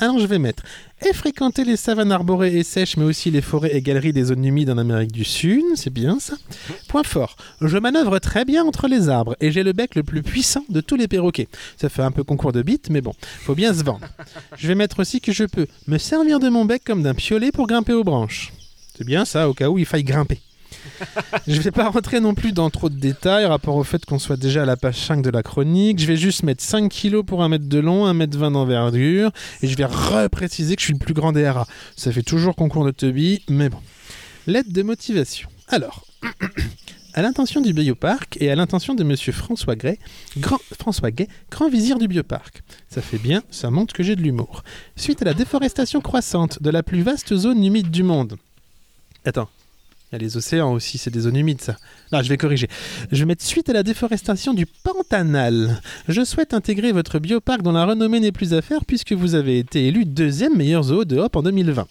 Speaker 3: Alors je vais mettre et fréquenter les savanes arborées et sèches, mais aussi les forêts et galeries des zones humides en Amérique du Sud, c'est bien ça. Point fort, je manœuvre très bien entre les arbres et j'ai le bec le plus puissant de tous les perroquets. Ça fait un peu concours de bite, mais bon, faut bien se vendre. Je vais mettre aussi que je peux me servir de mon bec comme d'un piolet pour grimper aux branches. C'est bien ça, au cas où il faille grimper. Je vais pas rentrer non plus dans trop de détails, rapport au fait qu'on soit déjà à la page 5 de la chronique. Je vais juste mettre 5 kilos pour 1 mètre de long, 1 mètre 20 d'envergure, et je vais repréciser que je suis le plus grand des haras. Ça fait toujours concours de Toby, mais bon. Lettre de motivation. Alors, à l'intention du Bioparc et à l'intention de monsieur François Gray, grand, François Gay, grand vizir du Bioparc. Ça fait bien, ça montre que j'ai de l'humour. Suite à la déforestation croissante de la plus vaste zone humide du monde. Attends, il y a les océans aussi, c'est des zones humides, ça. Non, je vais corriger. Je vais mettre suite à la déforestation du Pantanal. Je souhaite intégrer votre bioparc dont la renommée n'est plus à faire puisque vous avez été élu deuxième meilleur zoo de Hop en 2020.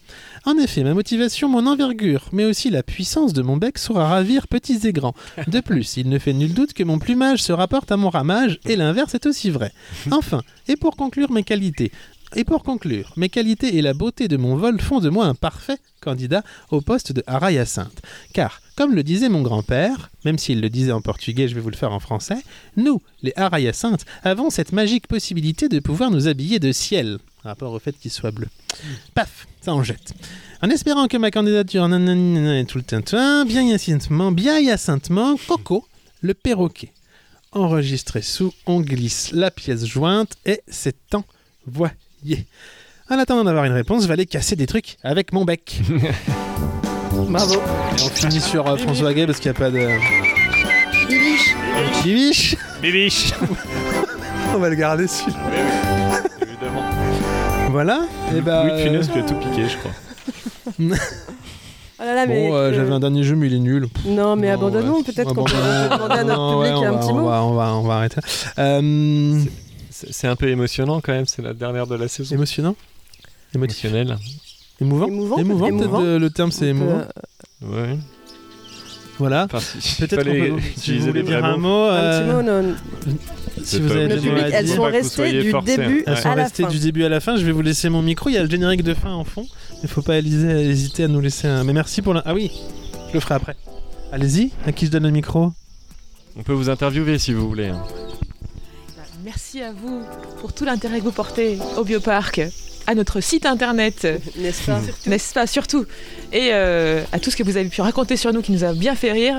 Speaker 3: En effet, ma motivation, mon envergure, mais aussi la puissance de mon bec saura ravir petits et grands. De plus, il ne fait nul doute que mon plumage se rapporte à mon ramage et l'inverse est aussi vrai. Enfin, et pour conclure mes qualités, et pour conclure, mes qualités et la beauté de mon vol font de moi un parfait candidat au poste de hara Hyacinthe. Car, comme le disait mon grand-père, même s'il le disait en portugais, je vais vous le faire en français, nous, les hara Hyacinthe, avons cette magique possibilité de pouvoir nous habiller de ciel, rapport au fait qu'il soit bleu. Paf, ça en jette. En espérant que ma candidature nanana et tout le tintin, bien hyacinthement, bien hyacinthement, Coco, le perroquet. Enregistré sous, on glisse la pièce jointe et c'est temps. Voilà. Yeah. En attendant d'avoir une réponse, je vais aller casser des trucs avec mon bec.
Speaker 7: Bravo.
Speaker 3: Et on finit sur euh, François Gay parce qu'il n'y a pas de.
Speaker 7: Bibiche.
Speaker 3: Bibiche
Speaker 20: Bibiche
Speaker 3: On va le garder celui-là.
Speaker 20: Évidemment.
Speaker 3: Voilà. Et bah,
Speaker 20: Louis de Funès
Speaker 3: euh,
Speaker 20: lui a tout piqué, je crois.
Speaker 7: Ah là là, mais,
Speaker 3: Bon, euh,
Speaker 7: euh,
Speaker 3: j'avais un dernier jeu, mais il est nul.
Speaker 7: Non, mais
Speaker 3: Non,
Speaker 7: abandonnons.
Speaker 3: ouais.
Speaker 7: Peut-être qu'on peut
Speaker 3: Abandonnons.
Speaker 7: demander à notre
Speaker 3: Non, ouais,
Speaker 7: public
Speaker 3: on
Speaker 7: un
Speaker 3: va-
Speaker 7: petit
Speaker 3: on
Speaker 7: mot.
Speaker 3: va- on va, on va arrêter. Euh,
Speaker 20: C'est c'est un peu émotionnant quand même, c'est la dernière de la saison.
Speaker 3: Émotionnant
Speaker 20: Émotionnel.
Speaker 3: émouvant.
Speaker 7: Émouvant,
Speaker 3: Émouvant,
Speaker 7: peut-être,
Speaker 3: peut-être
Speaker 7: émouvant.
Speaker 3: euh, le terme c'est
Speaker 7: On peut, euh,
Speaker 3: émouvant.
Speaker 20: Ouais.
Speaker 3: Voilà.
Speaker 20: Enfin, si- s'il
Speaker 3: Peut-être qu'on
Speaker 20: fallait
Speaker 3: peut. Si vous
Speaker 20: utiliser
Speaker 3: voulez
Speaker 20: les vrais
Speaker 3: dire un
Speaker 20: mots.
Speaker 3: mot.
Speaker 7: Un petit
Speaker 3: euh,
Speaker 7: mot, non.
Speaker 3: Si
Speaker 20: C'est
Speaker 3: vous
Speaker 20: pas
Speaker 3: avez
Speaker 20: obligé.
Speaker 3: des mots
Speaker 20: Le
Speaker 3: à
Speaker 20: public, elles
Speaker 3: dire.
Speaker 20: sont Pas que vous restées soyez du forcé, début hein.
Speaker 3: Elles
Speaker 20: à
Speaker 3: sont
Speaker 20: la
Speaker 3: restées
Speaker 20: fin.
Speaker 3: du début à la fin. Je vais vous laisser mon micro. Il y a le générique de fin en fond. Il faut pas héliser- hésiter à nous laisser un. Mais merci pour la. Ah oui, je le ferai après. Allez-y. À qui je donne le micro
Speaker 20: On peut vous interviewer si vous voulez.
Speaker 12: Merci à vous pour tout l'intérêt que vous portez au Bioparc, à notre site internet,
Speaker 7: N'est-ce pas
Speaker 12: n'est-ce pas, surtout, et euh, à tout ce que vous avez pu raconter sur nous qui nous a bien fait rire.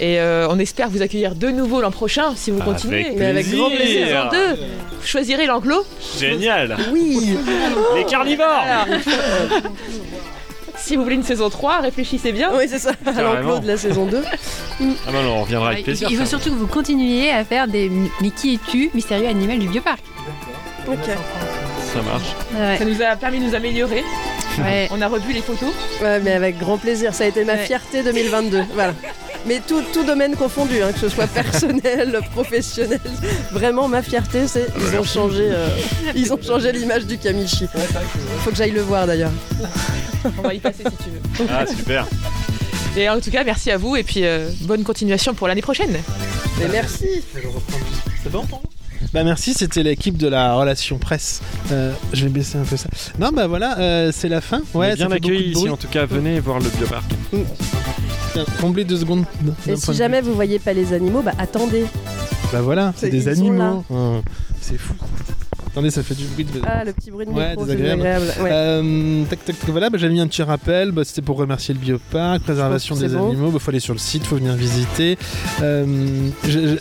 Speaker 12: Et euh, on espère vous accueillir de nouveau l'an prochain si vous
Speaker 20: Avec
Speaker 12: continuez.
Speaker 20: Mais avec grand plaisir.
Speaker 12: Saison deux, vous choisirez l'enclos
Speaker 20: Génial
Speaker 12: Oui
Speaker 20: Les carnivores
Speaker 12: Si vous voulez une saison 3, réfléchissez bien. Oui,
Speaker 7: c'est ça,
Speaker 20: à l'enclos de
Speaker 7: la saison 2.
Speaker 20: Ah ben non, on reviendra avec plaisir.
Speaker 21: Il faut
Speaker 20: ça.
Speaker 21: surtout que vous continuiez à faire des mi- Mais qui es-tu, mystérieux animal du bioparc
Speaker 12: Ok.
Speaker 20: Ça marche.
Speaker 12: Ça nous a permis de nous améliorer.
Speaker 21: Ouais.
Speaker 12: On a revu les photos.
Speaker 7: Ouais, mais avec grand plaisir. Ça a été ma
Speaker 12: Ouais.
Speaker 7: fierté 2022. voilà. Mais tout, tout domaine confondu, hein, que ce soit personnel, professionnel, vraiment ma fierté, c'est ils ont changé, euh, ils ont changé l'image du Kamichi. Faut que j'aille le voir d'ailleurs.
Speaker 12: On va y passer si tu veux.
Speaker 20: Ah super
Speaker 12: Et en tout cas, merci à vous et puis euh, bonne continuation pour l'année prochaine.
Speaker 7: Mais merci.
Speaker 3: C'est bon pour Bah merci, c'était l'équipe de la relation presse. Euh, je vais baisser un peu ça. Non bah voilà, euh, c'est la fin.
Speaker 20: On
Speaker 3: Ouais,
Speaker 20: est bien
Speaker 3: ça fait beaucoup
Speaker 20: accueillis
Speaker 3: de
Speaker 20: ici
Speaker 3: bruit.
Speaker 20: en tout cas. Venez voir le bioparc.
Speaker 3: Tiens, Comblez deux secondes. d'un
Speaker 7: Et
Speaker 3: point
Speaker 7: si
Speaker 3: de
Speaker 7: jamais vous voyez pas les animaux, bah attendez.
Speaker 3: vue. Bah voilà, c'est
Speaker 7: C'est-
Speaker 3: des
Speaker 7: ils sont
Speaker 3: animaux. Hum, C'est fou. Attendez, ça fait du bruit de.
Speaker 7: Ah, le petit bruit de
Speaker 3: Ouais,
Speaker 7: micro, c'est
Speaker 3: désagréable.
Speaker 7: désagréable, ouais.
Speaker 3: Euh, tac, tac, tac, voilà, bah, j'ai mis un petit rappel. Bah, C'était pour remercier le bioparc, préservation
Speaker 7: Je pense que
Speaker 3: des
Speaker 7: c'est bon.
Speaker 3: animaux. Il faut aller sur le site, faut venir visiter. Euh, je- je-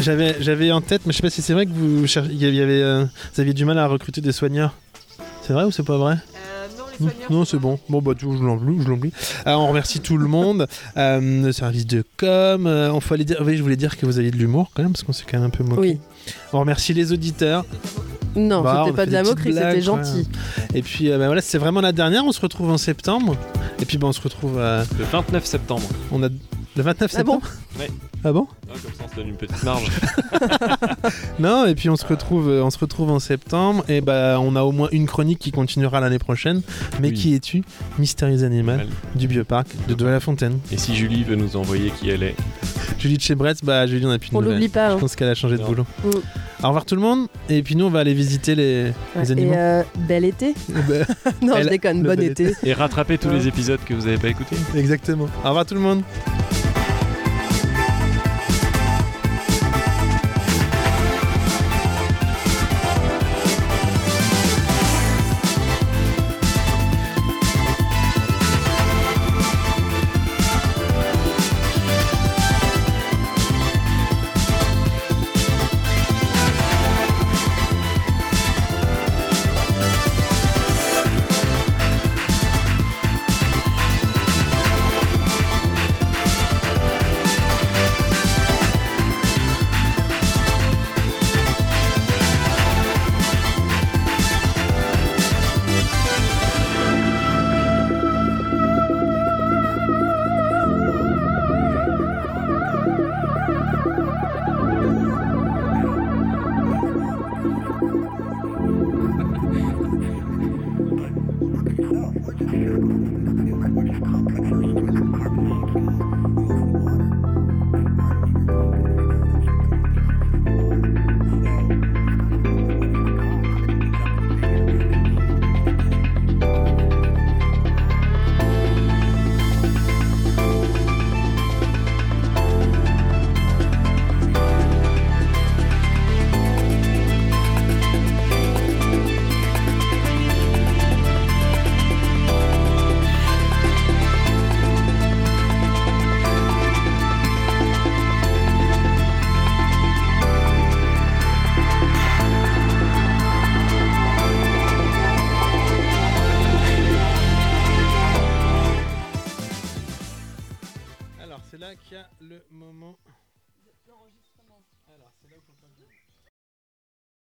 Speaker 3: j'avais, j'avais en tête, mais je sais pas si c'est vrai que vous, cher- il y avait, euh, vous aviez du mal à recruter des soigneurs. C'est vrai ou c'est pas vrai Euh, non, non, c'est bon. Bon, bah, tout, je l'oublie. Je l'oublie. Ah, on remercie tout le monde. Euh, le service de com. euh, on faut Ah, aller dire. Oui, je voulais dire que vous aviez de l'humour quand même, parce qu'on s'est quand même un peu moqué.
Speaker 7: Oui.
Speaker 3: On remercie les auditeurs.
Speaker 7: Non,
Speaker 3: Bah,
Speaker 7: c'était
Speaker 3: on a
Speaker 7: pas
Speaker 3: fait
Speaker 7: de
Speaker 3: des
Speaker 7: la
Speaker 3: petites
Speaker 7: moquerie, c'était
Speaker 3: blagues,
Speaker 7: gentil.
Speaker 3: quoi. Et puis euh, bah, voilà, c'est vraiment la dernière. On se retrouve en septembre. Et puis bah, on se retrouve euh,
Speaker 2: Le 29 septembre.
Speaker 3: on a le 29
Speaker 2: Ah bon
Speaker 3: septembre.
Speaker 2: Ouais.
Speaker 3: Ah bon
Speaker 2: Ah, comme ça, on se donne une petite marge.
Speaker 3: Non, et puis on se retrouve, euh, on se retrouve en septembre. Et bah, on a au moins une chronique qui continuera l'année prochaine. Mais qui es-tu Mystérieux animal du Bioparc de Douai-la-Fontaine.
Speaker 2: Et si Julie veut nous envoyer qui elle est
Speaker 3: Julie de chez Bretz, bah Julie, on a plus de
Speaker 2: On
Speaker 3: nouvelles.
Speaker 2: l'oublie pas, hein. Mm.
Speaker 3: Je pense qu'elle a changé de
Speaker 2: Non.
Speaker 3: boulot. Au revoir tout le monde. Et puis nous, on va aller visiter les, les
Speaker 7: Ouais,
Speaker 3: animaux.
Speaker 7: et euh, bel été. non, je déconne, bon été.
Speaker 2: Et rattraper
Speaker 3: Ah.
Speaker 2: tous les épisodes que vous avez pas écoutés.
Speaker 3: Exactement. Au revoir tout le monde.
Speaker 22: Thank you.